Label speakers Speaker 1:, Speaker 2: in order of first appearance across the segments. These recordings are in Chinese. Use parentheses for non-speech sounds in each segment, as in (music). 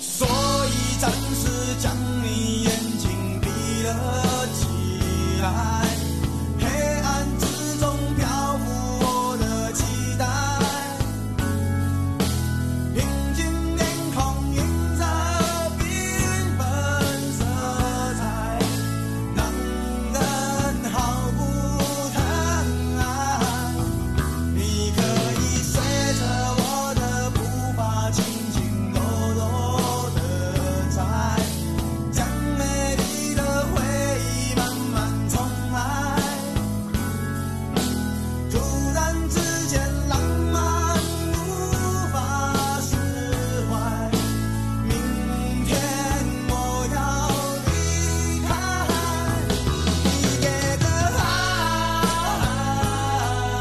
Speaker 1: 所以暂时将你眼睛闭了起来，黑暗之中漂浮我的期待，平静面孔映着缤纷色彩，让人好不疼爱。你可以随着我的步伐，轻轻柔柔的踩，将美丽的回忆慢慢重来。突然之间，浪漫无法释怀。明天我要离开。你给的爱。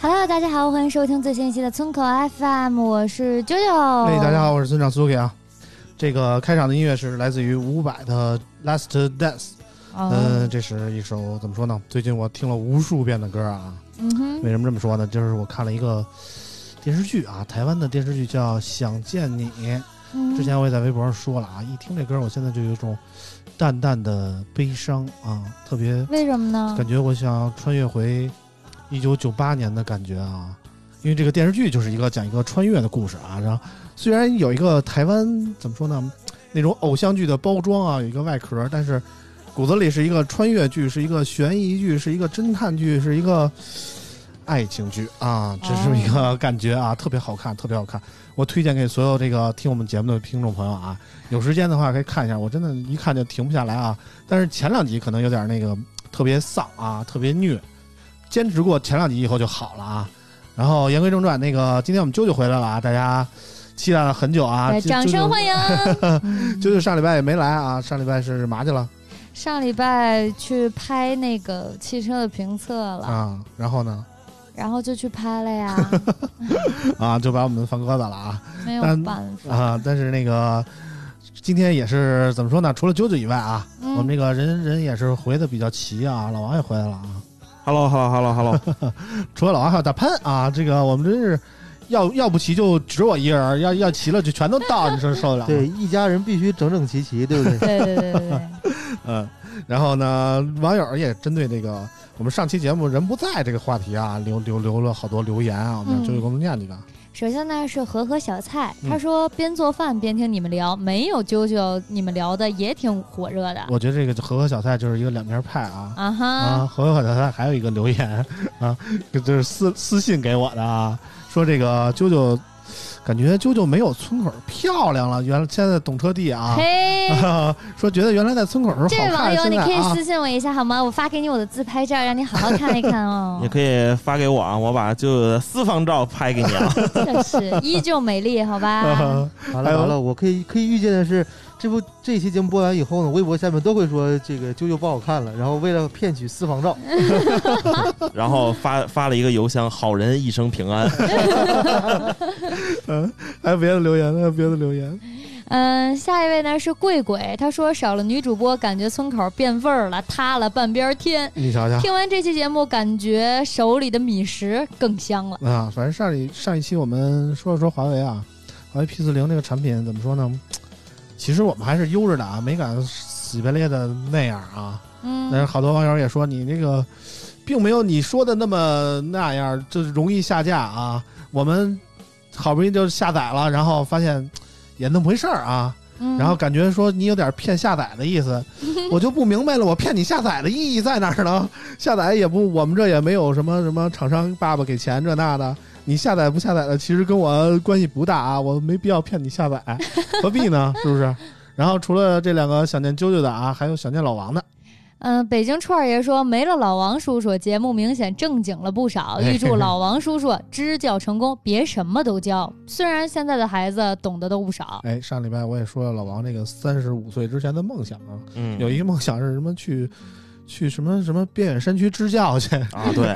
Speaker 2: Hello，大家好，欢迎收听最新一期的村口 FM，我是啾啾。
Speaker 3: 哎，大家。好，我是村长苏 k 啊。这个开场的音乐是来自于伍佰的《Last Dance》，呃，
Speaker 2: 嗯
Speaker 3: 这是一首怎么说呢？最近我听了无数遍的歌啊。
Speaker 2: 嗯哼，
Speaker 3: 为什么这么说呢？就是我看了一个电视剧啊，台湾的电视剧叫《想见你》。
Speaker 2: 嗯
Speaker 3: 之前我也在微博上说了啊，一听这歌，我现在就有一种淡淡的悲伤啊，特别
Speaker 2: 为什么呢？
Speaker 3: 感觉我想穿越回一九九八年的感觉啊，因为这个电视剧就是一个讲一个穿越的故事啊。然后虽然有一个台湾怎么说呢，那种偶像剧的包装啊，有一个外壳，但是骨子里是一个穿越剧，是一个悬疑剧，是一个侦探剧，是一个爱情剧啊，这是一个感觉啊，特别好看，特别好看。我推荐给所有这个听我们节目的听众朋友啊，有时间的话可以看一下，我真的一看就停不下来啊。但是前两集可能有点那个特别丧啊，特别虐。坚持过前两集以后就好了啊。然后言归正传，那个今天我们啾啾回来了啊，大家期待了很久啊，
Speaker 2: 来，
Speaker 3: 啾
Speaker 2: 掌声欢迎。
Speaker 3: (laughs) 啾啾啾啾上礼拜也没来啊，上礼拜是嘛去了
Speaker 2: 嗯上礼拜去拍那个汽车的评测了，
Speaker 3: 啊？然后呢
Speaker 2: 然后就去拍
Speaker 3: (laughs)
Speaker 2: 了呀，
Speaker 3: 啊，就把我们放鸽子了啊
Speaker 2: 没有
Speaker 3: 但
Speaker 2: 办法。
Speaker 3: 啊！但是那个今天也是怎么说呢？除了啾啾以外啊，
Speaker 2: 嗯
Speaker 3: 我们这个人人也是回的比较齐啊，老王也回来了啊。
Speaker 4: Hello Hello Hello Hello，
Speaker 3: 除了老王还有大潘啊，这个我们真是要要不齐就只我一人，要要齐了就全都到，你说受得了吗？
Speaker 5: (laughs) 对，一家人必须整整齐齐，对不对？
Speaker 2: 对对对对对，
Speaker 3: 嗯，然后呢，网友也针对这个我们上期节目“人不在”这个话题啊，留留留了好多留言啊，我们
Speaker 2: 嗯
Speaker 3: 就给我们念几个。
Speaker 2: 首先呢是和和小菜，
Speaker 3: 嗯
Speaker 2: 他说边做饭边听你们聊，没有啾啾你们聊的也挺火热的
Speaker 3: 我觉得这个和和小菜就是一个两面派啊。
Speaker 2: 啊
Speaker 3: 啊，
Speaker 2: 哈，
Speaker 3: 和和小菜还有一个留言啊，就是私私信给我的啊，说这个啾啾，感觉啾啾没有村口漂亮了，原来现在懂车帝啊，
Speaker 2: 嘿。
Speaker 3: 啊 (laughs) 说觉得原来在村口时候
Speaker 2: (laughs) 这位
Speaker 3: 好看，
Speaker 2: 网友，
Speaker 3: 现
Speaker 2: 你
Speaker 3: 在
Speaker 2: 可以
Speaker 3: 啊
Speaker 2: 私信我一下好吗？我发给你我的自拍照，让你好好看一
Speaker 3: (laughs)
Speaker 2: 看哦
Speaker 4: 也。可以发给我啊，我把就有的私房照拍给你
Speaker 5: (laughs)
Speaker 4: 啊。
Speaker 2: 这是依旧美丽，好吧？
Speaker 3: (laughs) 啊，
Speaker 5: 完
Speaker 3: 哎呦
Speaker 5: 了完了，我可以可以预见的是，这部这期节目播完以后呢，微博下面都会说这个啾啾不好看了，然后为了骗取私房照，
Speaker 4: (laughs)
Speaker 5: (laughs)
Speaker 4: 然后发发了一个邮箱，好人一生平
Speaker 5: (laughs)
Speaker 4: 安。
Speaker 3: 嗯，还有别的留言，还有别的留言，
Speaker 2: 嗯，下一位呢是贵鬼，他说少了女主播，感觉村口变味儿了，塌了半边
Speaker 3: (laughs)
Speaker 2: 天。
Speaker 3: 你瞧瞧。
Speaker 2: 听完这期节目，感觉手里的米食更香了。
Speaker 3: 啊，反正上一上一期我们说了说华为啊，华为 P 四零这个产品怎么说呢？其实我们还是悠着的啊，没敢死白咧的那样啊。但是
Speaker 2: 嗯，
Speaker 3: 好多网友也说你这个，并没有你说的那么那样，就是容易下架啊。我们好不容易就下载了，然后发现也那么回事儿啊，
Speaker 2: 嗯
Speaker 3: 然后感觉说你有点骗下载的意思，我就不明白了，我骗你下载的意义在哪儿呢？下载也不，我们这也没有什么什么厂商爸爸给钱这那的，你下载不下载的，其实跟我关系不大啊，我没必要骗你下载，何必呢？是不是？然后除了这两个想念啾啾的啊，还有想念老王的，
Speaker 2: 嗯、北京串儿爷说没了老王叔叔，节目明显正经了不
Speaker 3: (laughs)
Speaker 2: 少。预祝老王叔叔支教成功，别什么都教。虽然现在的孩子懂得都
Speaker 3: (laughs)
Speaker 2: 不少，
Speaker 3: 哎，上礼拜我也说了，老王这个三十五岁之前的梦想啊，
Speaker 4: 嗯，
Speaker 3: 有一个梦想是什么？去去什么什么边远山区支教去？
Speaker 4: 啊，对，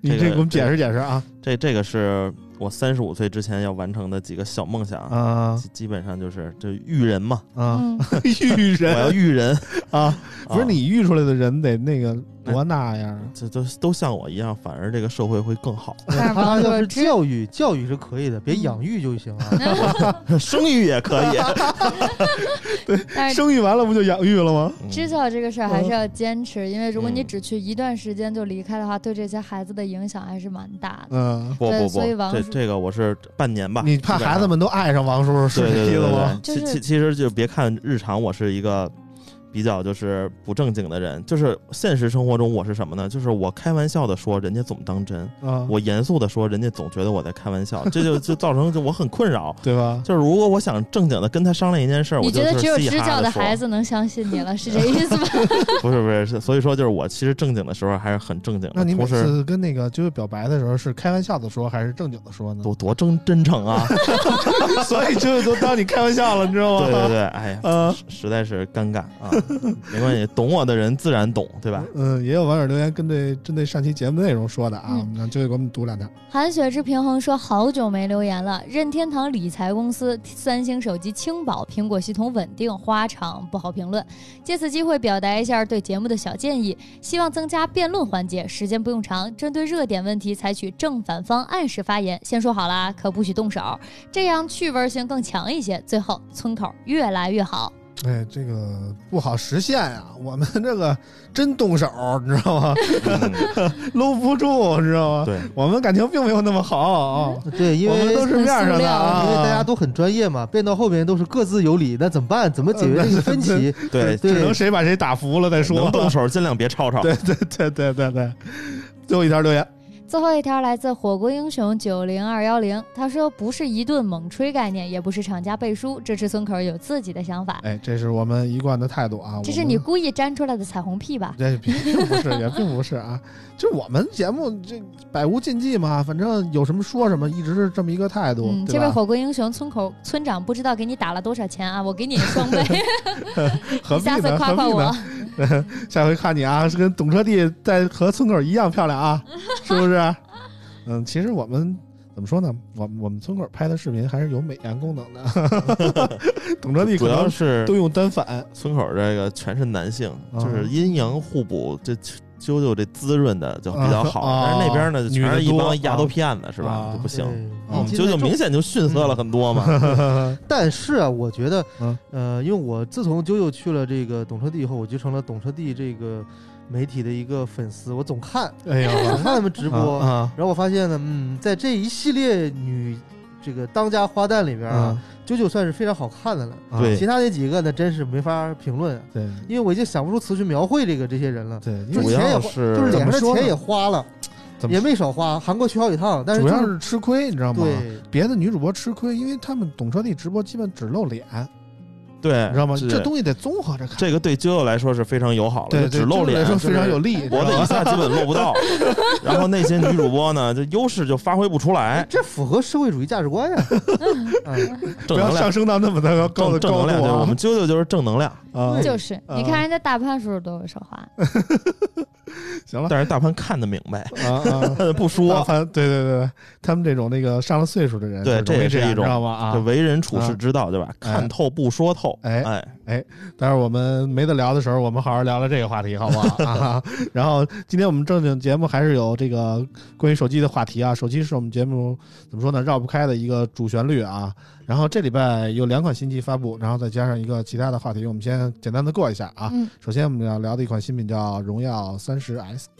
Speaker 3: 你这
Speaker 4: 这
Speaker 3: 给
Speaker 4: 个
Speaker 3: 我们解释解释啊
Speaker 4: 这这个是我三十五岁之前要完成的几个小梦想，
Speaker 3: 啊
Speaker 4: 基基本上就是这育
Speaker 5: (laughs)
Speaker 4: 人嘛， (laughs)
Speaker 3: 啊！ (laughs)
Speaker 2: 嗯，
Speaker 3: 育
Speaker 4: 我要
Speaker 3: 人
Speaker 4: 育人，
Speaker 3: 啊，不是
Speaker 4: 啊
Speaker 3: 你育出来的人得那个多那样啊
Speaker 4: 这都都像我一样，反而这个社会会
Speaker 5: (laughs)
Speaker 4: 更好，
Speaker 2: 但是
Speaker 3: 啊
Speaker 5: 他
Speaker 2: 王
Speaker 5: 要
Speaker 2: 说
Speaker 5: 是
Speaker 2: 支
Speaker 5: 教育，教育是可以的，
Speaker 3: 嗯
Speaker 5: 别养育就行啊。 (laughs)
Speaker 2: (laughs)
Speaker 4: 生育也可以。
Speaker 2: 但是
Speaker 3: 生育完了不就养育了吗？
Speaker 4: 嗯
Speaker 2: 支教这个事儿还是要坚持，因为如果你
Speaker 4: 嗯
Speaker 2: 只去一段时间就离开的话，对这些孩子的影响还是蛮大的。
Speaker 3: 嗯，
Speaker 4: 不不
Speaker 2: 对
Speaker 4: 不
Speaker 2: 所以，王
Speaker 4: 这
Speaker 2: 叔
Speaker 4: 这个我是半年吧。
Speaker 3: 你怕
Speaker 4: 啊基本上
Speaker 3: 孩子们都爱上王叔叔是
Speaker 4: 对
Speaker 3: 这
Speaker 4: 对
Speaker 3: 意
Speaker 4: 对
Speaker 3: 思
Speaker 4: 对
Speaker 3: 吗？
Speaker 4: 对，
Speaker 2: 就
Speaker 4: 其
Speaker 2: 是
Speaker 4: 其其实就别看日常，我是一个比较就是不正经的人，就是现实生活中我是什么呢？就是我开玩笑的说，人家总当真；
Speaker 3: 啊，
Speaker 4: 我严肃的说，人家总觉得我在开玩笑，这就就造成就我很困扰。
Speaker 3: 对吧？
Speaker 4: 就是如果我想正经的跟他商量一件事儿，我
Speaker 2: 你
Speaker 4: 就
Speaker 2: 觉得
Speaker 4: 是
Speaker 2: 只有
Speaker 4: 嘻
Speaker 2: 支
Speaker 4: 哈
Speaker 2: 教
Speaker 4: 地
Speaker 2: 的
Speaker 4: 说
Speaker 2: 孩子能相信你了，是这意思吧？
Speaker 4: 不是不是是，所以说就是我其实正经的时候还是很正经的，
Speaker 3: 那你每
Speaker 4: 同时
Speaker 3: 次跟那个就是表白的时候，是开玩笑的说还是正经的说呢？
Speaker 4: 多多真真
Speaker 3: (laughs)
Speaker 4: 诚啊！
Speaker 3: 所以就是都当你开玩笑了，你知道吗？
Speaker 4: 对
Speaker 3: (laughs)
Speaker 4: 对对，哎呀，
Speaker 3: 呃，
Speaker 4: 实实在是尴尬啊！没关系， (laughs) 懂我的人自然懂，对吧？
Speaker 3: 嗯，也有网友留言跟对针对上期节目内容说的啊，
Speaker 2: 嗯
Speaker 3: 我们让就给我们读两条。
Speaker 2: 韩雪之平衡说：“好久没留言了。任天堂理财公司、三星手机轻薄、苹果系统稳定，花长不好评论。借此机会表达一下对节目的小建议，希望增加辩论环节，时间不用长，针对热点问题采取正反方按时发言。先说好啦，可不许动手，这样趣味性更强一些。最后，村口越来越好。
Speaker 3: 哎，这个不好实现啊，我们这个真动手，你知道吗？ (laughs)
Speaker 4: 嗯
Speaker 3: 搂不住，你知道吗？
Speaker 4: 对，
Speaker 3: 我们感情并没有那么好啊，
Speaker 5: 对，因
Speaker 3: 我们
Speaker 5: 为
Speaker 3: 都是面上的啊，
Speaker 5: 因为大家都很专业嘛，变到后面都是各自有理，那怎么办？怎么解决
Speaker 3: 呃
Speaker 5: 这个分歧？
Speaker 3: (laughs)
Speaker 4: 对，
Speaker 3: 只能
Speaker 5: 对，
Speaker 3: 谁把谁打服了再说
Speaker 4: 能。动手尽量别吵吵。
Speaker 3: 对对 (laughs) 对对对对，最后一条留言，
Speaker 2: 最后一条来自火锅英雄九零二幺零，他说不是一顿猛吹概念，也不是厂家背书，支持村口有自己的想法。
Speaker 3: 哎，这是我们一贯的态度啊。
Speaker 2: 这
Speaker 3: 我
Speaker 2: 是
Speaker 3: 们 (laughs)
Speaker 2: 你故意粘出来的彩虹屁吧？
Speaker 3: 这并不是，也并不是啊，就是我们节目这百无禁忌嘛，反正有什么说什么，一直是这么一个态度，
Speaker 2: 嗯，
Speaker 3: 对
Speaker 2: 这位
Speaker 3: 吧？
Speaker 2: 火锅英雄村口村长不知道给你打了多少钱啊，我给你双倍，
Speaker 3: (laughs) 何
Speaker 2: 你
Speaker 3: 必
Speaker 2: 下次
Speaker 3: 呢？
Speaker 2: 夸
Speaker 3: 何
Speaker 2: 夸
Speaker 3: 必
Speaker 2: 我
Speaker 3: 呢？。下回看你啊，是跟董车帝在和村口一样漂亮
Speaker 2: (laughs)
Speaker 3: 啊，是不是？嗯，其实我们怎么说呢？我我们村口拍的视频还是有美颜功能的， (laughs) 董车帝
Speaker 4: 主
Speaker 3: 可
Speaker 4: 要
Speaker 3: 能
Speaker 4: 是
Speaker 3: 都用单反。
Speaker 4: 村口这个全是男性，
Speaker 3: 啊
Speaker 4: 就是阴阳互补，这啾啾这滋润的就比较好。
Speaker 3: 啊
Speaker 4: 但是那边呢，
Speaker 3: 女的
Speaker 4: 全是一
Speaker 3: 多
Speaker 4: 帮丫头骗子，是
Speaker 3: 啊
Speaker 4: 吧？就不行。
Speaker 5: 对
Speaker 3: 嗯
Speaker 4: 我们啾啾明显就逊色了很
Speaker 3: (laughs)
Speaker 4: 多嘛。
Speaker 5: 但是啊，我觉得
Speaker 3: 嗯，
Speaker 5: 呃，因为我自从九九去了这个懂车帝以后，我就成了懂车帝这个媒体的一个粉丝，我总看，
Speaker 3: 哎呀，
Speaker 5: 总看他们直
Speaker 3: (laughs)
Speaker 5: 播。
Speaker 3: 啊
Speaker 5: 然后我发现呢，嗯，在这一系列女这个当家花旦里边啊
Speaker 3: 啊，，
Speaker 5: 九九算是非常好看的了。
Speaker 3: 啊
Speaker 4: 对
Speaker 5: 其他那几个呢，真是没法评论，啊
Speaker 3: 对
Speaker 5: 因为我已经想不出词去描绘这个这些人了。
Speaker 3: 对，因为
Speaker 5: 就是
Speaker 4: 主
Speaker 5: 钱也
Speaker 4: 要
Speaker 5: 花，
Speaker 4: 是
Speaker 5: 就是脸上的
Speaker 3: 怎么说呢
Speaker 5: 钱也花了，
Speaker 3: 怎么
Speaker 5: 也没少花。韩国去好几趟，但是
Speaker 3: 主
Speaker 5: 就
Speaker 3: 要
Speaker 5: 是
Speaker 3: 是吃亏，你知道吗？
Speaker 5: 对
Speaker 3: 别的女主播吃亏，因为他们懂车帝直播基本只露脸，
Speaker 4: 对，
Speaker 3: 你知道吗？
Speaker 4: 是
Speaker 3: 这东西得综合着看。
Speaker 4: 这个对啾啾来说是非常友好的，
Speaker 3: 对
Speaker 4: 就
Speaker 3: 对，
Speaker 4: 只露
Speaker 3: 这
Speaker 4: 脸
Speaker 3: 来说
Speaker 4: 就是
Speaker 3: 非常有利。你知道
Speaker 4: 脖
Speaker 3: 吗
Speaker 4: 子一下基本露不到， (laughs) 然后那些女主播呢，这优势就发挥不出
Speaker 3: 哎
Speaker 4: 来，
Speaker 5: 这符合社会主义价值观
Speaker 3: (laughs)
Speaker 5: 呀。啊
Speaker 3: 不
Speaker 4: (laughs) 正
Speaker 3: 要
Speaker 4: 能
Speaker 3: 上
Speaker 4: 量，
Speaker 3: 升到那么的高的
Speaker 4: 正正
Speaker 3: 高
Speaker 4: 能
Speaker 3: 度
Speaker 4: 量就是我
Speaker 3: 啊
Speaker 4: 们啾啾就是正能量，
Speaker 3: 啊！
Speaker 2: (laughs) 就是
Speaker 3: 啊
Speaker 2: 你看人家大潘叔叔多有手滑，
Speaker 3: 啊行
Speaker 4: (laughs)
Speaker 3: 了
Speaker 4: 但是大潘看得明 (laughs) 白，
Speaker 3: 啊
Speaker 4: 呃不
Speaker 3: 啊！
Speaker 4: 说，
Speaker 3: 反对对对对，他们这种那个上了岁数的人，
Speaker 4: 对
Speaker 3: 这
Speaker 4: 这也是
Speaker 3: 样
Speaker 4: 一种
Speaker 3: 知道吗？
Speaker 4: 这
Speaker 3: 啊，
Speaker 4: 为人处世之道对吧？
Speaker 3: 哎
Speaker 4: 看透不说透，
Speaker 3: 哎
Speaker 4: 哎，
Speaker 3: 待会儿我们没得聊的时候，我们好好聊聊这个话题，好不好？
Speaker 2: (laughs)
Speaker 3: 啊，然后今天我们正经节目还是有这个关于手机的话题啊，手机是我们节目怎么说呢，绕不开的一个主旋律啊。然后这礼拜有两款新机发布，然后再加上一个其他的话题，我们先简单的过一下啊。
Speaker 2: 嗯，
Speaker 3: 首先我们要聊的一款新品叫荣耀三十 S，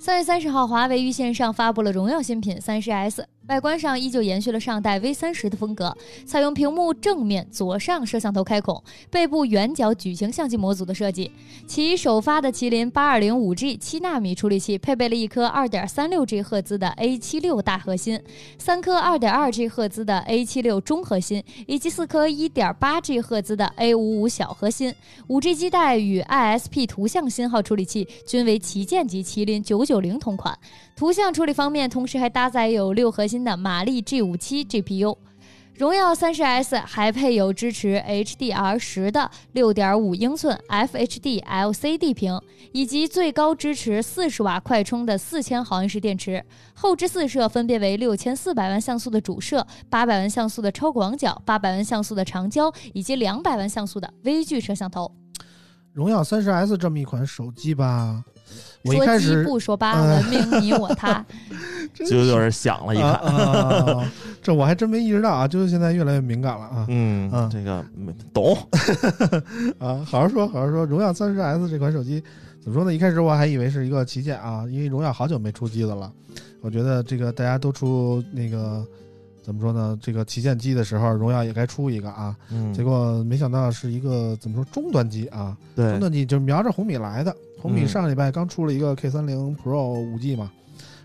Speaker 2: 三月三十号，华为于线上发布了荣耀新品三十 S，外观上依旧延续了上代 V 三十的风格，采用屏幕正面左上摄像头开孔，背部圆角矩形相机模组的设计。其首发的麒麟 8205G 7纳米处理器配备了一颗 2.36G 赫兹的 A76 大核心，三颗 2.2G 赫兹的 A76 中核心，以及四颗 1.8G 赫兹的 A55 小核心。5G 基带与 ISP 图像信号处理器均为旗舰级麒麟990同款。图像处理方面，同时还搭载有六核心的马力 G57 GPU。荣耀 30S 还配有支持 HDR 十的6.5英寸 FHD LCD 屏，以及最高支持40瓦快充的4000毫安时电池。后置四摄分别为6400万像素的主摄、800万像素的超广角、800万像素的长焦以及200万像素的微距摄像头。
Speaker 3: 荣耀三十 S 这么一款手机吧，我一
Speaker 2: 说
Speaker 3: 开
Speaker 2: 鸡
Speaker 3: 始
Speaker 2: 不说八，
Speaker 3: 嗯
Speaker 2: 文明你我
Speaker 3: (laughs)
Speaker 2: 他。
Speaker 4: 就有点想了一看，
Speaker 3: 啊啊这我还真没意识到啊，就是现在越来越敏感了啊
Speaker 4: 嗯，
Speaker 3: 嗯
Speaker 4: 这个没懂， (laughs)
Speaker 3: 啊！好好说，好好说，荣耀三十 S 这款手机怎么说呢？一开始我还以为是一个旗舰啊，因为荣耀好久没出机子了。我觉得这个大家都出那个怎么说呢？这个旗舰机的时候，荣耀也该出一个啊。
Speaker 4: 嗯，
Speaker 3: 结果没想到是一个怎么说中端机啊，中
Speaker 4: 对，
Speaker 3: 端机就是瞄着红米来的。红米
Speaker 4: 嗯
Speaker 3: 上礼拜刚出了一个 K 3 0 Pro 5 G 嘛，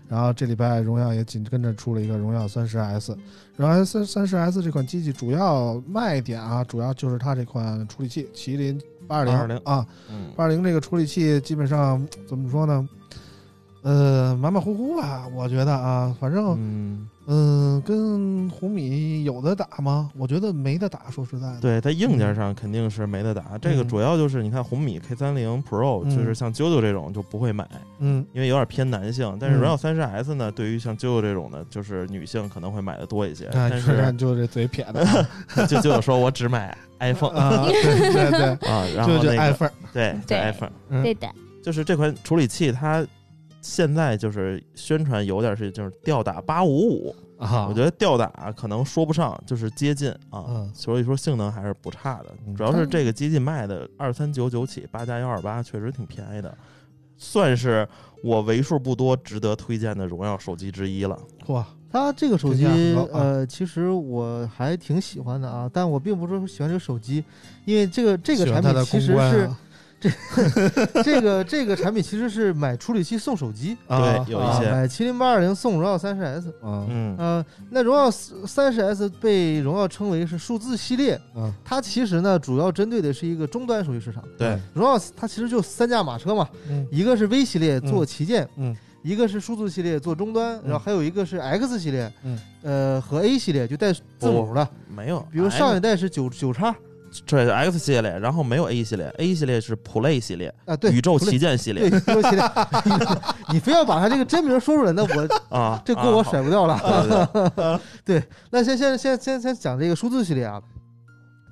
Speaker 3: 然后这礼拜荣耀也紧跟着出了一个荣耀3 0 S。荣耀三三十 S 这款机器主要卖点啊，主要就是它这款处理器麒麟八二零
Speaker 4: 820
Speaker 3: 啊，
Speaker 4: 嗯
Speaker 3: 八二零这个处理器基本上怎么说呢？呃，马马虎虎吧，我觉得啊，反正
Speaker 4: 嗯，
Speaker 3: 嗯、跟红米有的打吗？我觉得没得打，说实在的。
Speaker 4: 对，在硬件上肯定是没得打。这个
Speaker 3: 嗯
Speaker 4: 主要就是你看红米 K 三零 Pro，
Speaker 3: 嗯
Speaker 4: 就是像啾啾这种就不会买，
Speaker 3: 嗯，
Speaker 4: 因为有点偏男性。但是
Speaker 3: 嗯
Speaker 4: 荣耀三十 S 呢，对于像啾啾这种的，就是女性可能会买的多一些。
Speaker 3: 啊，
Speaker 4: 但
Speaker 3: 你说
Speaker 4: 是
Speaker 3: 看就这嘴撇的啊
Speaker 4: 就就有说我只
Speaker 3: (laughs)
Speaker 4: 买 iPhone (laughs) 啊，
Speaker 3: 啊，对对对，
Speaker 4: 然后
Speaker 3: 就这
Speaker 4: 那个
Speaker 3: iPhone，
Speaker 4: 对
Speaker 2: 对
Speaker 4: iPhone，
Speaker 3: 嗯
Speaker 2: 对的，
Speaker 4: 就是这款处理器它。现在就是宣传有点是就是吊打八五五，
Speaker 3: 啊，
Speaker 4: 我觉得吊打可能说不上，就是接近啊，
Speaker 3: 嗯
Speaker 4: 所以说性能还是不差的。
Speaker 3: 嗯
Speaker 4: 主要是这个机器卖的二三九九起，八加幺二八确实挺便宜的，算是我为数不多值得推荐的荣耀手机之一了。
Speaker 3: 嚯，
Speaker 5: 它这个手机
Speaker 3: 评价很高啊，
Speaker 5: 呃，其实我还挺喜欢的啊，但我并不是说喜欢这个手机，因为这个这个
Speaker 3: 喜欢
Speaker 5: 产
Speaker 3: 它
Speaker 5: 品
Speaker 3: 的
Speaker 5: 其
Speaker 3: 公
Speaker 5: 实
Speaker 3: 关
Speaker 5: 是
Speaker 3: 啊
Speaker 5: 这个这个产品其实是买处理器送手
Speaker 3: (laughs)
Speaker 5: 机，
Speaker 3: 啊
Speaker 4: 对有一
Speaker 5: 啊，
Speaker 4: 些
Speaker 5: 买麒麟八二零送荣耀三十 S，
Speaker 3: 嗯
Speaker 4: 嗯
Speaker 5: 呃，那荣耀三十 S 被荣耀称为是数字系列，
Speaker 3: 嗯，
Speaker 5: 它其实呢主要针对的是一个终端手机市场。
Speaker 4: 对，
Speaker 5: 荣耀它其实就三驾马车嘛，
Speaker 3: 嗯
Speaker 5: 一个是 V 系列做
Speaker 3: 嗯
Speaker 5: 旗舰，
Speaker 3: 嗯
Speaker 5: 一个是数字系列做终端，
Speaker 4: 嗯
Speaker 5: 然后还有一个是 X 系列，
Speaker 3: 嗯，
Speaker 5: 呃和 A 系列就带字母的，
Speaker 4: 没有，
Speaker 5: 比如上一
Speaker 4: X-
Speaker 5: 代是九九叉
Speaker 4: 这是 X 系列，然后没有 A 系列，A 系列是 Play 系列，
Speaker 5: 啊，对，
Speaker 4: 宇宙
Speaker 5: 不对
Speaker 4: 旗舰系
Speaker 5: 对
Speaker 4: 列
Speaker 5: 宇宙系列， (laughs) 你非要把它这个真名说出来，那我
Speaker 4: 啊，
Speaker 5: 这锅我
Speaker 4: 啊好
Speaker 5: 甩不掉了。
Speaker 4: 对对对
Speaker 5: 那先先先先先讲这个数字系列啊，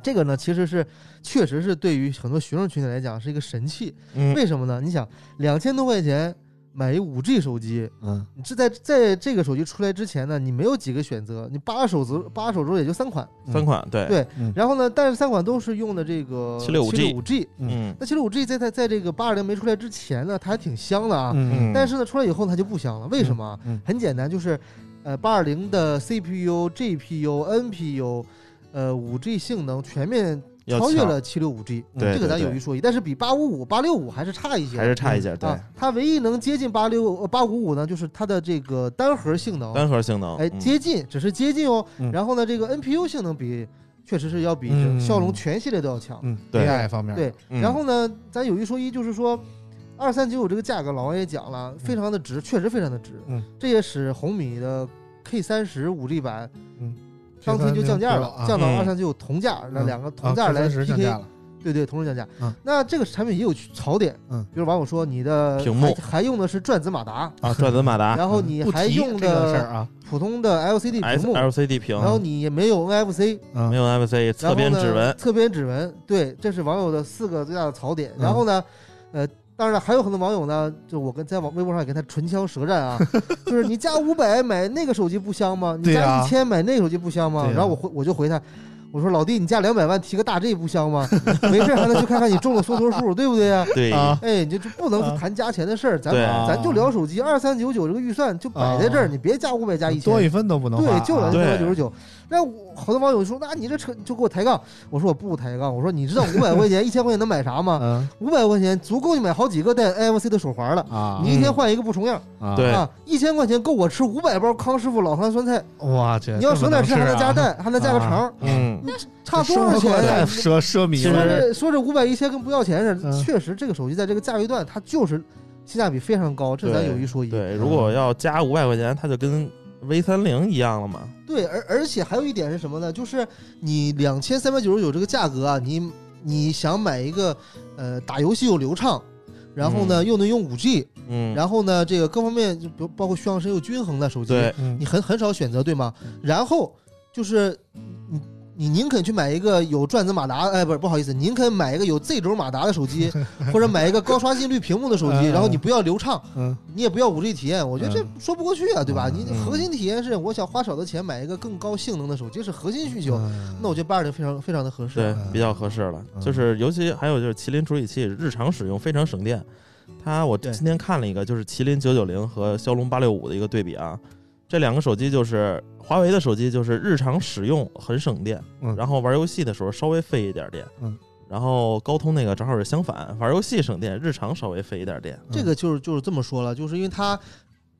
Speaker 5: 这个呢其实是确实是对于很多学生群体来讲是一个神器。
Speaker 4: 嗯，
Speaker 5: 为什么呢？你想，两千多块钱买一五 G 手机，
Speaker 3: 嗯
Speaker 5: 你这在在这个手机出来之前呢，你没有几个选择，你八个手指八个手指头也就三款。
Speaker 4: 三款对
Speaker 5: 对
Speaker 3: 嗯
Speaker 5: 然后呢，但是三款都是用的这个
Speaker 4: 76 G
Speaker 5: 五 G。
Speaker 4: 嗯
Speaker 5: 那七六五 G 在在在这个八二零没出来之前呢，它还挺香的啊。
Speaker 3: 嗯
Speaker 4: 嗯，
Speaker 5: 但是呢，出来以后它就不香了，为什么啊？
Speaker 3: 嗯
Speaker 5: 很简单，就是呃，八二零的 CPU、GPU、NPU，呃，五 G 性能全面
Speaker 4: 要
Speaker 5: 超越
Speaker 4: 强
Speaker 5: 了七六五 G，嗯
Speaker 4: 对
Speaker 5: 这个咱有一
Speaker 4: 对
Speaker 5: 说一，但是比八五五、八六五还是差一些，
Speaker 4: 还是差一些，对
Speaker 5: 啊，它唯一能接近八六呃八五五呢，就是它的这个单核性能，
Speaker 4: 单核性能，
Speaker 5: 哎，
Speaker 4: 嗯
Speaker 5: 接近，只是接近哦。
Speaker 3: 嗯
Speaker 5: 然后呢，这个 NPU 性能比确实是要比
Speaker 3: 嗯
Speaker 5: 骁龙全系列都要强。
Speaker 3: 嗯
Speaker 4: 对
Speaker 3: ，AI 方面，
Speaker 5: 对，
Speaker 4: 嗯
Speaker 5: 然后呢，咱有一说一，就是说，二三九九这个价格，老王也讲了，非常的值，确实非常的值。
Speaker 3: 嗯，
Speaker 5: 这也使红米的 K 三十五 G 版当
Speaker 3: 嗯，K30
Speaker 5: 天就降价了，
Speaker 3: Pro
Speaker 5: 降到
Speaker 4: 嗯
Speaker 5: 二三九九同价，那、两个
Speaker 3: 啊
Speaker 5: 同价来
Speaker 3: ，K30 降
Speaker 5: PK，、
Speaker 3: 价了，
Speaker 5: 对对，同时降价。
Speaker 3: 嗯
Speaker 5: 那这个产品也有槽点，
Speaker 3: 嗯
Speaker 5: 比如网友说你的
Speaker 4: 屏幕
Speaker 5: 还还用的是转子马达，
Speaker 4: 啊，转子马达
Speaker 5: 然后你
Speaker 3: 嗯不
Speaker 5: 还
Speaker 3: 提
Speaker 5: 用
Speaker 3: 这个事
Speaker 5: 的
Speaker 3: 儿啊，
Speaker 5: 普通的 LCD 屏
Speaker 4: S
Speaker 5: 幕，
Speaker 4: LCD 屏，
Speaker 5: 然后你也没有 NFC，
Speaker 3: 嗯
Speaker 4: 没有 NFC 侧
Speaker 5: 然后
Speaker 4: 边
Speaker 5: 呢
Speaker 4: 指纹，
Speaker 5: 侧边指纹，对，这是网友的四个最大的槽点。
Speaker 3: 嗯
Speaker 5: 然后呢，呃，当然了，还有很多网友呢，就我跟在网微博上也跟他唇枪舌战
Speaker 3: (laughs)
Speaker 5: 啊，就是你加五百买那个手机不香吗？你
Speaker 3: 对
Speaker 5: 加
Speaker 3: 啊
Speaker 5: 一千买那个手机不香吗？
Speaker 3: 对啊
Speaker 5: 然后我回我就回他，我我说老弟，你家两百万提个大 G 不香吗？ (laughs) 没事儿还能去看看你中了缩头数，对不对呀、
Speaker 4: 对
Speaker 3: 啊
Speaker 5: 哎，你就就不能谈加钱的事儿，咱
Speaker 4: 对
Speaker 5: 咱就聊手机，二三九九这个预算就摆在这儿，
Speaker 3: 啊
Speaker 5: 你别加五百加一千
Speaker 3: 多，一分都不能花
Speaker 5: 对
Speaker 3: 啊，，
Speaker 5: 就聊
Speaker 4: 对
Speaker 5: 三九九九。那我好多网友说，那你这扯就给我抬杠，我说我不抬杠，我说你知道五百块钱、一千块钱能买啥吗？
Speaker 3: 嗯
Speaker 5: 五百块钱足够你买好几个带 NFC 的手环了，
Speaker 3: 啊，
Speaker 5: 你一天换一个不重样
Speaker 3: 啊
Speaker 4: 对
Speaker 5: 啊！一千块钱够我吃五百包康师傅老坛酸菜，
Speaker 3: 哇这
Speaker 5: 你要省点
Speaker 3: 这
Speaker 5: 吃
Speaker 3: 么
Speaker 5: 还
Speaker 3: 能
Speaker 5: 能加
Speaker 3: 啊
Speaker 5: 蛋，还能加个肠儿，
Speaker 4: 嗯，
Speaker 5: 差多少钱啊呀、
Speaker 3: 太奢奢
Speaker 4: 其
Speaker 3: 靡
Speaker 5: 说
Speaker 4: 实
Speaker 3: 了，
Speaker 5: 这说这五百一千跟不要钱似的，
Speaker 3: 嗯
Speaker 5: 确实这个手机在这个驾驭段它就是性价比非常高，这咱有一说一。
Speaker 4: 对，如果要加五百块钱，它就跟 V 三零一样了嘛。
Speaker 5: 对，而而且还有一点是什么呢？就是你两千三百九十九这个价格啊，你你想买一个呃打游戏又流畅，然后呢、又能用五 G，
Speaker 4: 嗯，
Speaker 5: 然后呢这个各方面就比如包括续航时间又均衡的手机，
Speaker 4: 对，
Speaker 3: 嗯
Speaker 5: 你很很少选择，对吗？然后就是你你宁肯去买一个有转子马达，哎，不是不好意思，宁肯买一个有 Z 轴马达的手
Speaker 4: (laughs)
Speaker 5: 机，或者买一个高刷新率屏幕的手机，
Speaker 3: 嗯
Speaker 5: 然后你不要流畅，
Speaker 3: 嗯
Speaker 5: 你也不要 5G 体验，我觉得这
Speaker 3: 嗯
Speaker 5: 说不过去啊，对吧？
Speaker 3: 嗯
Speaker 5: 你
Speaker 4: 嗯
Speaker 5: 核心体验是我想花少的钱买一个更高性能的手机，这是核心需求。
Speaker 3: 嗯
Speaker 5: 那我觉得八二零非常非常的合适
Speaker 4: 对
Speaker 5: 啊。，
Speaker 4: 比较合适了。
Speaker 3: 嗯
Speaker 4: 就是尤其还有就是麒麟处理器，日常使用非常省电。它我
Speaker 5: 对
Speaker 4: 今天看了一个，就是麒麟九九零和骁龙八六五的一个对比啊，这两个手机就是华为的手机，就是日常使用很省电，
Speaker 3: 嗯
Speaker 4: 然后玩游戏的时候稍微费一点电，
Speaker 3: 嗯，
Speaker 4: 然后高通那个正好是相反，玩游戏省电，日常稍微费一点电，
Speaker 5: 这个就是就是这么说了，就是因为它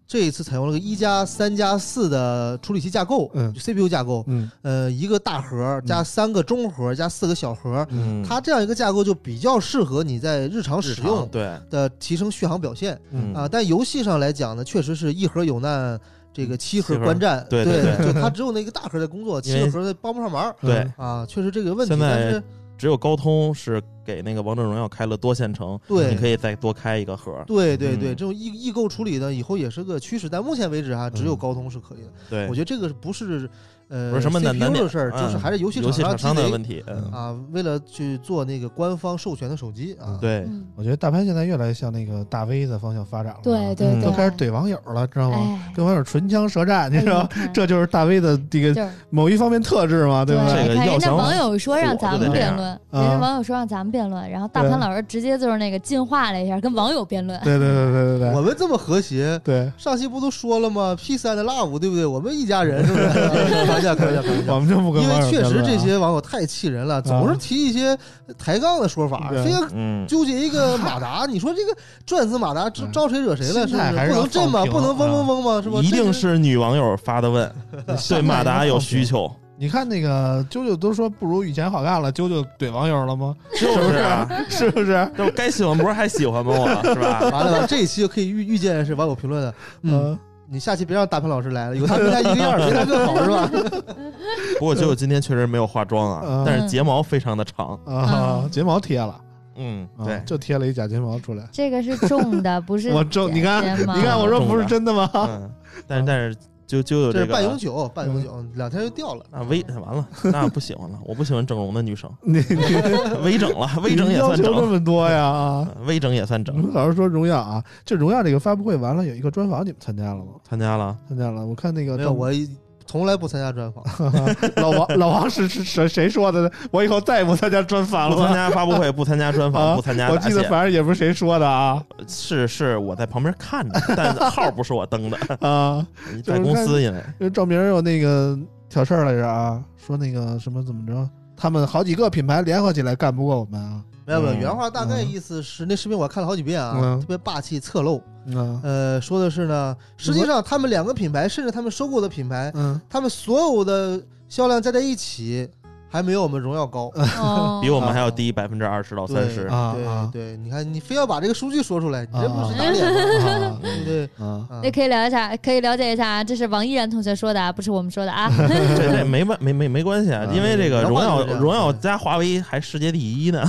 Speaker 5: 这一次采用了个一加三加四的处理器架构，
Speaker 3: 嗯
Speaker 5: 就，CPU 架构，
Speaker 3: 嗯
Speaker 5: 呃，一个大盒加三个中盒加四个小盒，
Speaker 4: 嗯，
Speaker 5: 它这样一个架构就比较适合你在日常
Speaker 4: 日
Speaker 5: 使
Speaker 4: 常
Speaker 5: 用
Speaker 4: 对，
Speaker 5: 的提升续航表现
Speaker 3: 嗯
Speaker 5: 啊。但游戏上来讲呢，确实是一盒有难，这个七盒
Speaker 4: 嗯七盒
Speaker 5: 观战，
Speaker 4: 对
Speaker 5: 对
Speaker 4: 对
Speaker 5: 就
Speaker 4: (laughs)
Speaker 5: 它只有那个大盒在工作，
Speaker 4: 因
Speaker 5: 七
Speaker 4: 为
Speaker 5: 个盒在帮不上忙
Speaker 4: 对
Speaker 3: 嗯
Speaker 5: 啊。确实这个问题，
Speaker 4: 现在
Speaker 5: 但是
Speaker 4: 只有高通是给那个王者荣耀开了多线程，
Speaker 5: 对
Speaker 4: 你可以再多开一个盒，
Speaker 5: 对对对，
Speaker 4: 嗯
Speaker 5: 这种异异构处理呢，以后也是个趋势。但目前为止哈，只有高通是可以的。
Speaker 4: 嗯对
Speaker 5: 我，觉得这个不是呃
Speaker 4: 不是什么难难
Speaker 5: CPU
Speaker 4: 点
Speaker 5: 的事儿，
Speaker 4: 嗯
Speaker 5: 就是还是游戏
Speaker 4: 游戏厂
Speaker 5: 商积
Speaker 4: 商的
Speaker 5: 累
Speaker 4: 问题，嗯，
Speaker 5: 啊，为了去做那个官方授权的手机啊。
Speaker 4: 对，
Speaker 2: 嗯，
Speaker 3: 我觉得大潘现在越来越向那个大 V 的方向发展了，啊
Speaker 2: 对对
Speaker 4: 嗯
Speaker 2: 对，
Speaker 3: 都开始怼网友了，知道吗？
Speaker 2: 哎，
Speaker 3: 跟网友唇枪舌战，哦 (laughs) 你知道吗，
Speaker 2: 哎你看
Speaker 3: 这就是大 V 的这个
Speaker 2: 就是
Speaker 3: 某一方面特质嘛，对不
Speaker 4: 这
Speaker 3: 对？
Speaker 2: 你看
Speaker 4: 个
Speaker 2: 人家
Speaker 4: 要想
Speaker 2: 网友说让咱们辩论，
Speaker 3: 火就得这样
Speaker 2: 人家
Speaker 3: 啊
Speaker 2: 网友说让咱们辩论，然后大潘
Speaker 3: 对
Speaker 2: 老师直接就是那个进化了一下，跟网友辩论。
Speaker 3: 对对对对对对
Speaker 5: 我们这么和谐，
Speaker 3: 对。
Speaker 5: 上期不都说了吗？P 三的 love，对不对？我们一家人，是不
Speaker 4: (laughs)
Speaker 5: 是？开玩笑，开玩笑，开玩
Speaker 3: 我
Speaker 5: 笑。
Speaker 3: 们就不跟
Speaker 5: 因
Speaker 3: 网友
Speaker 5: 为确实
Speaker 3: 辩论啊啊
Speaker 5: 这些网友太气人了，总是提一些抬杠的说法，
Speaker 3: 对
Speaker 5: 非要
Speaker 4: 嗯，
Speaker 5: 纠结一个马达。你说这个转子马达招
Speaker 3: 嗯
Speaker 5: 招谁惹谁了？
Speaker 3: 心
Speaker 5: 是不
Speaker 3: 态
Speaker 5: 是
Speaker 3: 还是
Speaker 5: 不
Speaker 3: 要
Speaker 5: 能震吗？
Speaker 3: 放平啊
Speaker 5: 不能嗡嗡嗡吗？是吧？
Speaker 4: 一定
Speaker 3: (laughs)
Speaker 5: 这
Speaker 4: 是女网友发的问，对马达有需求，
Speaker 3: 你看那个啾啾都说不如以前好干了，啾啾怼网友了吗？
Speaker 4: 就是
Speaker 3: 不是
Speaker 4: 啊，
Speaker 3: 是不是？
Speaker 4: 这我该喜欢不是还喜欢吗？我是吧？
Speaker 5: 完了， (laughs) 这一期就可以预预见是网友评论的。嗯，
Speaker 3: 嗯，
Speaker 5: 你下期别让大潘老师来了，有他跟他一个
Speaker 3: (laughs)
Speaker 5: 样儿，没他更好是吧？
Speaker 4: 不过就今天确实没有化妆啊
Speaker 3: 嗯，
Speaker 4: 但是睫毛非常的长，
Speaker 3: 啊，
Speaker 2: 嗯
Speaker 3: 睫毛贴了，
Speaker 4: 嗯，
Speaker 3: 啊 (laughs)
Speaker 4: 对，
Speaker 3: 就贴了一假睫毛出来。
Speaker 2: 这个是重的，不是
Speaker 3: (laughs) 我中，你看，
Speaker 2: 睫毛
Speaker 3: 你看，我说不是真的吗？
Speaker 4: 嗯，但是但是就就有
Speaker 5: 这是
Speaker 4: 这
Speaker 3: 啊
Speaker 5: 半永
Speaker 4: 个。
Speaker 5: 久，半永
Speaker 3: 嗯
Speaker 5: 久，两天就掉了。
Speaker 4: 啊，微完了，那不喜欢了，我不喜欢整容的女生，
Speaker 3: 你你
Speaker 4: 微整了，微整也
Speaker 3: 要
Speaker 4: 算
Speaker 3: 求这
Speaker 4: 整，
Speaker 3: 么多呀？啊，
Speaker 4: 嗯微整也算整，
Speaker 3: 老实说，荣耀啊，这荣耀这个发布会完了有一个专访，你们参加了吗？
Speaker 4: 参加了，
Speaker 3: 参加了，我看那个
Speaker 5: 没有，我一从来不参加专访。
Speaker 3: 老王老王是是谁谁说的？我以后再也不参加专访
Speaker 4: 不参
Speaker 3: 了。
Speaker 4: 加发布会，不参加专
Speaker 3: 啊
Speaker 4: 访，不参加
Speaker 3: 我
Speaker 4: 答
Speaker 3: 记得
Speaker 4: 谢，
Speaker 3: 反正也不是谁说的啊
Speaker 4: 是是我在旁边看着，但号不是我登的，
Speaker 3: (laughs) 啊！
Speaker 4: 在公司因为
Speaker 3: 因为赵明儿有那个挑事儿来着啊，说那个什么怎么着，他们好几个品牌联合起来干不过我们啊。
Speaker 5: 没有没有，
Speaker 4: 嗯
Speaker 5: 原话大概意思是，那视频我看了好几遍啊，
Speaker 3: 嗯
Speaker 5: 特别霸气侧漏。
Speaker 3: 嗯
Speaker 5: 呃，说的是呢，实际上他们两个品牌，甚至他们收购的品牌，
Speaker 3: 嗯，
Speaker 5: 他们所有的销量加在一起，还没有我们荣耀高。
Speaker 2: 哦
Speaker 4: 比我们还要低百分之二十到三十
Speaker 5: 对，
Speaker 3: 啊
Speaker 5: 对
Speaker 3: 啊
Speaker 5: 对，你看你非要把这个数据说出来，你这不
Speaker 3: 啊
Speaker 5: 是打脸吗？
Speaker 4: (laughs)
Speaker 3: 啊
Speaker 5: 对不对？ (laughs)
Speaker 3: 啊！
Speaker 5: 啊
Speaker 2: 那可以了解一下，可以了解一下啊，这是王一然同学说的啊，不是我们说
Speaker 3: (laughs)
Speaker 2: 的啊。
Speaker 4: (laughs) 这这没办没没没关系啊
Speaker 3: 啊，
Speaker 4: 因为这个
Speaker 5: 原
Speaker 4: 荣
Speaker 5: 话就
Speaker 4: 耀
Speaker 5: 是这样
Speaker 4: 荣耀
Speaker 5: 对
Speaker 4: 加华为还世界第一呢。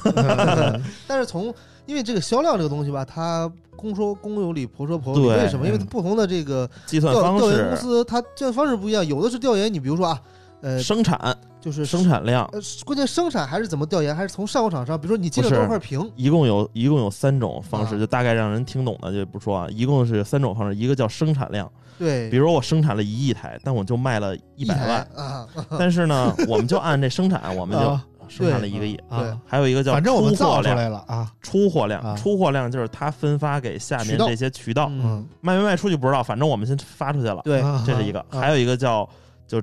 Speaker 5: 但是从因为这个销量这个东西吧，它公说公有理，婆说婆有理。
Speaker 4: 对嗯
Speaker 5: 为什么？因为它不同的这个
Speaker 4: 计算
Speaker 5: 调
Speaker 4: 方
Speaker 5: 调研公
Speaker 4: 式，
Speaker 5: 司，它调研方式不一样。有的是调研，你比如说啊，呃，
Speaker 4: 生产
Speaker 5: 就是
Speaker 4: 生，产量
Speaker 5: 呃，关键生产还是怎么调研，还是从上游厂商，比如说你进了
Speaker 4: 不是
Speaker 5: 多少块屏，
Speaker 4: 一共有一共有三种方式，
Speaker 5: 啊
Speaker 4: 就大概让人听懂的就不说啊，一共是三种方式，一个叫生产量，
Speaker 5: 对，
Speaker 4: 比如我生产了一亿台，但我就卖了一百
Speaker 5: 台
Speaker 4: 万，
Speaker 5: 啊，
Speaker 4: 但是呢，我们就按这生产，我们就
Speaker 3: 啊
Speaker 4: 生产了一个亿。
Speaker 5: 对
Speaker 3: 啊，
Speaker 4: 还有一个叫
Speaker 3: 反正我
Speaker 4: 出
Speaker 3: 们造
Speaker 4: 货
Speaker 3: 出
Speaker 4: 量，
Speaker 3: 来了啊，
Speaker 4: 出货
Speaker 3: 啊
Speaker 4: 量，出货量就是它分发给下
Speaker 5: 渠
Speaker 4: 面
Speaker 5: 道
Speaker 4: 这些渠道，
Speaker 5: 嗯，
Speaker 4: 卖没卖出去不知道，反正我们先发出去了，
Speaker 5: 对，
Speaker 3: 啊
Speaker 4: 这是一个。
Speaker 3: 啊
Speaker 4: 还有一个叫就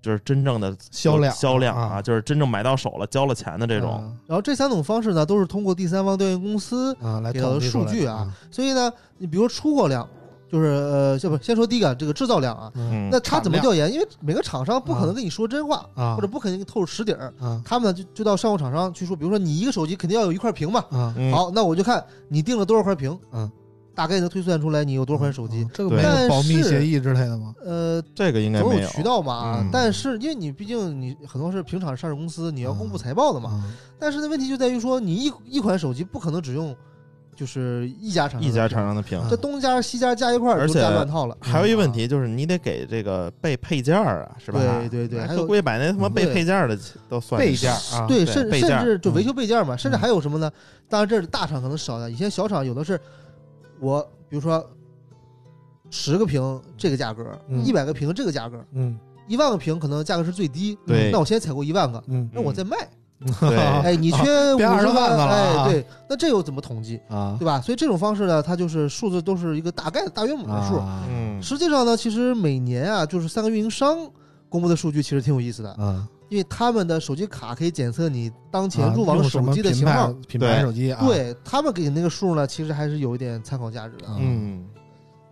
Speaker 4: 就是真正的
Speaker 3: 销量
Speaker 4: 销量
Speaker 3: 啊
Speaker 4: 啊，就是真正买到手了、交了钱的这种。
Speaker 5: 然后这三种方式呢，都是通过第三方调研公司，
Speaker 3: 啊啊来
Speaker 5: 给到
Speaker 3: 统计出来
Speaker 5: 数据啊，所以呢，你比如说出货量，就是呃，先不先说第一个这个制造量啊，
Speaker 3: 嗯
Speaker 4: 嗯，
Speaker 5: 那他怎么
Speaker 3: 产
Speaker 5: 调研？因为每个厂商不可
Speaker 3: 啊
Speaker 5: 能跟你说真话，
Speaker 3: 啊
Speaker 5: 嗯或者不可能给你透实底儿，
Speaker 3: 啊
Speaker 5: 他们呢就就到上游厂商去说，比如说你一个手机肯定要有一块屏嘛，
Speaker 3: 啊
Speaker 4: 嗯
Speaker 5: 好，那我就看你定了多少块屏，
Speaker 3: 嗯，
Speaker 5: 大概能推算出来你有多少款手机。
Speaker 3: 嗯这个
Speaker 4: 对
Speaker 3: 没有
Speaker 5: 但
Speaker 3: 保密
Speaker 5: 是
Speaker 3: 协议之类的吗？
Speaker 5: 呃，
Speaker 4: 这个应该
Speaker 5: 总
Speaker 4: 没
Speaker 5: 有渠道嘛啊，
Speaker 4: 嗯
Speaker 5: 但是因为你毕竟你很多是平常上市公司，你要公布
Speaker 3: 嗯
Speaker 5: 财报的嘛。
Speaker 3: 啊
Speaker 5: 但是呢，问题就在于说，你一一款手机不可能只用就是一家厂商的
Speaker 4: 一家厂
Speaker 5: 屏，
Speaker 4: 商的屏
Speaker 3: 啊。
Speaker 5: 这东家西家加一块儿
Speaker 4: 而
Speaker 5: 就
Speaker 4: 且
Speaker 5: 加乱套了。
Speaker 4: 还有一问题就是，你得给这个备配件儿啊，是吧？
Speaker 5: 对对对，还
Speaker 4: 就
Speaker 5: 有
Speaker 4: 归把那他妈备配件儿的都算
Speaker 3: 备件儿啊，
Speaker 5: 嗯对，
Speaker 4: 对
Speaker 5: 甚
Speaker 4: 备件
Speaker 5: 甚
Speaker 4: 儿
Speaker 5: 至就维
Speaker 3: 嗯
Speaker 5: 修备件嘛，甚至还有什么呢？当然这是大厂可能少的，以前小厂有的是，我比如说十个屏这个价格，
Speaker 3: 嗯
Speaker 5: 一百个屏这个价格，
Speaker 3: 嗯
Speaker 5: 一万个屏可能价格是最低，
Speaker 4: 对嗯
Speaker 5: 那我先采购一万个，
Speaker 3: 嗯
Speaker 5: 那我再卖，(laughs)
Speaker 4: 对
Speaker 5: 哎，你
Speaker 4: (laughs)
Speaker 5: 缺五
Speaker 3: 变20
Speaker 5: 十
Speaker 3: 万个了啊
Speaker 5: 哎，对，那这又怎么统计，
Speaker 3: 啊
Speaker 5: 对吧？所以这种方式呢，它就是数字都是一个大概的大约母的数。
Speaker 3: 啊
Speaker 4: 嗯
Speaker 5: 实际上呢，其实每年啊，就是三个运营商公布的数据其实挺有意思的，
Speaker 3: 啊，
Speaker 5: 因为他们的手机卡可以检测你当前
Speaker 3: 啊
Speaker 5: 入网
Speaker 3: 用什
Speaker 5: 手
Speaker 3: 么
Speaker 5: 机的
Speaker 3: 品
Speaker 5: 型
Speaker 3: 牌
Speaker 5: 号，
Speaker 3: 品牌
Speaker 4: 对
Speaker 3: 手机啊，
Speaker 5: 对他们给你那个数呢，其实还是有一点参考价值的 (laughs) 啊。
Speaker 4: 嗯，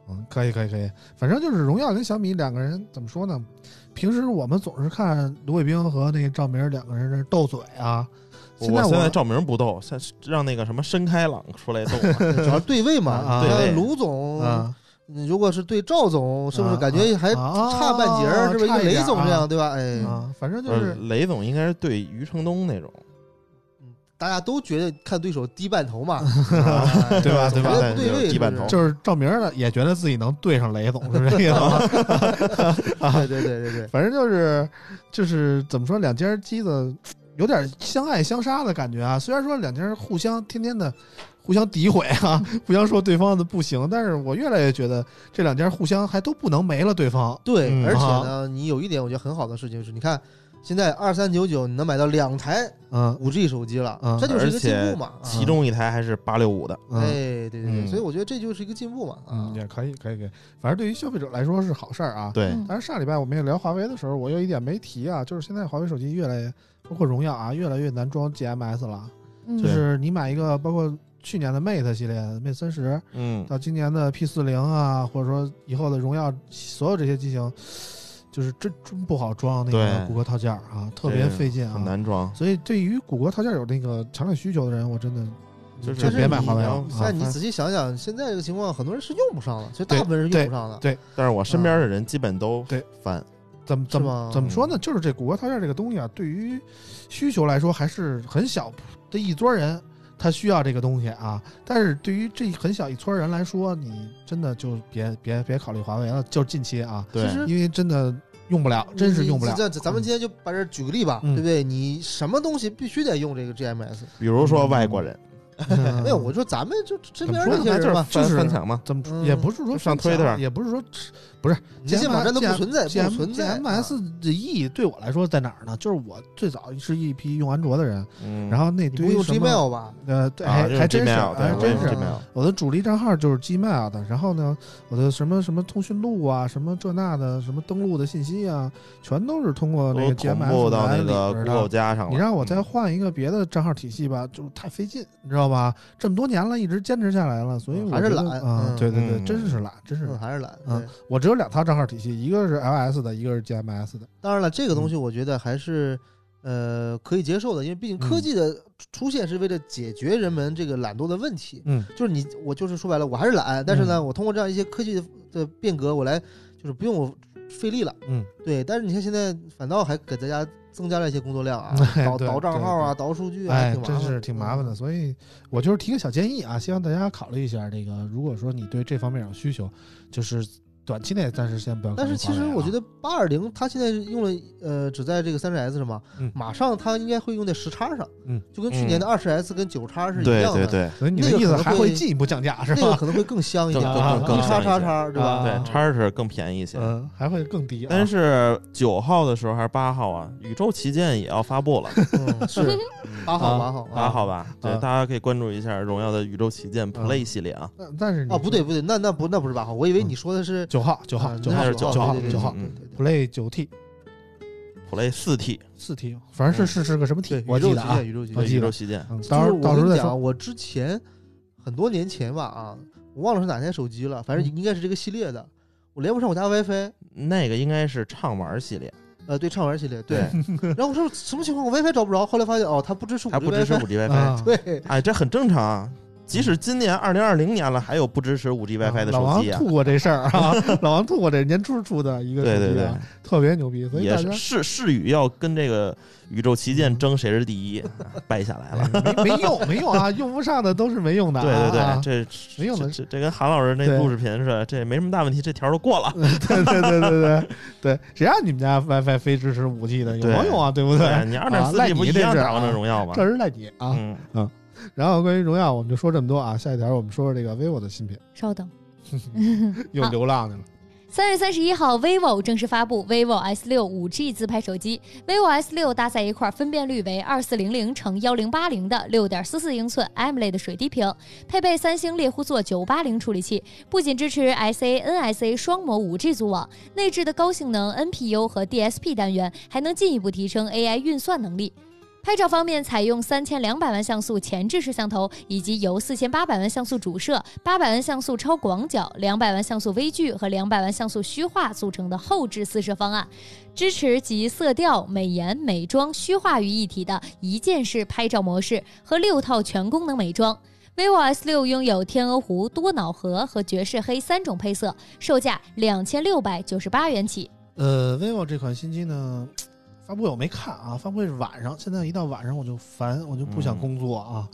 Speaker 3: 嗯，可以可以可以，反正就是荣耀跟小米两个人怎么说呢？平时我们总是看卢伟冰和那个赵明两个人这斗嘴啊，现
Speaker 4: 我
Speaker 3: 我
Speaker 4: 现在赵明不逗，现让那个什么申开朗出来逗
Speaker 5: (laughs)
Speaker 4: 我。
Speaker 5: 主要是对位
Speaker 3: 啊
Speaker 5: 嘛，
Speaker 4: 对
Speaker 5: 那
Speaker 4: 位
Speaker 5: 卢总，
Speaker 3: 啊，
Speaker 5: 你如果是对赵总，是不是
Speaker 3: 啊
Speaker 5: 感觉还
Speaker 3: 啊
Speaker 5: 差半截儿？
Speaker 3: 啊
Speaker 5: 是不是
Speaker 3: 差
Speaker 5: 跟
Speaker 3: 一
Speaker 5: 雷
Speaker 3: 点
Speaker 5: 总
Speaker 3: 啊
Speaker 5: 这样对吧？哎，
Speaker 3: 啊，反正就
Speaker 4: 呃
Speaker 3: 是
Speaker 4: 雷总应该是对余承东那种，
Speaker 5: 大家都觉得看对手低半头 (laughs) 嘛，
Speaker 4: 啊
Speaker 3: 对吧对
Speaker 5: 总
Speaker 3: 吧
Speaker 5: 觉得
Speaker 4: 对
Speaker 5: 不对
Speaker 4: 就是
Speaker 5: 位
Speaker 4: 低半头
Speaker 3: 就是赵明呢也觉得自己能对上雷总是这个意
Speaker 5: (laughs)
Speaker 3: 思吗？
Speaker 5: 啊对对对对对，
Speaker 3: 反正就是就是怎么说，两家机子有点相爱相杀的感觉啊。虽然说两家互相天天的互相诋毁啊，互相说对方的不行，但是我越来越觉得这两家互相还都不能没了对方。
Speaker 5: 对，
Speaker 4: 嗯
Speaker 5: 而且呢，你有一点我觉得很好的事情就是，你看现在二三九九你能买到两台
Speaker 3: 嗯
Speaker 5: 五 G 手机了
Speaker 3: 嗯，
Speaker 5: 这就是一个进步嘛。啊
Speaker 4: 其中一台还是八六五的。
Speaker 3: 嗯
Speaker 5: 哎，对对对，
Speaker 4: 嗯
Speaker 5: 所以我觉得这就是一个进步嘛。啊
Speaker 3: 嗯，，也可以，可以，可以。反正对于消费者来说是好事儿啊。
Speaker 4: 对，
Speaker 2: 嗯
Speaker 3: 但是上礼拜我们也聊华为的时候，我有一点没提啊，就是现在华为手机越来越，包括荣耀啊，越来越难装 GMS 了。
Speaker 2: 嗯
Speaker 3: 就
Speaker 4: 对
Speaker 3: 是你买一个，包括去年的 Mate 系列，Mate 三十，
Speaker 4: 嗯，
Speaker 3: 到今年的 P 四零啊，或者说以后的荣耀，所有这些机型，就是真真不好装那个
Speaker 4: 对
Speaker 3: 谷歌套件儿啊，特别费劲
Speaker 4: 很
Speaker 3: 啊。
Speaker 4: 难装。
Speaker 3: 所以对于谷歌套件有那个强烈需求的人，我真的
Speaker 4: 就是
Speaker 3: 就嗯别买
Speaker 5: 你
Speaker 3: 华为了
Speaker 5: 要
Speaker 3: 啊
Speaker 5: 但。你仔细想想，现在这个情况，很多人是用不上了，其实大
Speaker 3: 对
Speaker 5: 部分人是
Speaker 3: 对
Speaker 5: 用不上的。
Speaker 4: 但是我身边的人基本都
Speaker 3: 对
Speaker 4: 翻，
Speaker 3: 怎么怎么
Speaker 5: 吗
Speaker 3: 怎么说呢？就是这谷歌套件这个东西啊，对于需求来说还是很小的一撮人，他需要这个东西啊。但是对于这很小一撮人来说，你真的就别别别考虑华为了，就近期啊，
Speaker 4: 对
Speaker 5: 其，实
Speaker 3: 因为真的用不了，真是用不了
Speaker 5: 嗯你。这咱们今天就把这举个例吧，
Speaker 3: 嗯
Speaker 5: 对不对？你什么东西必须得用这个 GMS？
Speaker 4: 比如说外国人，
Speaker 3: 嗯
Speaker 5: 没哎有，我说咱们就身边
Speaker 3: 怎么说呢
Speaker 5: 这些嗯
Speaker 4: 那
Speaker 5: 人
Speaker 4: 就是
Speaker 5: 吧，
Speaker 3: 就
Speaker 4: 翻
Speaker 3: 是
Speaker 4: 翻墙嘛。
Speaker 3: 怎么说
Speaker 5: 嗯
Speaker 3: 也不是说
Speaker 4: 上
Speaker 3: 分享
Speaker 4: Twitter
Speaker 3: 也不是说吃
Speaker 5: 这些网站都不
Speaker 3: GMS
Speaker 5: 存在，哎不
Speaker 3: GM
Speaker 5: 存在。啊
Speaker 3: GMS 的意义对我来说在哪儿呢？就是我最早是一批用安卓的人，
Speaker 4: 嗯，
Speaker 3: 然后那
Speaker 5: 你不
Speaker 3: 堆
Speaker 5: 用
Speaker 3: 什么
Speaker 5: Gmail 吧？
Speaker 3: 呃，对，
Speaker 4: 啊
Speaker 3: 还
Speaker 4: 就是
Speaker 3: 还真是，
Speaker 4: Gmail，对
Speaker 3: 还
Speaker 4: 我也
Speaker 3: 真
Speaker 4: 是
Speaker 3: 是
Speaker 4: Gmail
Speaker 3: 我的主力账号就是 Gmail 的，然后呢，我的什么什么通讯录啊，什么这那的，什么登录的信息啊，全都是通过那
Speaker 4: 都
Speaker 3: 个
Speaker 4: 同步
Speaker 3: GMS
Speaker 4: 到
Speaker 3: 来
Speaker 4: 那
Speaker 3: 里
Speaker 4: 个
Speaker 3: 边
Speaker 4: Google
Speaker 3: 的。
Speaker 4: 加上了。
Speaker 3: 你让我再
Speaker 4: 嗯
Speaker 3: 换一个别的账号体系
Speaker 5: 嗯
Speaker 3: 吧，就太费劲，你知道吧？这么多年了，一直坚持下来了，所以我
Speaker 5: 还是
Speaker 3: 觉得
Speaker 5: 懒
Speaker 3: 啊、
Speaker 5: 嗯
Speaker 3: 对对对，
Speaker 4: 嗯
Speaker 3: 真是懒，真是懒
Speaker 5: 嗯，。还是懒。
Speaker 3: 嗯
Speaker 5: 对
Speaker 3: 我只有两套账号体系，一个是 LS 的，一个是 GMS 的。
Speaker 5: 当然了，这个
Speaker 3: 嗯
Speaker 5: 东西我觉得还是呃可以接受的，因为毕竟
Speaker 3: 嗯
Speaker 5: 科技的出现是为了解决人们这个懒惰的问题。
Speaker 3: 嗯，
Speaker 5: 就是你，我就是说白了，我还是懒，但是呢，我通过这样一些科技的变革，我来就是不用我费力了。
Speaker 3: 嗯，
Speaker 5: 对。但是你看现在反倒还给大家增加了一些工作量啊，
Speaker 3: 哎
Speaker 5: 导
Speaker 3: (laughs) 对
Speaker 5: 导账号啊，
Speaker 3: 对
Speaker 5: 导数据啊，
Speaker 3: 哎
Speaker 5: 挺，麻
Speaker 3: 真
Speaker 5: 烦嗯
Speaker 3: 是挺麻烦的。。所以我就是提个小建议啊，希望大家考虑一下这个。如果说你对这方面有需求，就是短期内暂时先不要考
Speaker 5: 但
Speaker 3: 虑华为啊。
Speaker 5: 是其实我觉得八二零它现在用了呃只在这个三十 S 上嘛，
Speaker 3: 嗯
Speaker 5: 马上它应该会用在十叉上，
Speaker 3: 嗯，
Speaker 5: 就跟去年的二十 S 跟九叉是一
Speaker 4: 对
Speaker 5: 样
Speaker 4: 对
Speaker 5: 的，
Speaker 4: 对
Speaker 3: 所以你的
Speaker 5: 那个
Speaker 3: 意思
Speaker 5: 可能
Speaker 3: 还会
Speaker 5: 会
Speaker 3: 进一步降价是
Speaker 5: 那个
Speaker 3: 吧？
Speaker 5: 可能会更香一点，
Speaker 4: 更
Speaker 3: 更更
Speaker 5: 一叉
Speaker 4: 香
Speaker 5: 叉
Speaker 4: 一点
Speaker 5: 叉对吧？嗯
Speaker 3: 啊
Speaker 4: 对，叉是更便宜一些。
Speaker 3: 嗯，还会更低啊。
Speaker 4: 但是九号的时候还是八号啊？宇宙旗舰也要发布了，
Speaker 3: (laughs)
Speaker 5: 嗯是八号八号
Speaker 4: 八号吧？对，
Speaker 3: 啊
Speaker 4: 大家可以关注一下荣耀的宇宙旗舰 Play 系列啊。
Speaker 3: 但但是你
Speaker 5: 啊，不对不对，那那不那不是八号，我以为你说的是
Speaker 3: 九号嗯九号
Speaker 5: 啊
Speaker 3: 九
Speaker 5: 那
Speaker 3: 号
Speaker 5: 是
Speaker 3: 九
Speaker 5: 9
Speaker 3: 号
Speaker 5: 对对
Speaker 3: 九号嗯
Speaker 5: 对对对对
Speaker 3: Play 九 T
Speaker 4: Play 四 T
Speaker 3: 四 T，反正是是是个什么 T，
Speaker 5: 对，
Speaker 3: 我
Speaker 5: 宇宙
Speaker 3: 记
Speaker 5: 旗
Speaker 3: 得啊
Speaker 5: 舰，。宇宙旗
Speaker 3: 我
Speaker 5: 舰
Speaker 4: 嗯
Speaker 3: 记得嗯，
Speaker 4: 对。宇宙旗舰，
Speaker 5: 就
Speaker 3: 到
Speaker 5: 是
Speaker 3: 时候
Speaker 5: 我
Speaker 3: 到时
Speaker 5: 跟
Speaker 3: 候
Speaker 5: 你
Speaker 3: 再
Speaker 5: 讲啊，
Speaker 3: 说。
Speaker 5: 我之前很多年前吧啊，我忘了是哪台手机了，反正应该是这个系列的。我连不上我家
Speaker 3: 嗯
Speaker 5: WiFi，
Speaker 4: 那个应该是畅玩系列，
Speaker 5: 呃，对，畅玩系列，对。然后我说什么情况？我 WiFi 找不着，后来发现哦，它不支持五
Speaker 4: 它
Speaker 5: G
Speaker 4: 不支持
Speaker 5: WiFi，
Speaker 4: 五 G WiFi。
Speaker 3: 啊，
Speaker 5: 对，
Speaker 4: 哎，这很正常啊。即使今年二零二零年了，还有不支持五 G WiFi
Speaker 3: 嗯
Speaker 4: 的
Speaker 3: 老
Speaker 4: 手
Speaker 3: 王
Speaker 4: 机啊
Speaker 3: 吐。过这事儿啊，老王吐过这年初出的一个手机
Speaker 4: 对
Speaker 3: 啊，
Speaker 4: 对对，
Speaker 3: 特别牛逼，所以
Speaker 4: 也
Speaker 3: 大
Speaker 4: 是
Speaker 3: 家嗯
Speaker 4: 是是与要跟这个宇宙旗舰争谁是第一，败下来了。
Speaker 3: 哎没没用没用啊，用不上的都是没用的啊，
Speaker 4: 对对
Speaker 3: 啊
Speaker 4: 对，这
Speaker 3: 没用的
Speaker 4: 这这这跟韩老师那
Speaker 3: 对
Speaker 4: 录视频似的，这没什么大问题，这条都过了。
Speaker 3: 对对对对对对，谁让你们家 WiFi 非支持五 G 的？有
Speaker 4: 对
Speaker 3: 毛用啊，对不对？
Speaker 4: 你二点四
Speaker 3: 赖
Speaker 4: G
Speaker 3: 你
Speaker 4: 不一
Speaker 3: 这
Speaker 4: 样
Speaker 3: 是
Speaker 4: 打王
Speaker 3: 啊
Speaker 4: 者荣耀吗？
Speaker 3: 这是赖你啊！
Speaker 4: 嗯，
Speaker 3: 然后关于荣耀，我们就说这么多啊。下一条我们说说这个 vivo 的新品，
Speaker 2: 稍等。
Speaker 3: 又
Speaker 2: 好
Speaker 3: 流浪去了。
Speaker 2: 三月三十一号，vivo 正式发布 vivo S 六五 G 自拍手机。vivo S 六搭载一块分辨率为二四零零乘幺零八零的六点四四英寸 AMOLED E 水滴屏，配备三星猎户座九八零处理器，不仅支持 SA、NSA 双模五 G 组网，内置的高性能 NPU 和 DSP 单元还能进一步提升 AI 运算能力。拍照方面，采用三千两百万像素前置摄像头，以及由四千八百万像素主摄、八百万像素超广角、两百万像素微距和两百万像素虚化组成的后置四摄方案，支持集色调、美颜、美妆、虚化于一体的一键式拍照模式和六套全功能美妆。vivo S 六拥有天鹅湖、多瑙河和爵士黑三种配色，售价两千六百九十八元起。
Speaker 3: 呃，vivo 这款新机呢，发布会我没看啊，发布会是晚上，现在一到晚上我就烦，我就不想
Speaker 4: 嗯
Speaker 3: 工作啊，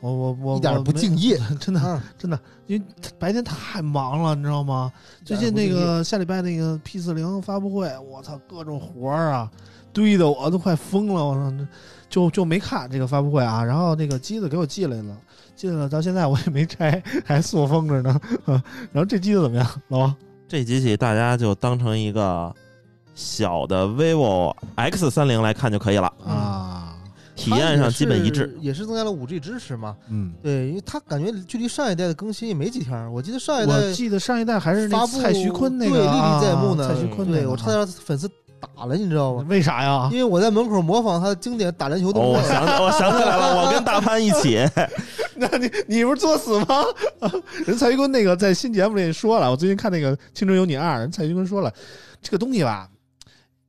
Speaker 3: 我我我
Speaker 5: 一点
Speaker 3: 我
Speaker 5: 儿不
Speaker 3: 没
Speaker 5: 敬业。 (laughs)
Speaker 3: 真的真的，因为白天太忙了，你知道吗？最近那个下礼拜那个 P 四零发布会，我操，各种活儿啊，堆的我都快疯了，我操，这就就没看这个发布会啊。然后那个机子给我寄来了，寄来了，到现在我也没拆，还塑封着呢。 (laughs) 然后这机子怎么样，老王？
Speaker 4: 这机器大家就当成一个小的 vivo X 三零来看就可以了，
Speaker 5: 嗯
Speaker 3: 啊，
Speaker 4: 体验上基本一
Speaker 5: 它
Speaker 4: 致。
Speaker 5: 也是，也是增加了五 G 支持嘛。
Speaker 3: 嗯，
Speaker 5: 对，因为它感觉距离上一代的更新也没几天儿，我记得上一代
Speaker 3: 我记得上一代还是那
Speaker 5: 发布
Speaker 3: 蔡徐坤那个
Speaker 5: 对历历在目
Speaker 3: 啊
Speaker 5: 呢
Speaker 3: 蔡徐坤那
Speaker 5: 对
Speaker 3: 个
Speaker 5: 我差点让粉丝打了，你知道吗？
Speaker 3: 为啥
Speaker 5: (laughs)
Speaker 3: 呀
Speaker 5: 因？为我在门口模仿他的经典打篮球
Speaker 4: 哦，
Speaker 5: 动
Speaker 4: 我
Speaker 5: 作，
Speaker 4: 想我想起来了，我跟大潘一起，
Speaker 3: 那你你不是作死吗？ (laughs) 人蔡徐坤那个在新节目里说了，我最近看那个《青春有你二》，人蔡徐坤说了，这个东西吧，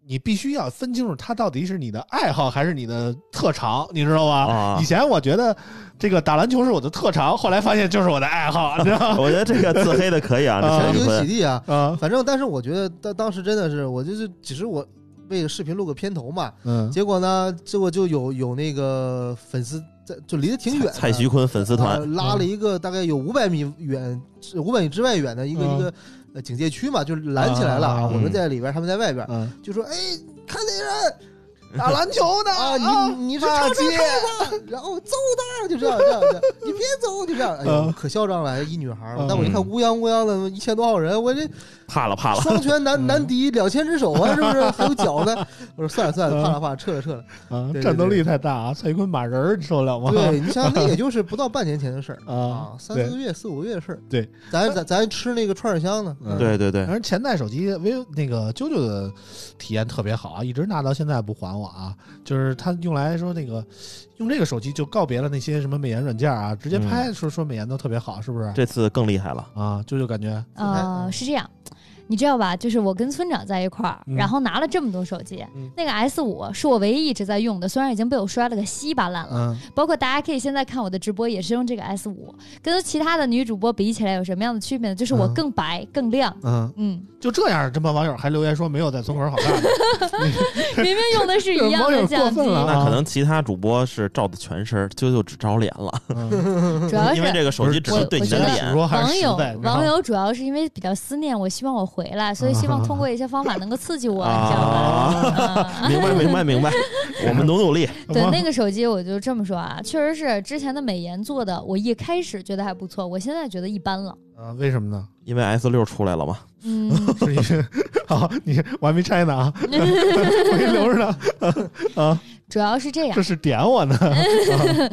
Speaker 3: 你必须要分清楚它到底是你的爱好还是你的特长，你知道吗？
Speaker 4: 啊
Speaker 3: 以前我觉得这个打篮球是我的特长，后来发现就是我的爱好，你 (laughs) 知道吗？
Speaker 4: (laughs) 我觉得这个自黑的可以啊，这
Speaker 3: 啊
Speaker 4: 蔡
Speaker 5: 反
Speaker 4: 徐
Speaker 5: 正有洗
Speaker 4: 坤。
Speaker 5: 地啊。
Speaker 3: 啊，
Speaker 5: 反正，但是我觉得当当时真的是，我就是只是我为了视频录个片头嘛，
Speaker 3: 嗯，
Speaker 5: 结果呢，结果就有有那个粉丝在，就离得挺远的，
Speaker 4: 蔡徐坤粉丝团
Speaker 2: 啊
Speaker 5: 呃，拉
Speaker 3: 嗯
Speaker 5: 了一个大概有五百米远、五百米之外远的一个、
Speaker 3: 嗯
Speaker 5: 一个呃警戒区嘛，就拦起来了
Speaker 3: 啊
Speaker 5: 啊。
Speaker 3: 嗯
Speaker 5: 我们在里边，他们在外边，
Speaker 3: 嗯，
Speaker 5: 就说：“哎，看那人
Speaker 3: 打篮球的
Speaker 5: 啊，你你大姐，然后揍他，就这样这样这样，你别走，就这样，哎呦
Speaker 3: 嗯，
Speaker 5: 可嚣张了，还一女孩儿
Speaker 3: 嗯。
Speaker 5: 但我一看乌泱乌泱的，一千多号人，我这
Speaker 4: 怕了怕了，
Speaker 5: 双拳难
Speaker 3: 嗯
Speaker 5: 难敌两千只手啊，是不是？还有脚呢。我说算了算
Speaker 3: 嗯
Speaker 5: 了，怕了怕了，撤了撤了。
Speaker 3: 啊
Speaker 5: 对对
Speaker 3: 战斗力太大啊！蔡徐坤马人儿，你受得了吗？
Speaker 5: 对你想，那也就是不到半年前的事儿
Speaker 3: 啊
Speaker 5: 啊，三四个月、四五个月的事儿。
Speaker 3: 对，
Speaker 5: 咱咱咱吃那个串串香呢，
Speaker 3: 嗯
Speaker 4: 对对对
Speaker 3: 反，正前代手机 vivo 那个 JoJo 的体验特别好啊，一直拿到现在不还我啊。就是它用来说那个，用这个手机就告别了那些什么美颜软件啊，直
Speaker 4: 嗯
Speaker 3: 接拍说说美颜都特别好，是不是？
Speaker 4: 这次更厉害了。
Speaker 3: 啊，JoJo 感觉
Speaker 2: 呃，
Speaker 5: 嗯
Speaker 2: 是这样，你知道吧？就是我跟村长在一块儿，
Speaker 3: 嗯
Speaker 2: 然后拿了这么多手机，
Speaker 3: 嗯
Speaker 2: 那个 S 五是我唯一一直在用的，虽然已经被我摔了个稀巴烂了。
Speaker 3: 嗯
Speaker 2: 包括大家可以现在看我的直播，也是用这个 S 五，跟其他的女主播比起来有什么样的区别呢？就是我
Speaker 3: 嗯
Speaker 2: 更白、更亮。
Speaker 3: 嗯，
Speaker 2: 嗯，
Speaker 3: (laughs) 就这样，这帮网友还留言说没有在村口好看
Speaker 2: (laughs)
Speaker 3: 的。
Speaker 2: 明明用的是一样
Speaker 3: 网友
Speaker 2: 的
Speaker 3: 过
Speaker 2: 相机
Speaker 3: 分，了啊
Speaker 4: 那可能其他主播是照的全身儿，啾啾只照脸了，
Speaker 3: 嗯
Speaker 2: 主要
Speaker 4: 因为
Speaker 3: (laughs)
Speaker 2: 哎是
Speaker 4: 这个手机只
Speaker 2: 我
Speaker 4: 是对你的
Speaker 2: 我觉得
Speaker 4: 脸
Speaker 3: 主。播还
Speaker 2: 网
Speaker 3: 是实
Speaker 2: 友
Speaker 3: 在，你知道
Speaker 2: 网
Speaker 3: 吗
Speaker 2: 友主要是因为比较思念我，希望我回来，所以希望通过一些方法能够刺激我，你知道吧？
Speaker 4: 啊
Speaker 2: 嗯
Speaker 4: 明白明
Speaker 2: (laughs)
Speaker 4: 白明白，我们努努力。
Speaker 2: 对
Speaker 3: 我
Speaker 2: 那个手机，我就这么说啊，确实是之前的美颜做的，我一开始觉得还不错，我现在觉得一
Speaker 3: (laughs)
Speaker 2: 般了。
Speaker 3: 啊，为什么呢？
Speaker 4: 因为 S 六出来了嘛，
Speaker 2: 嗯，
Speaker 3: 是因为好，你我还没拆呢
Speaker 2: (laughs)
Speaker 3: 啊，我给你留着呢。
Speaker 2: 主要是这样
Speaker 3: 这。是点我呢，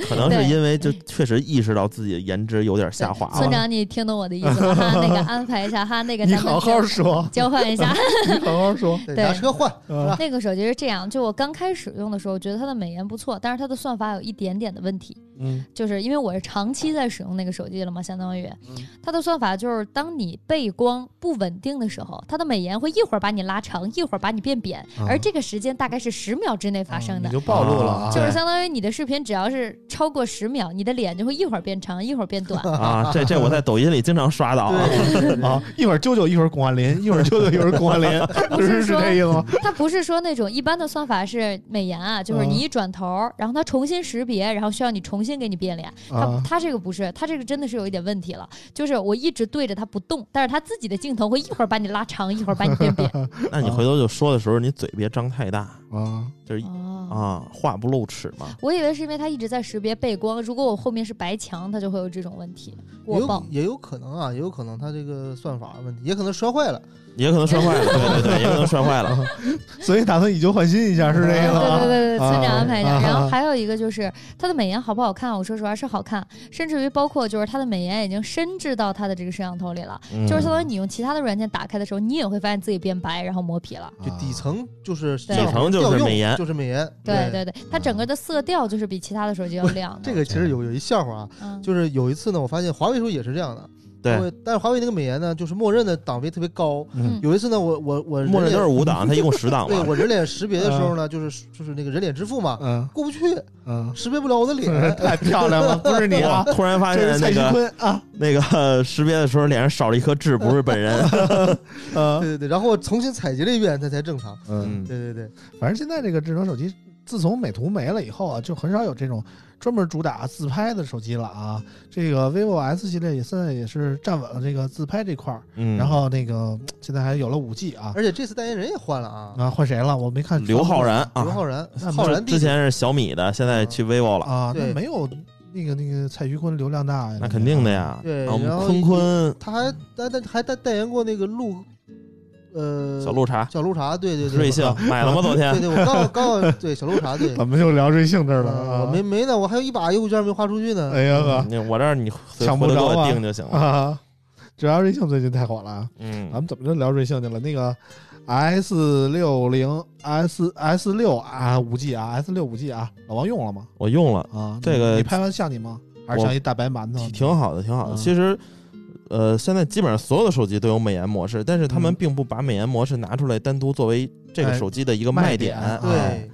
Speaker 4: 可能是
Speaker 2: (laughs) 对
Speaker 4: 因为就确实意识到自己的颜值有点下滑
Speaker 2: 村
Speaker 4: 了。
Speaker 2: 长，你听懂我的意思了哈？那个安排一下哈，那个
Speaker 3: 你
Speaker 2: 咱们
Speaker 3: 好好
Speaker 2: 交
Speaker 3: 说，
Speaker 2: 交换一下。 (laughs)
Speaker 3: 你好好说。嗯
Speaker 5: 对
Speaker 2: 对
Speaker 5: 拿车换是吧？
Speaker 2: 那个手机是这样，就我刚开始用的时候，觉得它的美颜不错，但是它的算法有一点点的问题，
Speaker 4: 嗯，
Speaker 2: 就是因为我是长期在使用那个手机了嘛，相当于
Speaker 4: 嗯
Speaker 2: 它的算法就是当你背光不稳定的时候，它的美颜会一会儿把你拉长，一会儿把你变扁，
Speaker 3: 啊
Speaker 2: 而这个时间大概是十秒之内发生的
Speaker 3: 你。就暴露了
Speaker 4: 啊
Speaker 3: 啊！
Speaker 2: 就是相当于你的视频只要是超过十秒，你的脸就会一会儿变长，一会儿变短。
Speaker 4: 啊，这这我在抖音里经常刷到啊。
Speaker 5: 对
Speaker 3: 啊，一会儿啾啾，一会儿巩汉林，一会儿啾啾，一会儿巩汉
Speaker 2: (laughs)
Speaker 3: 林，
Speaker 2: 不
Speaker 3: 是
Speaker 2: 是
Speaker 3: 是
Speaker 2: 说
Speaker 3: 这意思吗？
Speaker 2: 它不是说那种一般的算法是美颜啊，就是你一转头，然后它重新识别，然后需要你重新给你变脸。它
Speaker 3: 啊
Speaker 2: 它这个不是，它这个真的是有一点问题了。就是我一直对着它不动，但是它自己的镜头会一会儿把你拉长，一会儿把你变扁。
Speaker 4: 那你回头就说的时候，你嘴别张太大，
Speaker 3: 啊，
Speaker 4: 就是一
Speaker 2: 哦，
Speaker 4: 啊，话不露齿嘛。
Speaker 2: 我以为是因为它一直在识别背光，如果我后面是白墙，它就会有这种问题
Speaker 5: 也
Speaker 2: 过曝
Speaker 5: 有。也有可能啊，也有可能他这个算法问题，也可能摔坏了。
Speaker 4: 也可能摔坏了，对对对，也可能摔坏
Speaker 2: (laughs)
Speaker 4: 了。
Speaker 3: 所以打算以旧换新一下，是这意
Speaker 2: 对
Speaker 3: 思吗？
Speaker 2: 对对对，村长安排一下。
Speaker 3: 哎啊
Speaker 2: 然后还有一个就是它的美颜好不好看，我说实话是好看，甚至于包括就是它的美颜已经深至到它的这个摄像头里了。
Speaker 4: 嗯
Speaker 2: 就是相当于你用其他的软件打开的时候，你也会发现自己变白，然后磨皮了。
Speaker 5: 就底层就是
Speaker 2: 对
Speaker 5: 像
Speaker 2: 底
Speaker 4: 啊层就是
Speaker 5: 调用
Speaker 4: 美颜
Speaker 5: 就是美颜。
Speaker 2: 对对对，它整个的色调就是比其他的手机要亮的。
Speaker 5: 这个其实有有一笑话啊，
Speaker 2: 嗯，
Speaker 5: 就是有一次呢，我发现华为时候也是这样的，
Speaker 4: 对
Speaker 5: 它会，但是华为那个美颜呢，就是默认的档位特别高。
Speaker 3: 嗯
Speaker 5: 有一次呢，我我我人
Speaker 4: 默认
Speaker 5: 脸
Speaker 4: 都是五档，它一共嗯十档
Speaker 5: (laughs) 对
Speaker 4: 嘛。
Speaker 5: 我人脸识别的时候呢，就是就是那个人脸支付嘛，
Speaker 3: 嗯
Speaker 5: 过不去，
Speaker 3: 嗯， (laughs)
Speaker 5: 识别不了我的脸。
Speaker 3: 太漂亮了，不是你啊
Speaker 4: 哇！，突然发
Speaker 3: 这
Speaker 4: 现
Speaker 3: 是
Speaker 4: 那
Speaker 3: 蔡徐
Speaker 4: 个
Speaker 3: 坤啊，
Speaker 4: 那个识别的时候，脸上少了一颗痣，不是
Speaker 5: (laughs)
Speaker 4: 本人。
Speaker 5: (laughs) 对
Speaker 3: 嗯
Speaker 5: 对对，然后我重新采集了一遍，它才正常。
Speaker 3: 嗯，
Speaker 4: 嗯，
Speaker 5: 对对对，
Speaker 3: 反正现在这个智能手机，自从美图没了以后啊，就很少有这种专门主打自拍的手机了啊。这个 vivo S 系列也现在也是站稳了这个自拍这块儿，
Speaker 4: 嗯
Speaker 3: 然后那个现在还有了五 G 啊
Speaker 5: 而且这次代言人也换了啊，
Speaker 3: 啊，换谁了？我没看
Speaker 4: 刘昊然
Speaker 5: 刘
Speaker 4: 啊，
Speaker 5: 昊然
Speaker 3: 那，
Speaker 5: 昊然弟
Speaker 4: 之
Speaker 5: 弟
Speaker 4: 前是小米的，现在去 vivo 了，
Speaker 3: 啊，那
Speaker 5: 对
Speaker 3: 没有那个那个蔡徐坤流量大呀，
Speaker 4: 那肯定的。呀。
Speaker 5: 嗯对
Speaker 4: 啊我们
Speaker 5: 然后
Speaker 4: 坤坤
Speaker 5: 他还代代还代代言过那个鹿，呃，
Speaker 4: 小鹿茶
Speaker 5: 小鹿茶，对对对，
Speaker 4: 瑞幸买了吗？昨
Speaker 5: 对
Speaker 4: 天
Speaker 5: 对，我刚好刚好对小鹿
Speaker 3: (laughs)
Speaker 5: 茶，对，
Speaker 3: 怎么又啊聊瑞幸这儿了
Speaker 5: 嗯
Speaker 3: 啊？
Speaker 5: 我没没呢，我还有一把优惠券没花出去呢。
Speaker 3: 哎呀呵
Speaker 4: 你我这儿你
Speaker 3: 抢不
Speaker 4: 回头
Speaker 3: 着
Speaker 4: 给
Speaker 3: 啊
Speaker 4: 我定就行了。
Speaker 3: 啊，主要瑞幸最近太火了啊。咱
Speaker 4: 嗯，
Speaker 3: 们怎么就聊瑞幸去了？那个 S 六零 S S 六啊，五 G 啊，S 六五 G 啊，老王用了吗？
Speaker 4: 我用了，
Speaker 3: 啊，
Speaker 4: 这个
Speaker 3: 你拍完像你吗？还是像一大白馒头？
Speaker 4: 挺挺好的，挺好的。
Speaker 3: 嗯
Speaker 4: 其实。呃，现在基本上所有的手机都有美颜模式，但是他们
Speaker 3: 嗯
Speaker 4: 并不把美颜模式拿出来单独作为这个
Speaker 3: 哎
Speaker 4: 手机的一个
Speaker 3: 卖
Speaker 4: 卖
Speaker 3: 点
Speaker 4: 点。哎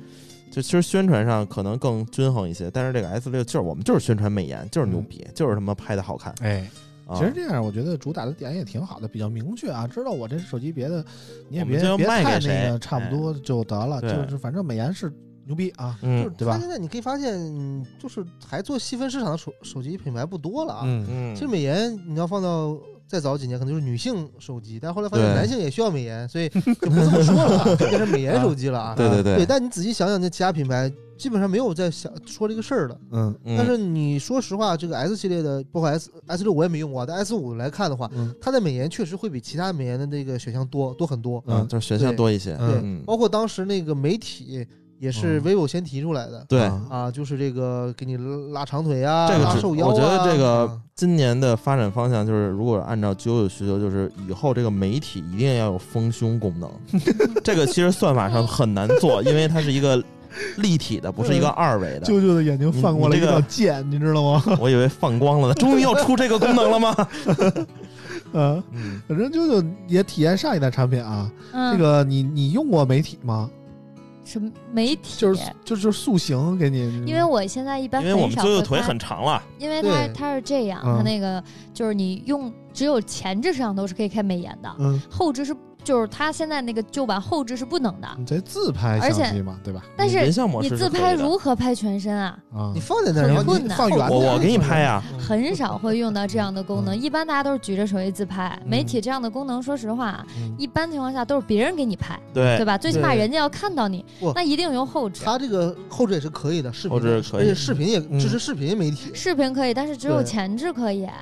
Speaker 5: 对，
Speaker 4: 就其实宣传上可能更均衡一些，但是这个 S 六就是我们就是宣传美颜，就是
Speaker 5: 嗯
Speaker 4: 牛逼，就是他妈拍的好看。
Speaker 3: 哎，
Speaker 4: 啊、
Speaker 3: 其实这样，我觉得主打的点也挺好的，比较明确啊，知道我这手机别的你也
Speaker 4: 我们
Speaker 3: 别
Speaker 4: 就要
Speaker 3: 别
Speaker 4: 卖
Speaker 3: 太
Speaker 4: 给
Speaker 3: 那
Speaker 4: 谁哎
Speaker 3: 个，差不多就得了，
Speaker 4: 对
Speaker 3: 就是反正美颜是牛逼啊，
Speaker 5: 就是
Speaker 4: 嗯
Speaker 3: 对吧
Speaker 5: 他现在你可以发现，嗯就是还做细分市场的手手机品牌不多了啊。
Speaker 3: 嗯
Speaker 4: 嗯，
Speaker 5: 其实美颜你要放到再早几年，可能就是女性手机，但后来发现
Speaker 4: 对
Speaker 5: 男性也需要美
Speaker 3: (laughs)
Speaker 5: 颜，所以就不这么说了啊，就变成美颜手机了啊。
Speaker 4: 对对对
Speaker 5: 对，但你仔细想想，那其他品牌基本上没有在想说这个事儿了。
Speaker 3: 嗯
Speaker 4: 嗯
Speaker 5: 但是你说实话，这个 S 系列的，包括 S S 六我也没用过啊，但 S 五来看的话，
Speaker 3: 嗯
Speaker 5: 它的美颜确实会比其他美颜的那个选项多多很多。
Speaker 4: 嗯，就是选项多一些。
Speaker 3: 嗯
Speaker 5: 对，
Speaker 4: 嗯，
Speaker 5: 包括当时那个媒体也是
Speaker 3: 嗯
Speaker 5: vivo 先提出来的、
Speaker 4: 对，
Speaker 3: 啊
Speaker 5: 啊，就是这个给你拉长腿啊，
Speaker 4: 这
Speaker 5: 拉
Speaker 4: 个是
Speaker 5: 瘦腰啊。
Speaker 4: 我觉得这个
Speaker 5: 啊
Speaker 4: 今年的发展方向就是，如果按照九九需求，就是以后这个媒体一定要有丰胸功
Speaker 5: (laughs)
Speaker 4: 能。这个其实算法上很难做，因为它是一个立体的，不是一
Speaker 5: 嗯
Speaker 4: 个二维的。
Speaker 3: 舅舅的眼睛
Speaker 4: 你
Speaker 3: 翻过来
Speaker 4: 你
Speaker 3: 一
Speaker 4: 这个
Speaker 3: 道剑，你知道吗？ (laughs)
Speaker 4: 我以为放光了呢，终于要出这个功能了吗？
Speaker 3: 嗯，
Speaker 4: 嗯，
Speaker 3: 反正舅舅也体验上一代产品啊。
Speaker 2: 嗯
Speaker 3: 这个你你用过媒体吗？
Speaker 2: 什么媒体，
Speaker 3: 就是就是塑形给你，
Speaker 2: 因为我现在一般
Speaker 4: 因为我
Speaker 2: 很
Speaker 4: 们
Speaker 2: 少
Speaker 4: 九九
Speaker 2: 会
Speaker 4: 腿
Speaker 2: 拍
Speaker 4: 很长了，
Speaker 2: 因为它
Speaker 5: 对
Speaker 2: 它是这样，
Speaker 3: 嗯
Speaker 2: 它那个就是你用只有前置摄像头是可以开美颜的，
Speaker 3: 嗯
Speaker 2: 后置是就是它现在那个就版后置是不能的，
Speaker 3: 你这自拍
Speaker 2: 而且
Speaker 3: 相机嘛，对吧？
Speaker 2: 但是
Speaker 4: 人像模
Speaker 2: 你
Speaker 4: 式
Speaker 2: 自
Speaker 4: 是可以
Speaker 2: 拍
Speaker 4: 的
Speaker 2: 如何拍全身
Speaker 4: (laughs)
Speaker 2: 啊？
Speaker 3: 啊
Speaker 5: 你，放在那儿，
Speaker 2: 很
Speaker 5: 然后
Speaker 2: 困
Speaker 5: 你
Speaker 2: 难
Speaker 5: 放远点，
Speaker 4: 嗯我我给你拍呀、
Speaker 2: 很少会用到这样的功能，
Speaker 4: 嗯
Speaker 2: 一般大家都是举着手机自拍。
Speaker 3: 嗯
Speaker 2: 媒体这样的功能，说实话，啊
Speaker 3: 嗯
Speaker 2: 一般情况下都是别人给你拍，对
Speaker 4: 哎对，
Speaker 2: 吧？最起码
Speaker 5: 对
Speaker 2: 人家要看到你
Speaker 5: 不，
Speaker 2: 那一定用后置。
Speaker 5: 它这个后置也是可以的，视频
Speaker 4: 后置
Speaker 5: 的
Speaker 4: 可以
Speaker 5: 而且视频也
Speaker 3: 嗯
Speaker 5: 支持视频媒体
Speaker 2: 视频可以，但是只有
Speaker 5: 对
Speaker 2: 前置可以。
Speaker 5: 啊，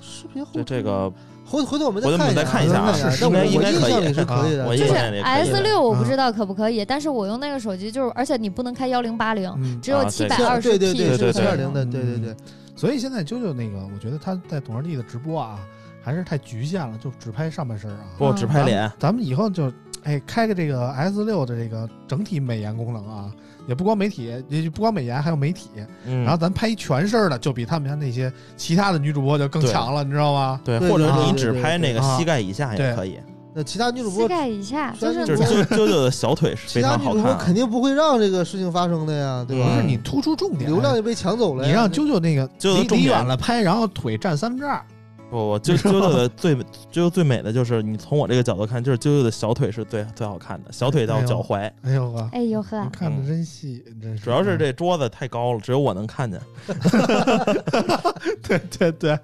Speaker 5: 视频后
Speaker 4: 这
Speaker 5: 置
Speaker 4: 这个
Speaker 5: 回回头我们
Speaker 4: 回头我们
Speaker 5: 再
Speaker 4: 再
Speaker 5: 看一
Speaker 4: 看一
Speaker 5: 下
Speaker 4: 下
Speaker 5: 啊，
Speaker 4: 啊
Speaker 5: 看一下但
Speaker 4: 应
Speaker 5: 我
Speaker 4: 该
Speaker 5: 我印
Speaker 4: 应该可以
Speaker 5: 象里是可以
Speaker 3: 啊
Speaker 5: 的，这
Speaker 4: 我印
Speaker 2: 就是
Speaker 4: 象里也可以
Speaker 2: S
Speaker 4: 的啊
Speaker 2: 六我不知道可不可以，但是我用那个手机就是，而且你不能开幺零八零，
Speaker 3: 嗯，
Speaker 2: 只有
Speaker 4: 啊
Speaker 2: 七
Speaker 4: 对
Speaker 2: 百二十
Speaker 5: 对对
Speaker 2: P
Speaker 5: 对，
Speaker 2: 是
Speaker 5: 是
Speaker 4: 对
Speaker 5: 七
Speaker 2: 可
Speaker 5: 二
Speaker 2: 以
Speaker 5: 零
Speaker 2: 的。
Speaker 5: 的，对对对，
Speaker 3: 所以现在啾啾那个，我觉得他在董二弟的直播啊，还是太局限了，就只拍上半身啊。
Speaker 4: 不只拍脸，
Speaker 3: 咱们以后就哎开个这个 S 六的这个整体美颜功能啊，也不光媒体，也就不光美颜，还有媒体。
Speaker 4: 嗯，
Speaker 3: 然后咱拍一全身儿的，就比他们家那些其他的女主播就更
Speaker 4: 对
Speaker 3: 强了，你知道吗？
Speaker 4: 对，
Speaker 5: 对
Speaker 4: 或者
Speaker 3: 啊
Speaker 4: 你
Speaker 5: 对
Speaker 4: 只
Speaker 5: 对
Speaker 4: 拍
Speaker 5: 对
Speaker 4: 那个
Speaker 3: 啊
Speaker 4: 膝盖以下
Speaker 3: 对
Speaker 4: 也
Speaker 3: (laughs)
Speaker 4: 可以，
Speaker 5: 那其他女主
Speaker 2: 膝
Speaker 5: 播，
Speaker 2: 盖以下就
Speaker 5: 嗯
Speaker 2: 是
Speaker 4: 就是
Speaker 5: 我
Speaker 4: 啾啾啾的小腿是
Speaker 5: 其
Speaker 4: 非
Speaker 5: 他
Speaker 4: 常
Speaker 5: 女
Speaker 4: 好
Speaker 5: 主播
Speaker 4: 看
Speaker 5: 肯
Speaker 4: 啊，
Speaker 5: 定不会让这个事情发生的呀，对
Speaker 3: 不
Speaker 5: 吧
Speaker 3: 是
Speaker 4: 嗯？
Speaker 3: 你突出重点，
Speaker 5: 流量就被抢走了呀，
Speaker 3: 你让
Speaker 5: 就
Speaker 3: 啾啾那个
Speaker 4: 啾啾
Speaker 3: 离
Speaker 4: 重
Speaker 3: 离
Speaker 4: 点
Speaker 3: 远了拍，然后腿占三分之二，
Speaker 4: 不
Speaker 3: (laughs)
Speaker 4: 不，啾啾啾的最啾啾最美的就是你从我这个角度看，就是啾啾的小腿是最最好看的，小腿
Speaker 3: 哎
Speaker 4: 到
Speaker 3: 呦
Speaker 4: 脚踝，
Speaker 3: 哎呦呵，
Speaker 2: 哎呦呵
Speaker 4: 嗯
Speaker 3: 你，看的真细，真
Speaker 4: 主要是这桌子太高了，只有我能看见。
Speaker 3: (laughs) 对对对，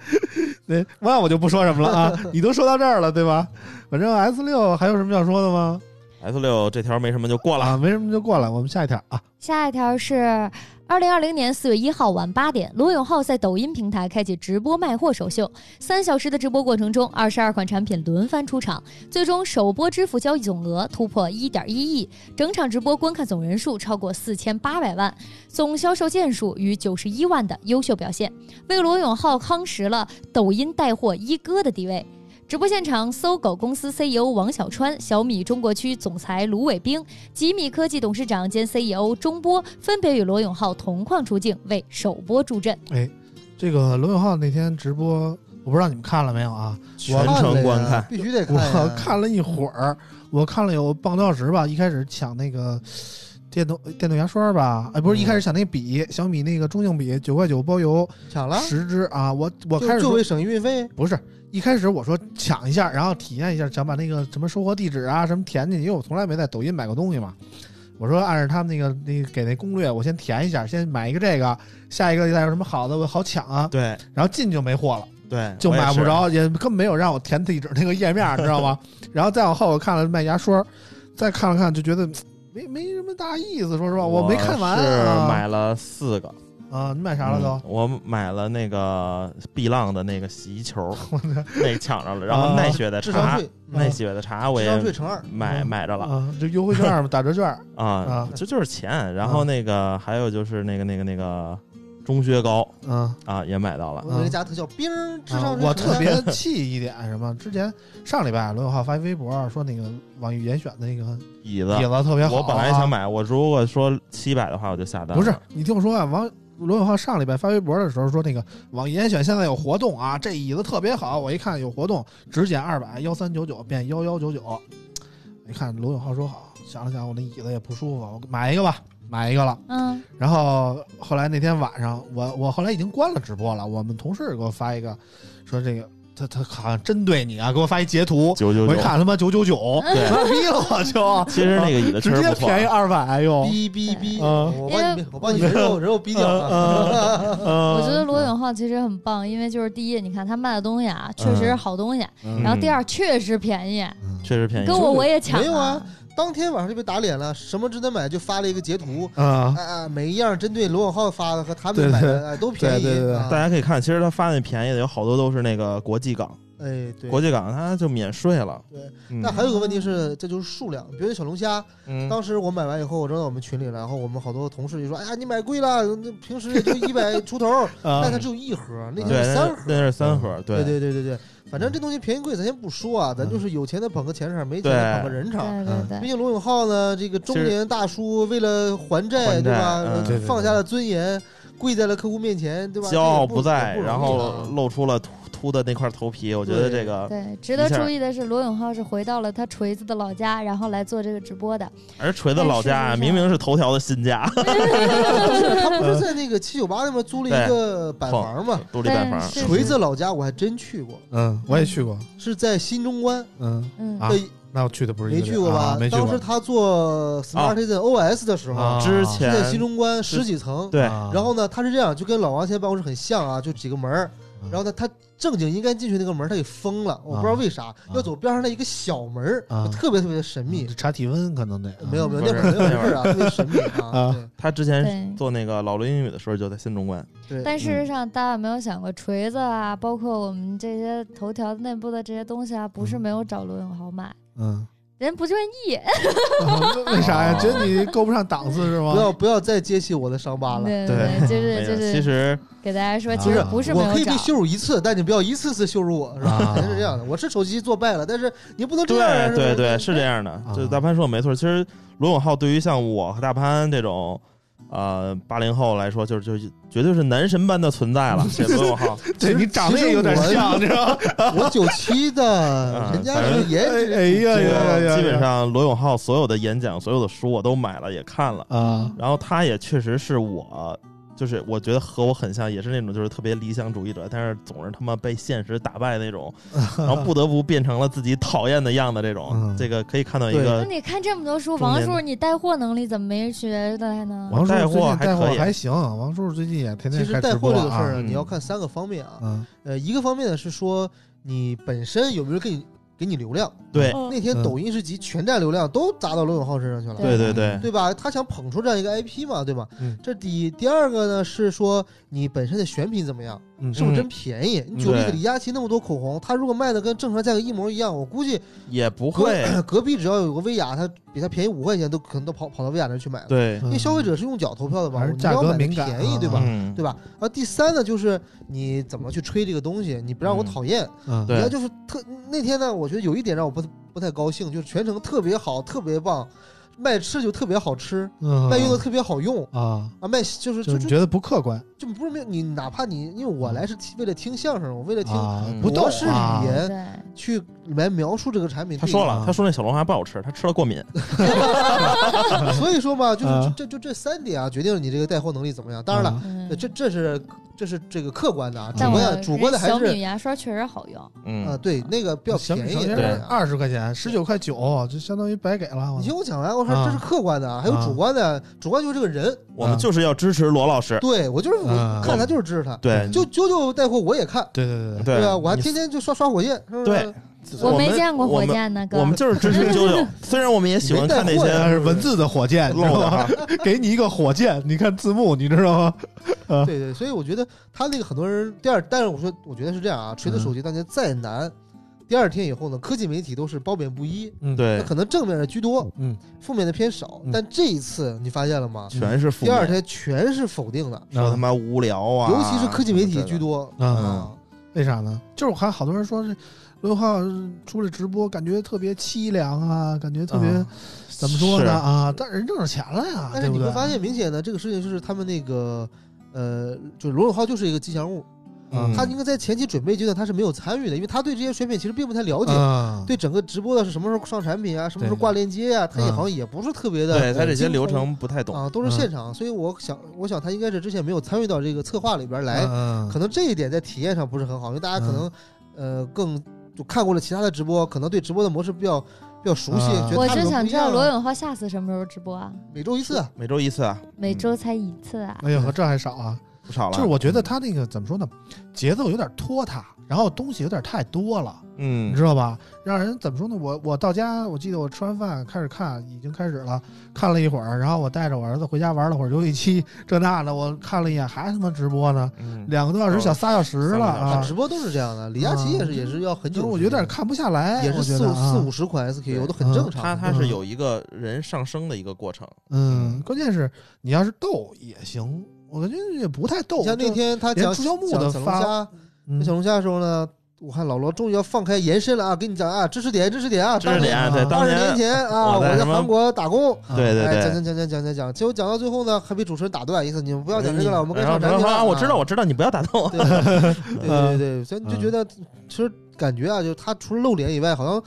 Speaker 3: 那那我就不说什么了
Speaker 4: (laughs)
Speaker 3: 啊，你都说到这儿了，对吧？反正 S 六还有什么要说的吗？
Speaker 4: S 六这条没什么就过了，
Speaker 3: 啊，没什么就过来，我们下一条啊，
Speaker 2: 下一条是二零二零年四月一号晚八点，罗永浩在抖音平台开启直播卖货首秀。三小时的直播过程中，二十二款产品轮番出场，最终首播支付交易总额突破一点一亿，整场直播观看总人数超过四千八百万，总销售件数逾九十一万的优秀表现，为罗永浩夯实了抖音带货一哥的地位。直播现场，搜狗公司 CEO 王小川、小米中国区总裁卢伟冰、吉米科技董事长兼 CEO 钟波分别与罗永浩同框出镜，为首播助阵。
Speaker 3: 哎，这个罗永浩那天直播，我不知道你们看了没有啊？
Speaker 4: 全程观看，
Speaker 5: 必须得看呀，
Speaker 3: 我看了一会儿，我看了有半个多小时吧。一开始抢那个电动电动牙刷吧，哎，不是，
Speaker 4: 嗯
Speaker 3: 一开始抢那笔，小米那个中性笔，九块九包邮，
Speaker 5: 抢了，
Speaker 3: 十支啊。我我开
Speaker 5: 就
Speaker 3: 始
Speaker 5: 就
Speaker 3: 说
Speaker 5: 为省运费，
Speaker 3: 不是，一开始我说抢一下，然后体验一下，想把那个什么收货地址啊什么填进去，因为我从来没在抖音买过东西嘛。我说按照他们那个那个给那攻略，我先填一下，先买一个这个，下一个再有什么好的我好抢啊。
Speaker 4: 对
Speaker 3: 然后进就没货了。
Speaker 4: 对，
Speaker 3: 就
Speaker 4: 我也
Speaker 3: 买不
Speaker 4: 是。
Speaker 3: 着，也根本没有让我填地址那个页面儿，你知道吗？然后再往后我看了卖牙刷，再看了看就觉得嗯没没什么大意思，说实话，我没看完、啊。
Speaker 4: 是买了四个，
Speaker 3: 啊，你买啥了都？
Speaker 4: 嗯我买了那个碧浪的那个洗
Speaker 3: (laughs)
Speaker 4: 衣球，那抢着了，然
Speaker 3: 啊
Speaker 4: 后奈雪的
Speaker 5: 智
Speaker 4: 茶
Speaker 5: 商，税，啊
Speaker 4: 奈雪的茶我
Speaker 5: 智
Speaker 4: 也
Speaker 5: 商税乘二，
Speaker 4: 买
Speaker 3: 嗯
Speaker 4: 买着了
Speaker 3: 啊，就优惠券儿嘛，打折券
Speaker 4: (laughs)
Speaker 3: 儿
Speaker 4: 啊
Speaker 3: 啊，
Speaker 4: 这就是钱。然后那个还有就是那个那个那个中靴膏
Speaker 3: 啊
Speaker 4: 啊，也买到了
Speaker 5: 我。们那家特效，冰儿，智
Speaker 3: 啊
Speaker 5: 商税
Speaker 3: 我
Speaker 5: 乘
Speaker 3: 特
Speaker 5: (laughs) 二
Speaker 3: 别气一点什么？之前上礼拜罗永浩发一微博说那个网易严选的那个
Speaker 4: 椅
Speaker 3: 底
Speaker 4: 子，
Speaker 3: 子特别好、啊
Speaker 4: 我本来想，买，我如果说七百的话，我就下单了。
Speaker 3: 不是你听我说啊，王。罗永浩上礼拜发微博的时候说，那个网易严选现在有活动啊，这椅子特别好。我一看有活动，只减二百，幺三九九变幺幺九九。一看罗永浩说好，想了想我那椅子也不舒服，我买一个吧，买一个了。
Speaker 2: 嗯，
Speaker 3: 然后后来那天晚上，我我后来已经关了直播了，我们同事给我发一个，说这个他他好像针对你啊，给我发一截图，
Speaker 4: 九九
Speaker 3: (laughs) 我一
Speaker 4: 九。
Speaker 3: 看他妈九九九，
Speaker 4: 对，
Speaker 3: 妈逼了我就，
Speaker 4: 其实那个椅子
Speaker 3: 直
Speaker 4: 确实
Speaker 3: 接
Speaker 4: 不错，啊
Speaker 3: 便宜二百，哎呦，
Speaker 5: 逼逼逼，
Speaker 3: 嗯
Speaker 5: 我帮你，我帮你人肉人肉逼掉
Speaker 3: 嗯
Speaker 5: 了，
Speaker 3: 我
Speaker 2: 我觉得罗永浩其实很棒，因为就是第一，你看他卖的东西啊，确实是好东西；
Speaker 3: 嗯
Speaker 2: 然后第二，确实便宜，
Speaker 4: 确实便宜
Speaker 2: 跟。我我也抢
Speaker 5: 没有
Speaker 2: 了
Speaker 5: 啊。 (laughs) 当天晚上就被打脸了，什么值得买就发了一个截图，
Speaker 3: 啊
Speaker 5: 啊，啊，每一样针对罗永浩发的和他
Speaker 3: 对
Speaker 5: 们
Speaker 3: 对
Speaker 5: 买的哎都便宜，
Speaker 3: 对对对对
Speaker 5: 啊
Speaker 4: 大家可以看，其实他发那便宜的有好多都是那个国际港，
Speaker 5: 哎对
Speaker 4: 国。际港它就免税了。
Speaker 5: 对
Speaker 4: 嗯，
Speaker 5: 那还有个问题是，这就是数量。比如小龙虾，
Speaker 4: 嗯
Speaker 5: 当时我买完以后，我扔到我们群里了，然后我们好多同事就说：“哎呀，你买贵了，那平时也就一百出头，但它
Speaker 3: 啊
Speaker 5: 只有一盒，那
Speaker 4: 对，
Speaker 5: 天是
Speaker 4: 那
Speaker 5: 三
Speaker 4: 是
Speaker 5: 盒。
Speaker 4: 那是三盒，”
Speaker 5: 对
Speaker 4: 对
Speaker 5: 对对对对，反正这东西便宜贵，咱先不说啊，咱就是有钱的捧个钱场，没钱的捧个人场。
Speaker 2: 对
Speaker 3: 嗯
Speaker 2: 对
Speaker 5: 毕
Speaker 2: 对，
Speaker 5: 竟罗永浩呢，这个中年大叔为了还债，
Speaker 4: 还债
Speaker 5: 对吧？
Speaker 4: 嗯
Speaker 3: 对对对
Speaker 5: 放下了尊严，跪在了客户面前，对吧？
Speaker 4: 骄傲
Speaker 5: 这也
Speaker 4: 不在，
Speaker 5: 也不容易
Speaker 4: 然后
Speaker 5: 啊
Speaker 4: 露出了秃秃的那块头皮，我觉得
Speaker 5: 对
Speaker 4: 这个，
Speaker 2: 对，值得
Speaker 4: 一下
Speaker 2: 注意的是，罗永浩是回到了他锤子的老家，然后来做这个直播的。
Speaker 4: 而锤子
Speaker 2: 哎
Speaker 4: 老
Speaker 2: 是
Speaker 4: 家啊
Speaker 2: 是
Speaker 4: 明
Speaker 2: 是
Speaker 4: 明是头条的新家，
Speaker 5: 他不是在那个七九八那边租了一个板房嘛？
Speaker 4: 独立啊板
Speaker 2: 但
Speaker 4: 房，
Speaker 2: 是
Speaker 5: 锤子老家我还真去过，
Speaker 3: 嗯，我也去过，
Speaker 5: 是在新中关
Speaker 3: 嗯
Speaker 2: 嗯
Speaker 3: 啊
Speaker 5: 的
Speaker 3: 那我去的不是一
Speaker 5: 没
Speaker 3: 个
Speaker 5: 去
Speaker 3: 地儿
Speaker 5: 过吧
Speaker 3: 啊？没去
Speaker 5: 当
Speaker 3: 过
Speaker 5: 时他做 Smartisan OS 的时候
Speaker 3: 啊，
Speaker 4: 之
Speaker 5: 是在新
Speaker 4: 前
Speaker 5: 中关十几层。
Speaker 4: 对
Speaker 3: 啊
Speaker 5: 然后呢，他是这样，就跟老王现在办公室很像啊，就几个门儿。
Speaker 3: 嗯
Speaker 5: 然后呢，他正经应该进去那个门儿，他给封了，我不知道为啥，要走边上的一个小门儿，
Speaker 3: 啊
Speaker 5: 特别特别的神秘。
Speaker 3: 查体温可能得啊
Speaker 5: 没有没有，
Speaker 4: 不
Speaker 5: 那会
Speaker 4: 是
Speaker 5: 儿没有这事儿啊，特别神秘
Speaker 3: 啊
Speaker 5: 啊。对
Speaker 4: 他之前
Speaker 2: 对
Speaker 4: 做那个老罗英语的时候就在新中关，
Speaker 5: 对，
Speaker 2: 但事实上，大家有没有想过，锤子啊，包括我们这些头条内部的这些东西啊，不是没有找罗永豪买，
Speaker 5: (laughs)
Speaker 3: 嗯，
Speaker 2: 人不愿意。
Speaker 3: 啊为啥呀？
Speaker 4: 哦
Speaker 3: 觉得你够不上档次是吗？
Speaker 5: 不要不要再揭起我的伤疤了。
Speaker 2: 对
Speaker 4: 对
Speaker 2: 对，就是
Speaker 4: 没
Speaker 2: 就
Speaker 4: 事
Speaker 2: 是，
Speaker 4: 其实
Speaker 2: 给大家说，
Speaker 3: 啊
Speaker 2: 其实不是没
Speaker 5: 我可
Speaker 2: 有
Speaker 5: 以
Speaker 2: 找
Speaker 5: 被，羞辱一次，但你不要一次次羞辱我，是吧？
Speaker 3: (laughs) 啊
Speaker 5: (laughs) 是这样的，我是手机做败了，但是你不能这样啊。
Speaker 4: 对对对，
Speaker 5: 是
Speaker 4: 是这样的，
Speaker 3: 啊
Speaker 4: 就是大潘说的没错。其实罗永浩对于像我和大潘这种。呃，八零后来说，就是就是绝对是男神般的存在了。这罗永浩，
Speaker 3: 对你长得也有点像，你知道吗？
Speaker 5: 吧我九七的，
Speaker 4: 嗯
Speaker 5: 人家
Speaker 4: 反
Speaker 5: 是
Speaker 4: 正
Speaker 3: 哎
Speaker 5: 也
Speaker 3: 哎呀
Speaker 4: 这
Speaker 3: 呀呀
Speaker 4: 个
Speaker 3: 呀！
Speaker 4: 基本上罗永浩所有的演讲、所有的书我都买了，也看了。
Speaker 3: 啊
Speaker 4: 然后他也确实是我，就是我觉得和我很像，也是那种就是特别理想主义者，但是总是他妈被现实打败
Speaker 3: (laughs)
Speaker 4: 那种，然后不得不变成了自己讨厌的样子。这种
Speaker 3: 嗯，
Speaker 4: (laughs) 这个可以看到一
Speaker 5: 对
Speaker 2: 那
Speaker 4: 个
Speaker 2: 你看这么多书，
Speaker 4: 中
Speaker 2: 王
Speaker 4: 年
Speaker 2: 叔，你带货能力怎么没学出来呢？
Speaker 3: 王叔
Speaker 4: 带
Speaker 3: 最
Speaker 4: 货
Speaker 3: 近
Speaker 4: 还
Speaker 3: 带货
Speaker 4: 可以
Speaker 3: 还行，王叔最近也天
Speaker 5: 其
Speaker 3: 天
Speaker 5: 实
Speaker 3: 开
Speaker 5: 带
Speaker 3: 直播
Speaker 5: 货这个事
Speaker 3: 啊
Speaker 5: 儿啊，
Speaker 4: 嗯
Speaker 5: 你要看三个方面啊。
Speaker 3: 嗯
Speaker 5: 呃，一个方面呢是说你本身有没有给你给你流量。
Speaker 4: 对
Speaker 2: 嗯
Speaker 5: 那天抖音是集全站流量都砸到罗永浩身上去了，
Speaker 4: 对
Speaker 2: 对
Speaker 4: 对对，
Speaker 5: 对吧？他想捧出这样一个 IP 嘛，对吧？
Speaker 3: 嗯
Speaker 5: 这第一第二个呢是说你本身的选品怎么样，
Speaker 3: 嗯
Speaker 5: 是不是真便宜？你举个例子，
Speaker 4: 嗯对
Speaker 5: 李佳琦那么多口红，他如果卖的跟正常价格一模一样，我估计
Speaker 4: 也不
Speaker 5: 隔
Speaker 4: 会，
Speaker 5: 隔 (clears throat) 壁只要有个薇娅，它比它便宜五块钱，都可能都跑跑到薇娅那儿去买了。
Speaker 4: 对，
Speaker 3: (laughs) 嗯
Speaker 5: 因为消费者是用脚投票的嘛，
Speaker 3: 还是
Speaker 5: 你
Speaker 3: 价
Speaker 5: 要
Speaker 3: 格
Speaker 5: 买的
Speaker 3: 敏感
Speaker 5: 便宜，对吧？
Speaker 4: 嗯，
Speaker 5: 对吧？啊，第三呢，就是你怎么去吹这个东西，你不让我
Speaker 4: 嗯
Speaker 5: 讨厌，
Speaker 3: 嗯
Speaker 4: 对
Speaker 5: 你要就是特那天呢，我觉得有一点让我不不太高兴，就是全程特别好，特别棒，卖吃就特别好吃，
Speaker 3: 嗯
Speaker 5: 卖用的特别好用
Speaker 3: 啊，
Speaker 5: 啊，卖就是
Speaker 3: 就
Speaker 5: 就
Speaker 3: 你
Speaker 5: 就
Speaker 3: 觉得不客观
Speaker 5: 就不是没有你，哪怕你因为我来是听为了听相声，我为了听
Speaker 3: 啊
Speaker 4: 嗯，
Speaker 3: 不懂
Speaker 5: 博士
Speaker 3: 啊
Speaker 5: 语言
Speaker 2: 对，
Speaker 5: 去来描述这个产品。
Speaker 4: 他
Speaker 3: (laughs)
Speaker 4: 说
Speaker 5: 了，
Speaker 4: 了，他说那小龙虾不好吃，他吃了过敏。
Speaker 5: 所以说嘛，就是
Speaker 3: 啊
Speaker 5: 这这这三点啊，决定了你这个带货能力怎么样。当然了，
Speaker 2: 嗯
Speaker 5: 这这是这是这个客观的啊，主
Speaker 2: 但
Speaker 5: 观
Speaker 2: 我
Speaker 5: 的主观的还
Speaker 2: 小
Speaker 5: 是
Speaker 2: 米牙刷确实好用，
Speaker 5: 啊，
Speaker 4: 嗯，
Speaker 5: 对那个比较
Speaker 3: 小米
Speaker 5: 便宜
Speaker 3: 小米
Speaker 5: 的。啊
Speaker 3: 人
Speaker 4: 对
Speaker 3: 二十块钱，十九块九，就相当于白给了。我
Speaker 5: 你听我讲完，我说
Speaker 3: 啊
Speaker 5: 这是客观的啊，还有
Speaker 3: 啊
Speaker 5: 主观的，主观就是这个人，
Speaker 4: 我们就是要支持罗老师。
Speaker 5: 对我就是
Speaker 3: 啊
Speaker 5: 我看他就是支持他，
Speaker 4: 对
Speaker 5: 就啾啾带货我也看，
Speaker 3: 对对对对，
Speaker 4: 嗯对
Speaker 5: 对啊，我还
Speaker 4: 你
Speaker 5: 天天就刷刷火箭，是不是？
Speaker 4: 对我
Speaker 2: 没
Speaker 4: 们
Speaker 2: 见过
Speaker 4: 我
Speaker 2: 火
Speaker 4: 们
Speaker 2: 箭呢，哥，
Speaker 4: 我们就是支持
Speaker 3: (laughs)
Speaker 4: 九九，虽然我们也喜欢看那
Speaker 5: 你没带货
Speaker 3: 但
Speaker 4: 些
Speaker 5: 呀
Speaker 3: 是文字的火箭，你知
Speaker 4: 漏啊的
Speaker 3: 道吗？ (laughs)
Speaker 4: 哈，
Speaker 3: 给你一个火箭，你看字幕，你知道吗？
Speaker 5: 对对，所以我觉得他那个很多人第二，但是我说我觉得是这样啊，
Speaker 3: 嗯
Speaker 5: 锤子手机当年再难，第二天以后呢，科技媒体都是褒贬不一，
Speaker 3: 嗯，
Speaker 5: 那
Speaker 4: 对，
Speaker 5: 可能正面的居多，
Speaker 3: 嗯，
Speaker 5: 负面的偏少
Speaker 3: 嗯，
Speaker 5: 但这一次你发现了吗？
Speaker 4: 全是负
Speaker 5: 第二
Speaker 4: 面，
Speaker 5: 天全是否定
Speaker 3: 啊
Speaker 5: 的，
Speaker 4: 说他妈无聊啊，
Speaker 5: 尤其是科技媒体居
Speaker 4: 多。
Speaker 5: 多
Speaker 3: 嗯
Speaker 5: 啊，
Speaker 3: 为啥呢？就是我看好多人说这罗永浩出来直播，感觉特别凄凉啊，感觉特别、
Speaker 5: 嗯
Speaker 3: 怎么说
Speaker 4: 是
Speaker 3: 呢啊？但人挣着钱了呀，对
Speaker 5: 但是
Speaker 3: 不
Speaker 5: 你
Speaker 3: 对
Speaker 5: 会？发现，明显的这个事情就是他们那个，呃，就是罗永浩就是一个吉祥物，啊
Speaker 4: 嗯
Speaker 5: 他应该在前期准备阶段他是没有参与的，因为他对这些选品其实并不太了解，
Speaker 3: 嗯，
Speaker 5: 对整个直播的是什么时候上产品啊，什么时候
Speaker 3: 对
Speaker 5: 挂链接呀、他也
Speaker 3: 嗯
Speaker 5: 好像也不是特别的，
Speaker 4: 对他这些流程不太懂。
Speaker 5: 啊都是现场，所以我想，我想他应该是之前没有参与到这个策划里边来，
Speaker 3: 嗯，
Speaker 5: 可能这一点在体验上不是很好，因为大家可能，呃，更就看过了其他的直播，可能对直播的模式比较比较熟悉，
Speaker 3: 啊
Speaker 5: 觉得
Speaker 2: 我
Speaker 5: 他们
Speaker 2: 就想
Speaker 5: 不一
Speaker 2: 知道
Speaker 5: 样
Speaker 2: 罗永浩下次什么时候直播啊？
Speaker 5: 每周一次啊，
Speaker 4: 每周一次啊，
Speaker 2: 每周才一次啊，
Speaker 3: 哎呀，这还少啊！
Speaker 4: 不少了。
Speaker 3: 就是我觉得，他那个怎么说呢，节奏有点拖沓，然后东西有点太多了，你
Speaker 4: 嗯，
Speaker 3: 知道吧？让人怎么说呢？我我到家，我记得我吃完饭开始看，已经开始了，看了一会儿，然后我带着我儿子回家玩了会儿游戏机，这那的，我看了一眼，还他妈直播呢，
Speaker 4: 嗯
Speaker 3: 两个多小
Speaker 5: 哦
Speaker 3: 时，小仨小时了
Speaker 5: 啊，
Speaker 3: 啊！
Speaker 5: 直播都是这样的。李佳琦也是，
Speaker 3: 嗯
Speaker 5: 也是要很
Speaker 3: 就是
Speaker 5: 久时间，
Speaker 3: 我有点看不下来，
Speaker 5: 也
Speaker 3: 我
Speaker 5: 是
Speaker 3: 觉
Speaker 5: 四
Speaker 3: 得
Speaker 5: 五
Speaker 3: 啊
Speaker 5: 四五十款 SKU
Speaker 4: 对
Speaker 5: 都很正常。
Speaker 4: 他他是有一个人上升的一个过程，
Speaker 3: 嗯，关键是你要是逗也行，我感觉也不太逗。
Speaker 5: 你像那
Speaker 3: 就
Speaker 5: 天他讲
Speaker 3: 连朱萧木
Speaker 5: 讲
Speaker 3: 的
Speaker 5: 小龙
Speaker 3: 发
Speaker 5: 虾，
Speaker 3: 嗯
Speaker 5: 小龙虾的时候呢，我看老罗终于要放开延伸了啊，跟你讲啊，知识点，知识点啊，
Speaker 4: 知识点对
Speaker 3: 啊
Speaker 5: 当
Speaker 4: 当
Speaker 5: 二十年
Speaker 4: 年，
Speaker 5: 前啊，
Speaker 4: 我在
Speaker 5: 我在
Speaker 4: 什么
Speaker 5: 韩国打工。
Speaker 4: 对对
Speaker 5: 哎讲讲
Speaker 4: 对。
Speaker 5: 讲讲讲讲讲，结果讲到最后呢，还被主持人打断，意思你们不
Speaker 4: 不
Speaker 5: 要讲这个了，我们该
Speaker 4: 哎然
Speaker 5: 上
Speaker 4: 后
Speaker 5: 产品
Speaker 4: 说
Speaker 5: 了。
Speaker 4: 啊，我知道，
Speaker 5: 啊
Speaker 4: 我知嗯道，你不要打断我。
Speaker 5: 对 (laughs) 对对对对，所以你就觉得，其实感觉啊，就是他除了露脸以外，好像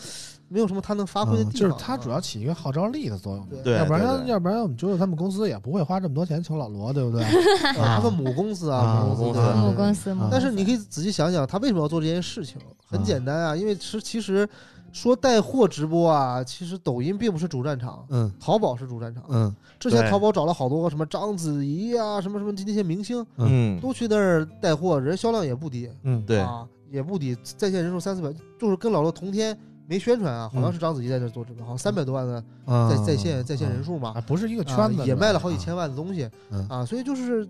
Speaker 5: 没有什么他能发挥的
Speaker 3: 嗯
Speaker 5: 地
Speaker 3: 就
Speaker 5: 方
Speaker 3: 是
Speaker 5: 啊。
Speaker 3: 它主要起一个号召力的作用，
Speaker 4: 对
Speaker 3: 要不
Speaker 4: 对
Speaker 3: 然
Speaker 4: 对
Speaker 3: 要不然我们九九他们公司也不会花这么多钱请老罗，对不对？
Speaker 5: (laughs) 啊
Speaker 3: 啊
Speaker 5: 他们母公司
Speaker 3: 啊
Speaker 5: 啊，
Speaker 4: 母
Speaker 5: 公
Speaker 4: 公
Speaker 5: 司
Speaker 4: 司
Speaker 5: 对
Speaker 3: 啊
Speaker 2: 母公司母公司。
Speaker 4: 嗯
Speaker 5: 但是你可以仔细想想，他为什么要做这件事情？很
Speaker 3: 啊
Speaker 5: 简单啊，因为其实其实说带货直播啊，其实抖音并不是主战场，
Speaker 3: 嗯
Speaker 5: 淘宝是主战场。
Speaker 3: 嗯
Speaker 5: 之前
Speaker 4: 对
Speaker 5: 淘宝找了好多个什么章子怡啊，什么什么那些明星
Speaker 4: 嗯，
Speaker 5: 都去那儿带货，人销量也不低，
Speaker 3: 嗯，
Speaker 4: 对，
Speaker 5: 啊，也不低，在线人数三四百，就是跟老罗同天没宣传
Speaker 4: 嗯
Speaker 5: 啊，好像是章子怡在这做直播，好像三百多万的
Speaker 3: 啊
Speaker 5: 在在线在线人数嘛，
Speaker 3: 啊，不是一个
Speaker 5: 啊
Speaker 3: 圈子，
Speaker 5: 也卖了好几
Speaker 3: 啊
Speaker 5: 千万的东西
Speaker 3: 嗯
Speaker 5: 啊，所以就是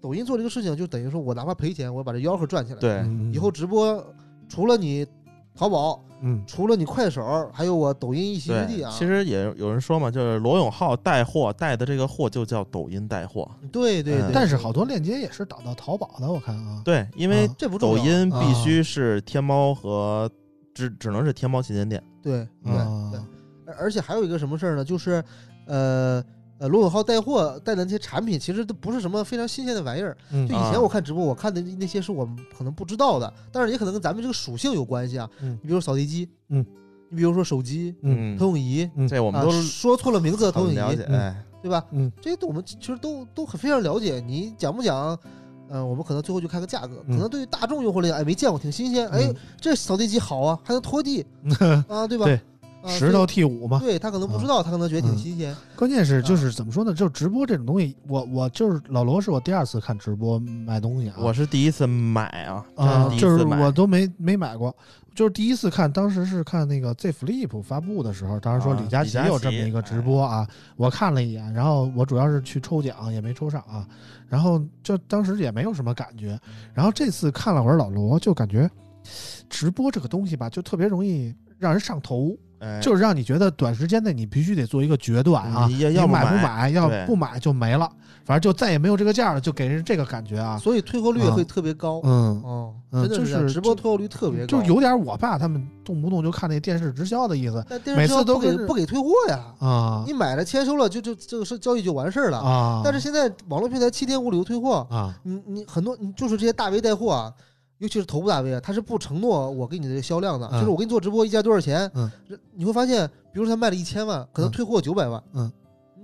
Speaker 5: 抖音做这个事情，就等于说我哪怕赔钱，我把这吆喝赚起来。，
Speaker 4: 对，
Speaker 3: 嗯
Speaker 5: 以后直播除了你淘宝，
Speaker 3: 嗯
Speaker 5: 除了你快手，还有我抖音一席之地
Speaker 4: 对，
Speaker 5: 啊。
Speaker 4: 其实也有人说嘛，就是罗永浩带货带的这个货就叫抖音带货，
Speaker 5: 对对
Speaker 4: 嗯
Speaker 5: 对，
Speaker 3: 但是好多链接也是导到淘宝的，我看啊，
Speaker 4: 对，因为
Speaker 3: 啊
Speaker 5: 这不重
Speaker 4: 抖
Speaker 5: 要
Speaker 4: 音必须是天猫和只只能是天猫旗舰店，
Speaker 5: 对对
Speaker 4: 嗯
Speaker 3: 啊
Speaker 5: 对，而而且还有一个什么事儿呢？就是呃呃，罗永浩带货带的那些产品，其实都不是什么非常新鲜的玩意儿。
Speaker 3: 嗯
Speaker 5: 就
Speaker 4: 啊
Speaker 5: 以前我看直播，我看的那些是我们可能不知道的，但是也可能跟咱们这个属性有关系啊。
Speaker 3: 嗯
Speaker 5: 你比如扫地机，
Speaker 3: 嗯，
Speaker 5: 你比如说手机，
Speaker 3: 嗯
Speaker 5: 投影仪，
Speaker 3: 嗯
Speaker 4: 这我
Speaker 5: 我
Speaker 4: 们都
Speaker 5: 啊说错了名字的投
Speaker 4: 很
Speaker 5: 影
Speaker 4: 了
Speaker 5: 仪
Speaker 4: 解，，哎，
Speaker 5: 对吧？
Speaker 3: 嗯，
Speaker 5: 这些都我们其实都都很非常了解。你讲不讲？嗯，我们可能最后就看个价格，可
Speaker 3: 嗯
Speaker 5: 能对于大众用户来讲，哎，没见过，挺新鲜，哎
Speaker 3: 嗯，
Speaker 5: 这扫地机好啊，还能拖地啊，对吧？
Speaker 3: 对
Speaker 5: 啊，
Speaker 3: 石头嗯 T 五嘛
Speaker 5: 所以，，对他可能不
Speaker 3: 啊
Speaker 5: 知道，他可能
Speaker 3: 嗯
Speaker 5: 觉得挺新鲜。
Speaker 3: 关键是就
Speaker 5: 啊
Speaker 3: 是怎么说呢？就直播这种东西，我我就是老罗是我第二次看直播卖东西啊，
Speaker 4: 我是第一次买啊，
Speaker 3: 啊
Speaker 4: 真第，一
Speaker 3: 就是
Speaker 4: 次买
Speaker 3: 我都没没买过，就是第一次看，当时是看那个 Z Flip 发布的时候，当时说
Speaker 4: 啊
Speaker 3: 李佳琦
Speaker 4: 李佳琦哎
Speaker 3: 有这么一个直播啊，我看了一眼，然后我主要是去抽奖也没抽上啊，然后就当时也没有什么感觉，
Speaker 4: 嗯
Speaker 3: 然后这次看了会儿老罗，就感觉直播这个东西吧，就特别容易让人上头，
Speaker 4: 哎
Speaker 3: 就是让你觉得短时间内你必须得做一个决断啊，
Speaker 4: 你要
Speaker 3: 你
Speaker 4: 要不
Speaker 3: 买不
Speaker 4: 买
Speaker 3: 买，要
Speaker 4: 对
Speaker 3: 不买就没了，反正就再也没有这个价了，就给人这个感觉啊，
Speaker 5: 所以退货率
Speaker 3: 啊
Speaker 5: 会特别高。
Speaker 3: 嗯。
Speaker 5: 哦，
Speaker 3: 嗯
Speaker 5: 真的这样
Speaker 3: 就是
Speaker 5: 直播退货率特别高，
Speaker 3: 嗯就是有点我爸他们动不动就看那电视直销的意思
Speaker 5: 但电
Speaker 3: 每
Speaker 5: 视
Speaker 3: 次
Speaker 5: 销
Speaker 3: 都
Speaker 5: 不给
Speaker 3: 跟着
Speaker 5: 不给退货呀，
Speaker 3: 啊
Speaker 5: 你买了签收了就就这个事交易就完事儿了。
Speaker 3: 啊！
Speaker 5: 但是现在网络平台七天无理由退货，
Speaker 3: 啊，
Speaker 5: 你你很多你就是这些大 V 带货啊，尤其是头部大 V 啊，他是不承诺我给你的这个销量的，
Speaker 3: 嗯
Speaker 5: 就是我给你做直播一家多少钱，
Speaker 3: 嗯
Speaker 5: 你会发现，比如说他卖了一千万，可能
Speaker 3: 嗯
Speaker 5: 退货九百万，
Speaker 3: 嗯，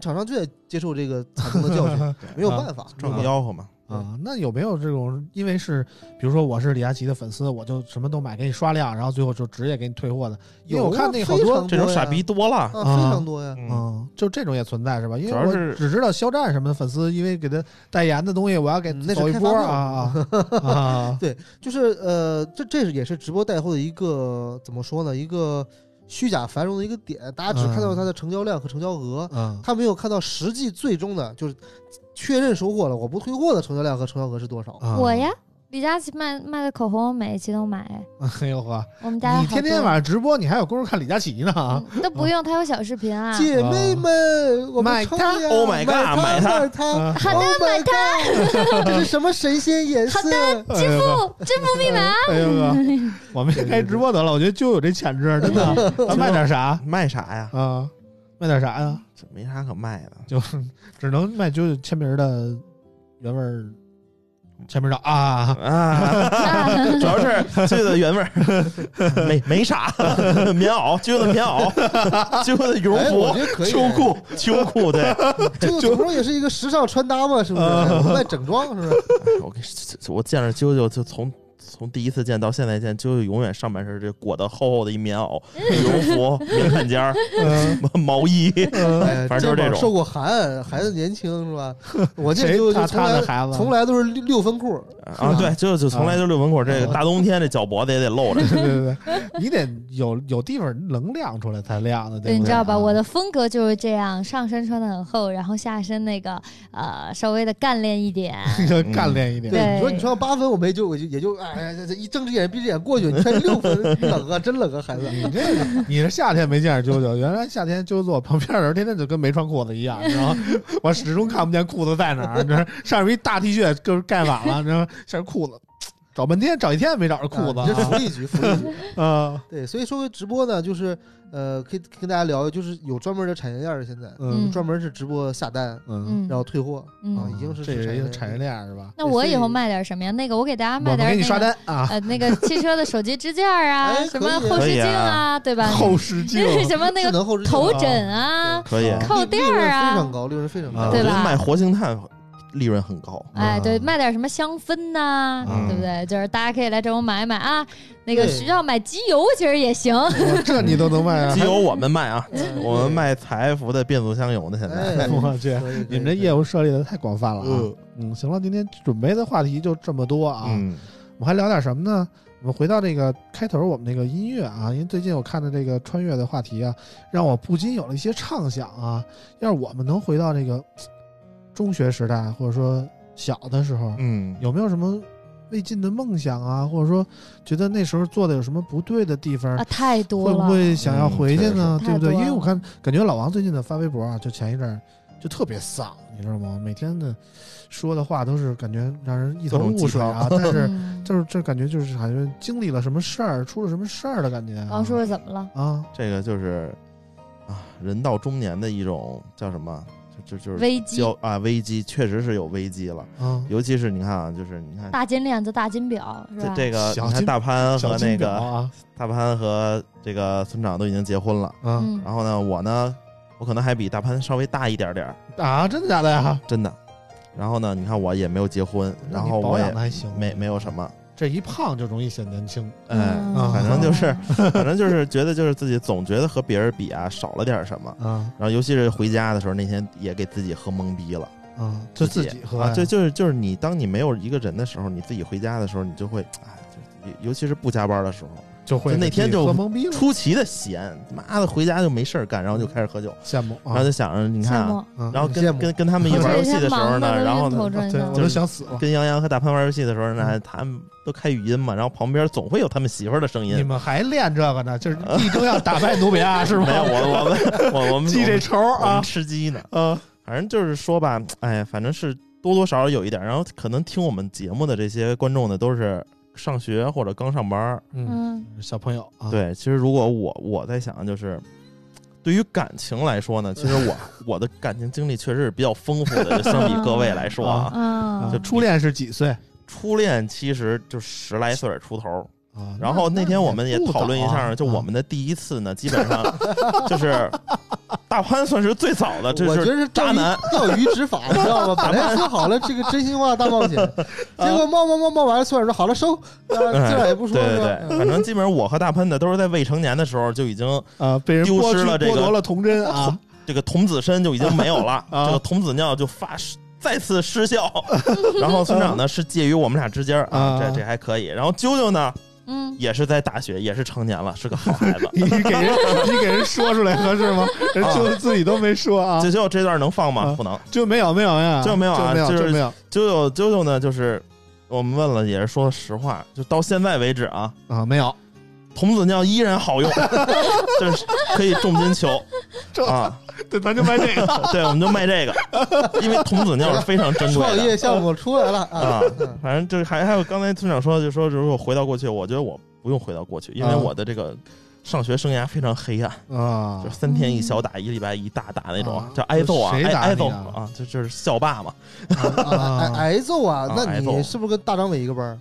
Speaker 5: 厂商就得接受这个惨痛的教
Speaker 3: (laughs)
Speaker 5: 训，没有办法，
Speaker 4: 正吆喝嘛，
Speaker 3: 啊，那有没有这种？因为是，比如说我是李佳琦的粉丝，我就什么都买给你刷量，然后最后就直接给你退货的。因为我看那好多
Speaker 5: 非常
Speaker 4: 这种
Speaker 5: 呀
Speaker 4: 傻逼多了，
Speaker 5: 啊，
Speaker 3: 啊
Speaker 5: 非常多呀，
Speaker 4: 嗯，
Speaker 3: 嗯，就这种也存在是吧？因为
Speaker 4: 主要
Speaker 3: 我
Speaker 4: 是
Speaker 3: 只知道肖战什么的粉丝，因为给他代言的东西，我要给
Speaker 5: 嗯那是
Speaker 3: 走一
Speaker 5: 开
Speaker 3: 波
Speaker 5: 发票
Speaker 3: 啊啊啊！
Speaker 5: 就是呃，这这是也是直播带货的一个怎么说呢，一个虚假繁荣的一个点，大家只看到
Speaker 4: 嗯
Speaker 5: 它的成交量和成交额， (laughs)
Speaker 3: 嗯
Speaker 5: 他没有看到实际最终的，就是确认收货了，我不退货的成交量和成交额是多少。
Speaker 3: 啊
Speaker 2: 我呀，李佳琦卖卖的口红，我每一期都买。
Speaker 3: (laughs) 哎呦呵，
Speaker 2: 我们家有
Speaker 3: 你
Speaker 2: 好
Speaker 3: 天天
Speaker 2: 多
Speaker 3: 晚上直播，你还有功夫看李佳琦呢啊？
Speaker 2: 嗯都不用，他有小视频啊。
Speaker 5: 姐妹们，我
Speaker 3: 买
Speaker 5: 们冲呀
Speaker 3: 它
Speaker 4: 啊！Oh my
Speaker 5: 买
Speaker 4: god，买它嗯
Speaker 5: 它，
Speaker 3: 啊
Speaker 5: 买它
Speaker 2: 好的，
Speaker 5: ！Oh my god，这是什么神仙颜色
Speaker 2: 好？的支付支付密码，
Speaker 3: 哎呦呵，我们也开直播得了，我觉得就有这潜质，真的。咱卖点
Speaker 4: (laughs)
Speaker 3: 啥
Speaker 4: 卖啥呀？
Speaker 3: 啊？卖点啥呀？
Speaker 4: 这没啥可卖的，
Speaker 3: 就只能卖就是签名的原味儿签名照
Speaker 4: (laughs)
Speaker 3: 啊。
Speaker 4: 啊，主要是就的原味儿，没没啥，棉袄，就的棉袄，就的羽绒
Speaker 5: 哎，我
Speaker 4: 服
Speaker 5: 觉。得可以。
Speaker 4: 秋，裤，秋裤，对，
Speaker 5: 这个总也是一个时尚穿搭嘛，是不是？
Speaker 3: 啊
Speaker 4: 嗯
Speaker 5: 我们卖整装是不是？
Speaker 4: 我跟我见着啾啾，就从从第一次见到现在见，啾啾永远上半身这裹得厚厚的一
Speaker 2: (laughs)
Speaker 4: 棉袄、羽绒服、棉坎肩儿、
Speaker 3: 嗯
Speaker 4: (laughs) 毛衣， (laughs)
Speaker 5: 哎
Speaker 4: 反正就
Speaker 5: 肩
Speaker 4: 是这
Speaker 5: 膀
Speaker 4: 种
Speaker 5: 受过寒，孩子年轻是吧？我这
Speaker 3: 谁
Speaker 5: 就
Speaker 3: 他
Speaker 5: 就从
Speaker 3: 他的
Speaker 5: 来
Speaker 3: 孩子？
Speaker 5: 从来都是六六分裤，
Speaker 4: 啊，对，就就从来就六文口，这个大冬天这脚脖子也得露着
Speaker 3: 对对对，你得有有地方能亮出来才亮的，
Speaker 2: 对，
Speaker 3: 不
Speaker 2: 你知道吧？
Speaker 3: 啊
Speaker 2: 我
Speaker 3: (laughs)
Speaker 2: 的风格就是这样，上身穿的很厚，然后下身那个呃稍微的干练一
Speaker 3: (laughs)
Speaker 2: 点。
Speaker 3: 干练一点。
Speaker 2: 对
Speaker 5: 你说你穿个八分，我没就我就也就哎，这这一睁只眼闭只眼过去，你穿六分，冷啊，真冷啊，孩子。
Speaker 3: 你这 (laughs) 你是夏天没见着啾啾，原来夏天啾啾坐我旁边的人天天就跟没穿裤子一样，你知道吗？ (laughs) 我始终看不见裤子在哪儿，你知道上面一大 T 恤就是盖满了，你知道吗下面裤子找半天找一天也没找着裤子
Speaker 5: 啊你这福利局，福利局。
Speaker 3: 啊啊
Speaker 5: (laughs) 对，所以说直播呢，就是呃，可以跟大家聊，就是有专门的产业链儿，现在
Speaker 3: 嗯
Speaker 2: 嗯
Speaker 5: 专门是直播下单，
Speaker 3: 嗯
Speaker 2: 嗯
Speaker 5: 然后退货啊
Speaker 2: 嗯，
Speaker 5: 已经是
Speaker 3: 这
Speaker 5: 是
Speaker 3: 是一个产
Speaker 5: 产业
Speaker 3: 业链是吧？
Speaker 2: 那我
Speaker 5: 所以
Speaker 2: 以后卖点什么呀？那个我给大家卖
Speaker 3: 我们
Speaker 2: 点
Speaker 3: 给
Speaker 2: 那
Speaker 3: 你
Speaker 2: 个
Speaker 3: 刷单啊， (laughs)
Speaker 2: 呃那个汽车的手机支架啊，
Speaker 5: 哎
Speaker 2: 什么
Speaker 5: 可以
Speaker 2: 后视
Speaker 4: 可以
Speaker 2: 镜
Speaker 4: 啊
Speaker 2: 啊，对吧？
Speaker 3: 后视
Speaker 2: (laughs)
Speaker 3: 镜
Speaker 2: 什么那
Speaker 5: 智
Speaker 2: 个
Speaker 5: 能后置镜
Speaker 2: 头
Speaker 3: 哦
Speaker 5: 啊
Speaker 2: 枕啊，
Speaker 4: 可以
Speaker 5: 利
Speaker 2: 靠垫儿
Speaker 5: 利
Speaker 2: 啊
Speaker 5: 润非常高，利润非常
Speaker 4: 啊
Speaker 5: 高。
Speaker 4: 我觉
Speaker 2: 对
Speaker 4: 得
Speaker 2: 吧
Speaker 4: 卖活性炭利润很高。
Speaker 2: 哎，对，
Speaker 3: 啊
Speaker 2: 卖点什么香氛呐、
Speaker 4: 嗯
Speaker 2: 对不对？就是大家可以来这儿买一买啊。那个
Speaker 5: 对
Speaker 2: 需要买机油，其实也行。
Speaker 3: 我这你都能卖啊
Speaker 5: 嗯
Speaker 3: (laughs)
Speaker 4: 机？油我们卖啊，我们卖采埃孚的变速箱油呢。现在，
Speaker 5: 哎，
Speaker 3: 我去，
Speaker 5: 可以
Speaker 3: 你们这业务涉猎的太广泛了啊！嗯，行了，今天准备的话题就这么多啊。
Speaker 4: (laughs) 嗯，
Speaker 3: 我们还聊点什么呢？我们回到这个开头，我们那个音乐啊，因为最近我看的这个穿越的话题啊，让我不禁有了一些畅想啊。要是我们能回到这个嘖中学时代，或者说小的时候，
Speaker 4: 嗯，
Speaker 3: 有没有什么未尽的梦想啊？或者说觉得那时候做的有什么不对的地方
Speaker 2: 啊，？太多
Speaker 3: 会
Speaker 2: 了。
Speaker 3: 不会想要回去呢？对不
Speaker 2: 嗯太
Speaker 3: 对？
Speaker 2: 多
Speaker 3: 因
Speaker 2: 了
Speaker 3: 为我看感觉老王最近的发微博啊，就前一阵儿就特别丧，你知道吗？每天的说的话都是感觉让人一头
Speaker 4: 各种
Speaker 3: 雾
Speaker 4: 鸡
Speaker 3: 水啊，
Speaker 4: 汤
Speaker 3: 但是。
Speaker 2: 嗯
Speaker 3: 就是这感觉就是好像经历了什么事儿，出了什么事儿的感觉、啊。
Speaker 2: 王叔叔怎么了？
Speaker 3: 啊，
Speaker 4: 这个就是啊，人到中年的一种叫什么？就就就是
Speaker 2: 危机，
Speaker 4: 交啊危机，确实是有危机了。
Speaker 3: 啊，
Speaker 4: 尤其是你看啊，就是你看
Speaker 2: 大金链子、大金表是
Speaker 4: 这
Speaker 2: 吧？
Speaker 4: 这个，
Speaker 3: 小
Speaker 4: 你看
Speaker 3: 金
Speaker 4: 大潘
Speaker 3: 小
Speaker 4: 和
Speaker 3: 金
Speaker 4: 那
Speaker 3: 表
Speaker 4: 个
Speaker 3: 啊，
Speaker 4: 大潘和这个村长都已经结婚了。
Speaker 3: 啊、
Speaker 2: 嗯
Speaker 4: 然后呢，我呢，我可能还比大潘稍微大一点点儿，
Speaker 3: 啊，真的假的呀？
Speaker 4: 真的。然后呢，你看我也没有结婚，
Speaker 3: 那
Speaker 4: 然
Speaker 3: 你
Speaker 4: 后
Speaker 3: 保
Speaker 4: 我
Speaker 3: 养
Speaker 4: 也
Speaker 3: 的还行，
Speaker 4: 没没有什么，
Speaker 3: 这一胖就容易显年轻。
Speaker 4: 哎，
Speaker 5: 嗯
Speaker 3: 啊
Speaker 4: 反正就是
Speaker 2: 嗯
Speaker 4: 反正就是觉得就是自己总觉得和别人比啊少了点什么。
Speaker 3: 啊
Speaker 4: 然后尤其是回家的时候，那天也给自己喝懵逼了，
Speaker 3: 啊，就自己喝呀
Speaker 4: 啊，就就是就是你当你没有一个人的时候，你自己回家的时候，你就会哎，就尤尤其是不加班的时候，
Speaker 3: 就会
Speaker 4: 就那天就
Speaker 3: 自己喝懵逼了，
Speaker 4: 出奇的闲，妈的回家就没事儿干，然后就开始喝酒，
Speaker 3: 羡慕
Speaker 4: 然后
Speaker 3: 啊
Speaker 4: 就，想 (laughs) 着你看
Speaker 2: 羡
Speaker 4: 啊，
Speaker 2: 慕。
Speaker 3: 嗯
Speaker 4: 然后
Speaker 5: 很羡
Speaker 4: 跟
Speaker 5: 慕
Speaker 4: 跟跟他们一玩游戏的时候呢，
Speaker 2: 嗯这些忙的都
Speaker 4: 然后
Speaker 2: 晕头转
Speaker 4: 呢。
Speaker 3: 对
Speaker 2: 向
Speaker 3: 我都想死了。
Speaker 4: 跟杨洋和大潘玩游戏的时候
Speaker 3: 嗯
Speaker 4: 呢，他们都开语音嘛，然后旁边总会有他们媳妇儿的声
Speaker 3: 你
Speaker 4: 音。
Speaker 3: 们还练这个呢？就是力争要打败努比
Speaker 4: (laughs)
Speaker 3: 亚，是吗？
Speaker 4: 没有，我我们我我们
Speaker 3: 记这仇
Speaker 4: 我们
Speaker 3: 啊，
Speaker 4: 吃鸡呢。
Speaker 3: 啊，
Speaker 4: 反正就是说吧，哎，反正是多多少少有一点。然后可能听我们节目的这些观众呢，都是上学或者刚上班儿。
Speaker 3: 嗯，
Speaker 2: 嗯，
Speaker 3: 小朋友啊，，
Speaker 4: 对，其实如果我我在想，就是对于感情来说呢，其实我我的感情经历确实是比较丰富的，就相比各位来说啊。
Speaker 2: 啊
Speaker 3: 就，初恋是几岁
Speaker 4: (laughs) 初恋其实就十来岁儿出头儿，
Speaker 3: 啊？
Speaker 4: 然后那天我们也讨论一
Speaker 3: 那也不早
Speaker 4: 下，
Speaker 3: 啊
Speaker 4: 就我们的第一次呢，基本上就是大潘算是最早的，这
Speaker 5: 我觉
Speaker 4: 是
Speaker 5: 得是
Speaker 4: 渣男
Speaker 5: 钓鱼执法，你知道吗？本来说好了这个真心话大冒
Speaker 4: (laughs)
Speaker 5: 险，
Speaker 4: 啊
Speaker 5: 结果冒冒冒冒完了，村长说好了收，呃
Speaker 4: 哎
Speaker 5: 村长也不说
Speaker 4: 对对
Speaker 5: 是
Speaker 4: 对，
Speaker 5: 吧？
Speaker 4: 反正基本上我和大潘呢都是在未成年的时候就已经
Speaker 3: 啊，被人
Speaker 4: 丢
Speaker 3: 剥
Speaker 4: 失
Speaker 3: 去
Speaker 4: 了这
Speaker 3: 剥
Speaker 4: 个
Speaker 3: 夺了童真
Speaker 4: (laughs)
Speaker 3: 啊，
Speaker 4: 这个童子身就已经没有了，
Speaker 3: (laughs) 啊
Speaker 4: 这个童子尿就发再次
Speaker 3: (laughs)
Speaker 4: 失效。然后村长呢是介于我们俩之间儿
Speaker 3: 啊。
Speaker 4: 啊，这这还可以。然后啾啾呢 (laughs)
Speaker 2: 嗯，
Speaker 4: 也是在大学，也是成年了，是个好孩子
Speaker 3: 你给人你给人说出来合适
Speaker 4: (laughs)
Speaker 3: 吗？人就自己都没说 (laughs) 啊
Speaker 4: 啾，啊啾这段能放
Speaker 3: 啊
Speaker 4: 吗？不能。
Speaker 3: 就没有没有呀，
Speaker 4: 就没有
Speaker 3: 就
Speaker 4: 啊
Speaker 3: 没有
Speaker 4: 就是
Speaker 3: 就没有
Speaker 4: 啾啾啾啾呢，就是我们问了，也是说实话，就到现在为止啊，
Speaker 3: 啊，没有
Speaker 4: 童子尿依然好用， (laughs) 就是可以重金求
Speaker 3: 这
Speaker 4: 啊。
Speaker 3: 对，咱就卖这
Speaker 4: (laughs)
Speaker 3: 个
Speaker 4: 对，我们就卖这个，因为童子尿是非常珍贵
Speaker 5: 创
Speaker 4: 的。
Speaker 5: 业项目出来了啊
Speaker 4: 啊！
Speaker 5: 嗯
Speaker 4: 反正就是还还有刚才村长说，就说如果回到过去，我觉得我不用回到过去，因为
Speaker 3: 啊
Speaker 4: 我的这个上学生涯非常黑暗，
Speaker 3: 啊
Speaker 4: 就是三天一小打，一礼拜一大打那种
Speaker 3: 啊，
Speaker 4: 叫挨揍啊，
Speaker 3: 谁
Speaker 4: 挨
Speaker 3: 打你啊
Speaker 4: 挨揍啊，就就是校霸嘛，
Speaker 5: 啊挨
Speaker 3: 啊
Speaker 5: 挨揍啊
Speaker 4: 啊！
Speaker 5: 那
Speaker 4: 挨揍
Speaker 5: 你是不是跟大张伟一个班儿？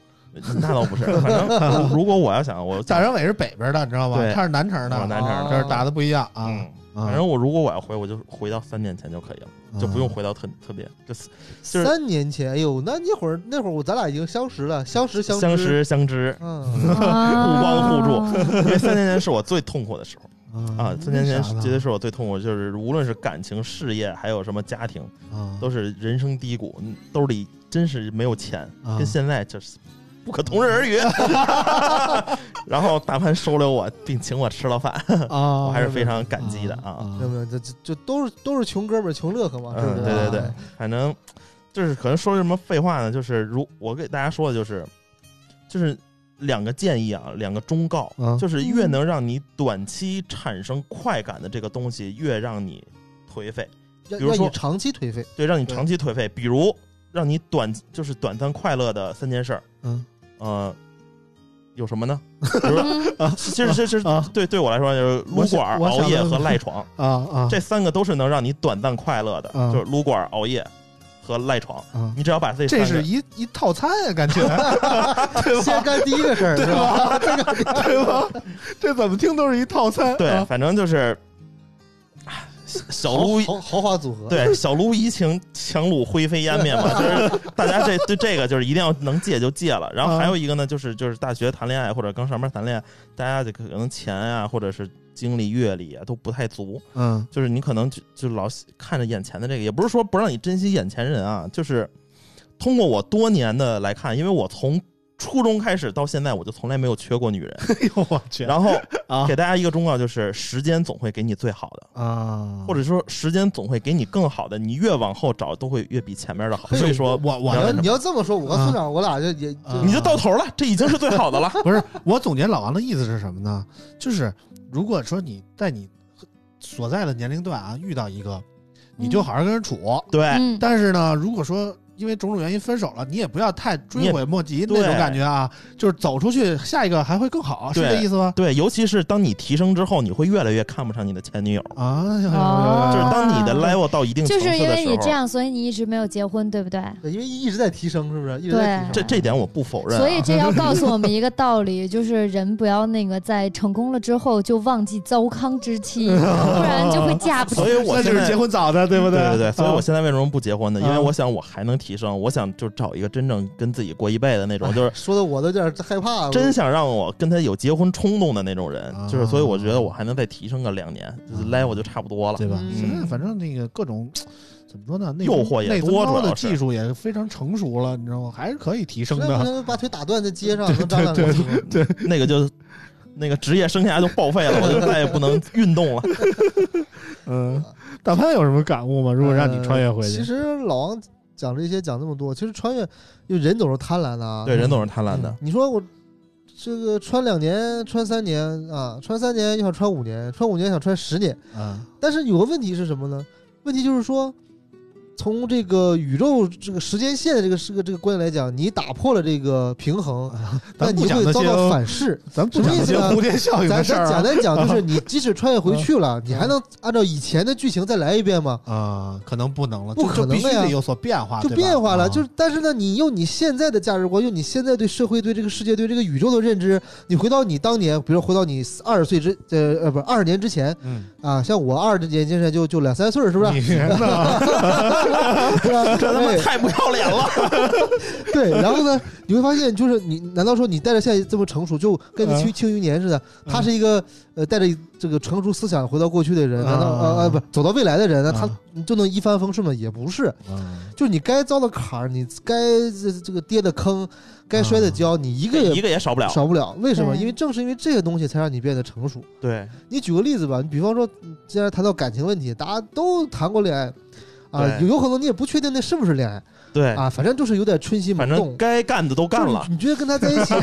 Speaker 4: 那倒不是。反正如果我要想，我
Speaker 3: 大张伟是北边的，你知道吗？
Speaker 4: 对
Speaker 3: 他是南城
Speaker 4: 我
Speaker 3: 的，
Speaker 4: 南城
Speaker 5: 啊
Speaker 3: 这是打的不一样啊
Speaker 4: 嗯，
Speaker 3: 啊
Speaker 4: 反正我如果我要回，我就回到三年前就可以了，就不用回到特特别就是就是
Speaker 5: 三年前，哎呦，那一会儿那会儿我咱俩已经相识了，相识相
Speaker 4: 相
Speaker 5: 知，
Speaker 4: 识相
Speaker 3: (laughs)
Speaker 4: 知， (laughs)
Speaker 5: 嗯，
Speaker 2: 互
Speaker 4: 帮互
Speaker 2: 助，
Speaker 4: 因为三年前是我最痛苦的时候啊，三年前
Speaker 3: 嗯为啥呢
Speaker 4: 绝对是我最痛苦，就是无论是感情、事业，还有什么家庭。
Speaker 3: 啊
Speaker 4: 都是人生低谷，嗯兜里真是没有钱，
Speaker 3: 啊
Speaker 4: 跟现在这是不可同日
Speaker 3: (laughs)
Speaker 4: 而语。然后大潘收留我，并请我吃了饭，
Speaker 3: 啊，
Speaker 4: 我还是非常感激的
Speaker 3: 嗯
Speaker 4: 啊。
Speaker 5: 没有没有，这这这都是都是穷哥们儿穷乐呵嘛，是不
Speaker 4: 嗯，
Speaker 5: 是？
Speaker 4: 对对对
Speaker 5: 啊，
Speaker 4: 反正就是可能说什么废话呢？就是如我给大家说的就是，就是两个建议啊，两个忠告，
Speaker 3: 嗯
Speaker 4: 就是越能让你短期产生快感的这个东西，越让你颓废。
Speaker 5: 要
Speaker 4: 比如
Speaker 5: 要
Speaker 4: 说
Speaker 5: 你长期颓废，
Speaker 4: 对，让你长期颓废。比如让你短就是短暂快乐的三件事儿，
Speaker 3: 嗯，
Speaker 4: 呃，有什
Speaker 3: (laughs)
Speaker 4: 么呢？比如说，
Speaker 2: 嗯
Speaker 4: 其实这是
Speaker 3: 啊
Speaker 4: 对对我来说就是
Speaker 3: 我
Speaker 4: 撸
Speaker 3: 想
Speaker 4: 管儿、
Speaker 3: 我想
Speaker 4: 熬夜
Speaker 3: 问
Speaker 4: 和赖床，
Speaker 3: 啊啊
Speaker 4: 这三个都是能让你短暂快乐的，
Speaker 3: 嗯
Speaker 4: 就是撸管儿、熬夜和赖床。
Speaker 3: 啊，
Speaker 4: 你只要把这三
Speaker 3: 这
Speaker 4: 个
Speaker 3: 是一一套餐啊，感
Speaker 4: (laughs)
Speaker 3: 觉 (laughs) 对吧？
Speaker 5: 先干第一个事儿是吧？
Speaker 3: 对吧？这怎么听都是一套餐，
Speaker 4: 对，
Speaker 3: 啊
Speaker 4: 反正就是。唉小
Speaker 5: 豪
Speaker 4: 卢
Speaker 5: 豪豪华组合，，
Speaker 4: 对小卢怡情，强鲁灰飞烟灭嘛，就是大家这对这个就是一定要能戒就戒了。然后还有一个呢，就是就是大学谈恋爱或者刚上班谈恋爱，大家就可能钱啊或者是精力阅历啊都不太足，
Speaker 3: 嗯
Speaker 4: 就是你可能就就老看着眼前的这个，也不是说不让你珍惜眼前人啊，就是通过我多年的来看，因为我从初中开始到现在，我就从来没有缺过女人。
Speaker 3: (laughs) 哎呦我去
Speaker 4: 然后
Speaker 3: 啊
Speaker 4: 给大家一个忠告，就是时间总会给你最好的。
Speaker 3: 啊
Speaker 4: 或者说时间总会给你更好的，你越往后找都会越比前面的
Speaker 2: 哎
Speaker 4: 好。
Speaker 3: 嘿
Speaker 4: 所以说，
Speaker 3: 我我
Speaker 5: 你要
Speaker 4: 聊
Speaker 3: 要
Speaker 4: 点
Speaker 5: 你要这么说，我和
Speaker 3: 啊
Speaker 5: 村长我俩就也
Speaker 3: 啊
Speaker 4: 你就到头了，这已经是最好
Speaker 2: (laughs)
Speaker 4: 的了。
Speaker 3: 不是我总结老王的意思是什么呢？就是如果说你在你所在的年龄段啊遇到一个，你就好好跟人处。
Speaker 4: 对，
Speaker 2: 嗯，
Speaker 3: 但是呢，如果说因为种种原因分手了，你也不要太追悔莫及
Speaker 4: 对
Speaker 3: 那种感觉啊，就是走出去，下一个还会更好，是
Speaker 4: 对
Speaker 3: 这意思吗？
Speaker 4: 对，尤其是当你提升之后，你会越来越看不上你的前女友。
Speaker 3: 啊，有有有
Speaker 2: 哦
Speaker 3: 有
Speaker 4: 就是当你的
Speaker 2: 啊
Speaker 4: level 到一定层
Speaker 2: 就
Speaker 4: 次
Speaker 2: 是因
Speaker 4: 的
Speaker 2: 为
Speaker 4: 时
Speaker 2: 你这
Speaker 4: 候，
Speaker 2: 样，所以你一直没有结婚，对不对？
Speaker 5: 对因为一直在提升，是不是？一直在提升。
Speaker 4: 这这点我不否认啊。
Speaker 2: 所以
Speaker 4: (laughs)
Speaker 2: 这要告诉我们一个道理，就是人不要那个在成功了之后就忘记糟糠之妻，不然就会嫁不出
Speaker 4: (laughs) 所以我
Speaker 3: 那就
Speaker 4: 现
Speaker 3: 是
Speaker 4: 在
Speaker 3: 结婚早的，对不
Speaker 4: 对
Speaker 3: 对
Speaker 4: 对
Speaker 2: 嗯
Speaker 4: 对，所以我
Speaker 3: 啊
Speaker 4: 现在为什么不结婚呢？因为
Speaker 3: 啊
Speaker 4: 我想我还能提升，我想就找一个真正跟自己过一辈子那
Speaker 2: 哎
Speaker 4: 种，就是
Speaker 5: 说的我都有点害怕。我
Speaker 4: 真想让我跟他有结婚冲动的那种人
Speaker 3: 啊。
Speaker 4: 就是所以我觉得我还能再提升个两年，就是
Speaker 3: 啊
Speaker 4: level 就差不多了。
Speaker 3: 对吧？
Speaker 5: 嗯
Speaker 3: 现在反正那个各种怎么说呢，内
Speaker 4: 诱惑也
Speaker 3: 内
Speaker 4: 多
Speaker 3: 增高
Speaker 4: 主
Speaker 3: 的
Speaker 4: 要是
Speaker 3: 技术也非常成熟了，你知道吗？还是可以提升
Speaker 5: 那
Speaker 3: 的。
Speaker 5: 那把腿打断在街上，跟张大哥说
Speaker 4: 那个就那个职业生涯就报废了，我就再也不能运动了。
Speaker 3: 嗯，大潘有什么感悟吗？如果让你穿越回
Speaker 5: 呃其
Speaker 3: 去，
Speaker 5: 实老王讲这些讲这么多，其实穿越，因为人总是贪婪的啊。
Speaker 4: 对，人总是贪婪的。
Speaker 5: 你说我这个穿两年，穿三年啊，穿三年又想穿五年，穿五年想穿十年，
Speaker 3: 嗯
Speaker 5: 但是有个问题是什么呢？问题就是说，从这个宇宙这个时间线的这个这个这个观点来讲，你打破了这个
Speaker 3: (laughs)
Speaker 5: 平衡，那
Speaker 3: 咱
Speaker 5: 你
Speaker 3: 不讲
Speaker 5: 会
Speaker 3: 那
Speaker 5: 遭
Speaker 3: 些，
Speaker 5: 到反
Speaker 3: (laughs)
Speaker 5: 噬。
Speaker 3: 咱不讲那些
Speaker 5: 什么意思呢
Speaker 3: 蝴蝶效应
Speaker 5: 咱
Speaker 3: 的事
Speaker 5: 咱
Speaker 3: 儿
Speaker 5: 简
Speaker 3: 啊嗯
Speaker 5: 单
Speaker 3: (laughs)
Speaker 5: 讲，就是你即使穿越回去了，你还能按照以前的剧情再来一遍吗？
Speaker 3: 啊，可能不能了，
Speaker 5: 不
Speaker 3: 就
Speaker 5: 可
Speaker 3: 就
Speaker 5: 能
Speaker 3: 必须
Speaker 5: 的呀
Speaker 3: 得有所变化，
Speaker 5: 就
Speaker 3: 对吧
Speaker 5: 变化了，
Speaker 3: 啊
Speaker 5: 就是但是呢，你用你现在的价值观，用你现在对社会、对这个世界、对这个宇宙的认知，你回到你当年，比如回到你二十岁之呃呃不二十年之前
Speaker 3: 嗯，
Speaker 5: 啊，像我二十年之前就就两三岁儿，是不啊是？
Speaker 3: 你
Speaker 5: (laughs)
Speaker 3: 啊呢？
Speaker 5: 是吧
Speaker 4: 这他妈
Speaker 5: 哎
Speaker 4: 太不要脸了！
Speaker 5: (laughs) 对，然后呢，你会发现，就是你难道说你带着现在这么成熟，就跟你
Speaker 3: 嗯
Speaker 5: 青青余年似的？他
Speaker 3: 嗯
Speaker 5: 是一个呃带着这个成熟思想回到过去的人，难道
Speaker 3: 啊
Speaker 5: 呃呃不走到未来的人呢？
Speaker 3: 啊
Speaker 5: 他就能一帆风顺吗？也不是，
Speaker 3: 嗯
Speaker 5: 就是你该遭的坎儿，你该这这个跌的坑，该摔的跤，你一个
Speaker 4: 嗯一
Speaker 5: 也
Speaker 4: 个也少不了。
Speaker 5: 少不了。为什么？
Speaker 2: 对
Speaker 5: 因为正是因为这些东西，才让你变得成熟。
Speaker 4: 对，
Speaker 5: 你举个例子吧，你比方说，嗯既然谈到感情问题，大家都谈过恋爱。啊，
Speaker 4: 对
Speaker 5: 有有可能你也不确定那是不是恋爱
Speaker 4: 对，
Speaker 5: 啊，反正就是有点春心萌
Speaker 4: 哎反
Speaker 5: 动
Speaker 4: 正，该干的都干了
Speaker 5: 就是。你觉得跟他在
Speaker 4: (laughs)
Speaker 5: 一起，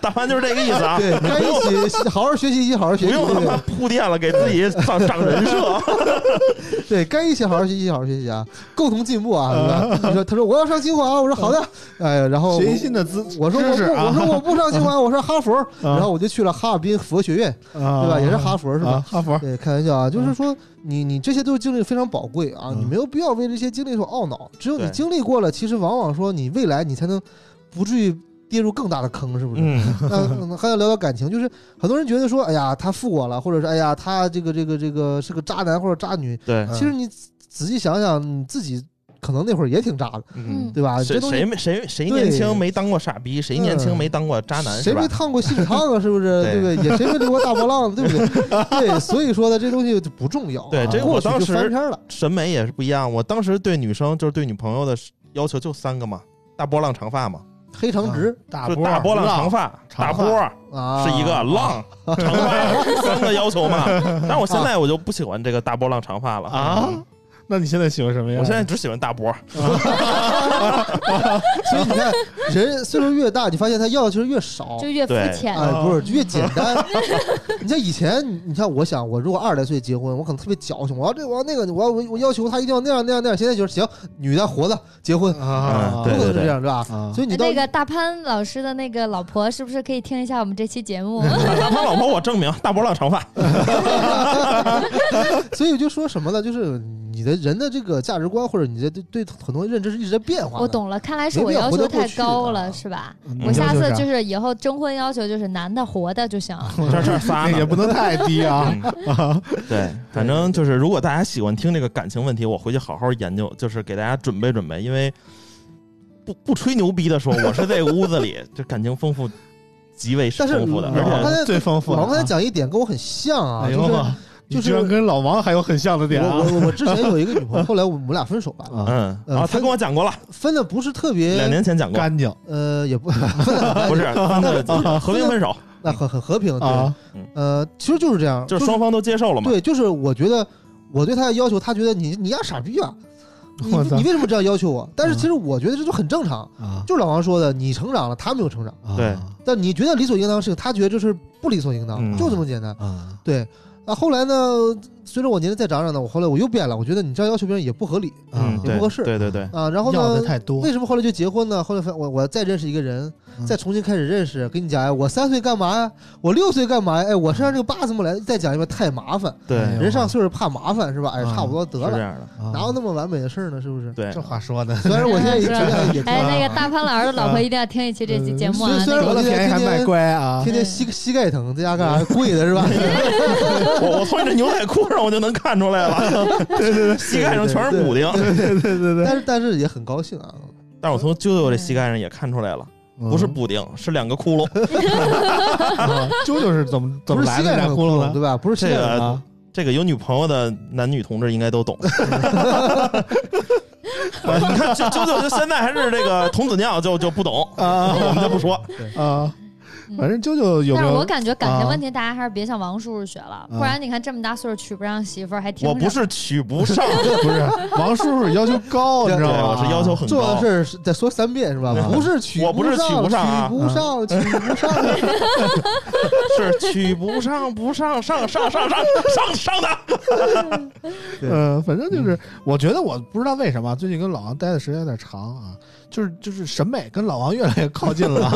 Speaker 4: 大潘就是这个意思啊，
Speaker 5: 对，在一起好好学习，一起好好学
Speaker 4: 不
Speaker 5: 习，
Speaker 4: 用他
Speaker 5: 对
Speaker 4: 妈铺垫了，给自己上上人设。
Speaker 5: 对，该一起好好学习，好好学习啊，共同进步啊，对吧？你说，他说我要上清华，我说好
Speaker 4: 啊
Speaker 5: 的，哎，然后
Speaker 3: 学习新的资，
Speaker 5: 我说我
Speaker 3: 知识
Speaker 5: 不，
Speaker 3: 啊
Speaker 5: 我说我不上清
Speaker 3: (laughs)
Speaker 5: 华，我上哈佛，
Speaker 4: 啊
Speaker 5: 然后我就去了哈尔滨佛学院，对
Speaker 3: 对
Speaker 5: 吧？也是哈佛是
Speaker 4: 啊
Speaker 5: 吧？
Speaker 3: 啊哈佛，
Speaker 5: 对，开玩笑啊，
Speaker 4: 嗯
Speaker 5: 就是说你你这些都是经历非常宝贵啊，
Speaker 3: 嗯
Speaker 5: 你没有必要为这些经历所懊恼，只有你
Speaker 4: 对
Speaker 5: 经历过了，其实往往说你未来你才能不至于跌入更大的坑，是不是？
Speaker 4: (laughs) 嗯，
Speaker 5: 那嗯还要聊聊感情，就是很多人觉得说，哎呀，他负我了，或者是哎呀，他这个这个这个是个渣男或者渣女。
Speaker 4: 对，
Speaker 5: 其实你仔仔细想想，你自己可能那会儿也挺渣的，
Speaker 2: 嗯
Speaker 5: 对吧？
Speaker 4: 谁
Speaker 5: 啊这东西
Speaker 4: 谁没谁谁
Speaker 5: 对嗯
Speaker 4: 年轻没当过傻逼，谁年轻没当过渣男是
Speaker 5: 谁
Speaker 4: 吧
Speaker 5: 没？烫过
Speaker 4: (laughs)
Speaker 5: 锡纸烫啊？是不是？
Speaker 4: 对
Speaker 5: 对不对？也谁没流过大波浪， (laughs) 对不对？对，所以说呢，这东西就不重要啊。
Speaker 4: 对这个
Speaker 5: 过
Speaker 4: 我
Speaker 5: 去
Speaker 4: 当
Speaker 5: 就
Speaker 4: 时
Speaker 5: 翻篇了。
Speaker 4: 审美也是不一样。我当时对女生就是对女朋友的要求就三个嘛：大波浪长发嘛，
Speaker 5: 黑长直
Speaker 3: 大
Speaker 4: 嗯就
Speaker 3: 波
Speaker 4: 是大波浪长发，大
Speaker 3: 长发
Speaker 4: 波儿
Speaker 5: 啊，
Speaker 4: 是一个浪
Speaker 5: (laughs)
Speaker 4: 长发三个要求嘛。但我现在我就不喜欢这个大波浪长发了
Speaker 3: 啊。那你现在喜欢什么呀？
Speaker 4: 我现在只喜欢大波，
Speaker 5: 啊所以你看，人岁数越大，你发现他要的其实越少
Speaker 2: 就。越肤
Speaker 4: 对
Speaker 2: 浅
Speaker 5: 哎，
Speaker 2: 了。
Speaker 5: 不是越简
Speaker 2: (laughs)
Speaker 5: 单。你像以前，你像我想，我如果二十来岁结婚，我可能特别矫情，我要这，我要那个，我要我我要求他一定要那样那样那样。现在就是行，女的活的结婚，
Speaker 3: 啊
Speaker 4: 嗯，
Speaker 5: 有
Speaker 4: 对
Speaker 5: 可能
Speaker 4: 对
Speaker 5: 是这样，是吧？
Speaker 3: 啊，
Speaker 5: 所以你到
Speaker 2: 那个大潘老师的那个老婆，是不是可以听一下我们这期
Speaker 5: (laughs)
Speaker 2: 节目？
Speaker 4: 大波老婆我证明大波浪长发，
Speaker 5: 所以我就说什么呢？就是你你的人的这个价值观或者你的对对很多认知是一直在变化的。
Speaker 2: 我，懂了，看来是
Speaker 5: 没
Speaker 2: 我
Speaker 5: 必要
Speaker 2: 要
Speaker 5: 回
Speaker 2: 求
Speaker 5: 到过
Speaker 2: 太
Speaker 5: 去
Speaker 2: 高
Speaker 5: 的
Speaker 2: 了，
Speaker 5: 啊
Speaker 2: 是吧？
Speaker 3: 嗯
Speaker 2: 我下次
Speaker 3: 就
Speaker 2: 就是是以后征婚要求就是男的活的就
Speaker 3: (laughs)
Speaker 2: 行。
Speaker 4: 这这仨
Speaker 3: 那
Speaker 4: 呢
Speaker 3: 也不能太低啊
Speaker 4: 嗯对， (laughs) 反正就是，如果大家喜欢听这个感情问题，我回去好好研究，就是给大家准备准备，因为不不吹牛逼的说，我是这个屋子里 (laughs) 这感情丰富，极为
Speaker 5: 但是
Speaker 4: 丰富的，
Speaker 5: 老王
Speaker 4: 而
Speaker 5: 刚
Speaker 4: 且
Speaker 5: 才
Speaker 3: 最丰富了啊。
Speaker 5: 我刚才讲一点跟我很像啊，
Speaker 3: 哎
Speaker 5: 就
Speaker 3: 呦
Speaker 5: 是
Speaker 3: 呵你
Speaker 5: 就是
Speaker 3: 居然跟老王还有很像的点
Speaker 5: 我
Speaker 3: 啊！
Speaker 5: 我我之前有一个女朋友，后来我们俩分手了，
Speaker 3: 啊，
Speaker 4: 嗯
Speaker 5: 呃
Speaker 4: 啊，他
Speaker 5: 分
Speaker 4: 跟我讲过了，
Speaker 5: 分的不是特
Speaker 4: 两
Speaker 5: 别，
Speaker 4: 年前讲过，
Speaker 3: 干净
Speaker 5: 呃，也不 (laughs) 分得很
Speaker 4: 不是分的和平分手，
Speaker 5: 那很很和平，对，
Speaker 3: 啊，
Speaker 5: 呃，其实就是这样，
Speaker 4: 就是双方都接受了嘛。
Speaker 5: 对，就是我觉得我对他的要求，他觉得你你呀傻
Speaker 3: (laughs)
Speaker 5: 逼啊，你
Speaker 3: 我操
Speaker 5: 你为什么这样要求我？但是
Speaker 3: 嗯
Speaker 5: 其实我觉得这就很正常，
Speaker 3: 啊
Speaker 5: 就是老王说的，你成长了，他没有成长，
Speaker 3: 啊
Speaker 4: 对
Speaker 5: 但你觉得理所应当的事情，他觉得这是不理所应当，
Speaker 4: 嗯
Speaker 5: 就这么简单。
Speaker 3: 啊，
Speaker 5: 对，啊，后来呢，随着我年龄再长长呢，我后来我又变了，我觉得你这样要求别人也不合理
Speaker 4: 嗯，
Speaker 3: 啊
Speaker 5: 也
Speaker 4: 对
Speaker 5: 不合适
Speaker 4: 对对对，
Speaker 5: 啊。然后
Speaker 3: 要的
Speaker 5: 呢，
Speaker 3: 太多
Speaker 5: 为什么后来就结婚呢？后来发我我再认识一个人
Speaker 3: 嗯，
Speaker 5: 再重新开始认识，跟你讲，哎，我三岁干嘛呀？我六岁干嘛呀？哎，我身上这个疤怎么来？再讲一遍太麻烦，
Speaker 4: 对，
Speaker 3: 哎呦
Speaker 5: 人上岁数怕麻烦是吧？哎，
Speaker 3: 嗯
Speaker 5: 差不多得
Speaker 4: 啊是这
Speaker 5: 了，
Speaker 4: 样的，
Speaker 3: 啊
Speaker 5: 哪有那么完美的事儿呢？是不是？
Speaker 4: 对
Speaker 3: 这，话说的？
Speaker 5: 虽然我现在也
Speaker 2: (laughs)
Speaker 5: 觉得也挺
Speaker 2: 哎，那个
Speaker 3: 啊
Speaker 5: 好
Speaker 2: 大潘老师的老婆一定要听一期这期节目啊
Speaker 5: 嗯！虽
Speaker 2: 那
Speaker 5: 虽然
Speaker 2: 个
Speaker 3: (laughs) 得了便宜还卖乖 (laughs) 啊！
Speaker 5: 天天
Speaker 2: 嗯
Speaker 5: 膝膝盖疼，在家干啥？跪的是
Speaker 2: (laughs)
Speaker 5: 吧？
Speaker 4: 我我从你这牛仔裤上我就能看出来了， (laughs) 对对对，膝盖上全是补丁，
Speaker 5: 但是但是也很高兴啊。
Speaker 4: 但是我从舅舅这膝盖上也看出来了。
Speaker 3: 嗯
Speaker 4: 不 (laughs) 是补丁，是两个窟窿。
Speaker 3: 啊，啾啾是怎么怎
Speaker 5: 不
Speaker 3: 么
Speaker 5: 是
Speaker 3: 来
Speaker 5: 膝
Speaker 3: 的
Speaker 5: 盖
Speaker 3: 俩
Speaker 5: 上的
Speaker 3: 窟
Speaker 5: 窟
Speaker 3: 窿
Speaker 5: 窿
Speaker 3: 呢？
Speaker 5: 对吧？不是膝盖上
Speaker 4: 这
Speaker 5: 的
Speaker 4: 个
Speaker 3: 啊，
Speaker 4: 这个有女朋友的男女同志应该都懂。 (laughs) 你看，就就就就现在还是这个童子尿就就不懂，我们就不说。
Speaker 3: 啊
Speaker 2: 嗯，
Speaker 3: 反正啾啾有啊
Speaker 2: 但
Speaker 3: 没
Speaker 2: 是
Speaker 3: 有
Speaker 2: 我感觉感情问题，大家还是别向王叔叔学
Speaker 3: 啊
Speaker 2: 了，不然你看这么大岁数娶不上媳妇儿，还听
Speaker 4: 我不是娶不上，
Speaker 3: 不是王叔叔要求高，你知
Speaker 4: 对，
Speaker 3: 道吗？
Speaker 4: 我是要求很
Speaker 5: 重要
Speaker 4: 高
Speaker 5: 的事。儿是再说三遍是吧？
Speaker 3: 嗯
Speaker 5: 不是娶
Speaker 4: 我不是娶不上啊
Speaker 5: 娶不上，娶不
Speaker 4: (laughs)
Speaker 5: 上，
Speaker 4: 是娶不上，不上，上上上上上上的。
Speaker 5: 对
Speaker 3: 呃，反正就是，我觉得我不知道为什么最近跟老王待的时间有点长啊，就是就是审美跟老王越来越靠近 (laughs) 了。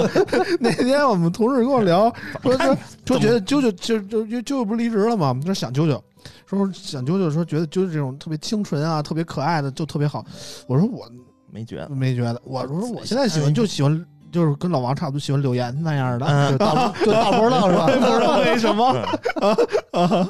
Speaker 3: 那天我们同事跟我聊，说说说觉得啾啾就就就啾啾不是离职了吗？说想啾啾，说想啾啾，说觉得啾啾这种特别清纯啊，特别可爱的就特别好。我说我
Speaker 4: 没觉得，
Speaker 3: 没觉得，我说我现在喜欢就喜欢。就是跟老王差不多，喜欢柳岩那样的，
Speaker 4: 嗯
Speaker 3: 就大
Speaker 5: 就大波浪是吧？
Speaker 3: 不知道为什么
Speaker 4: 嗯
Speaker 3: 啊，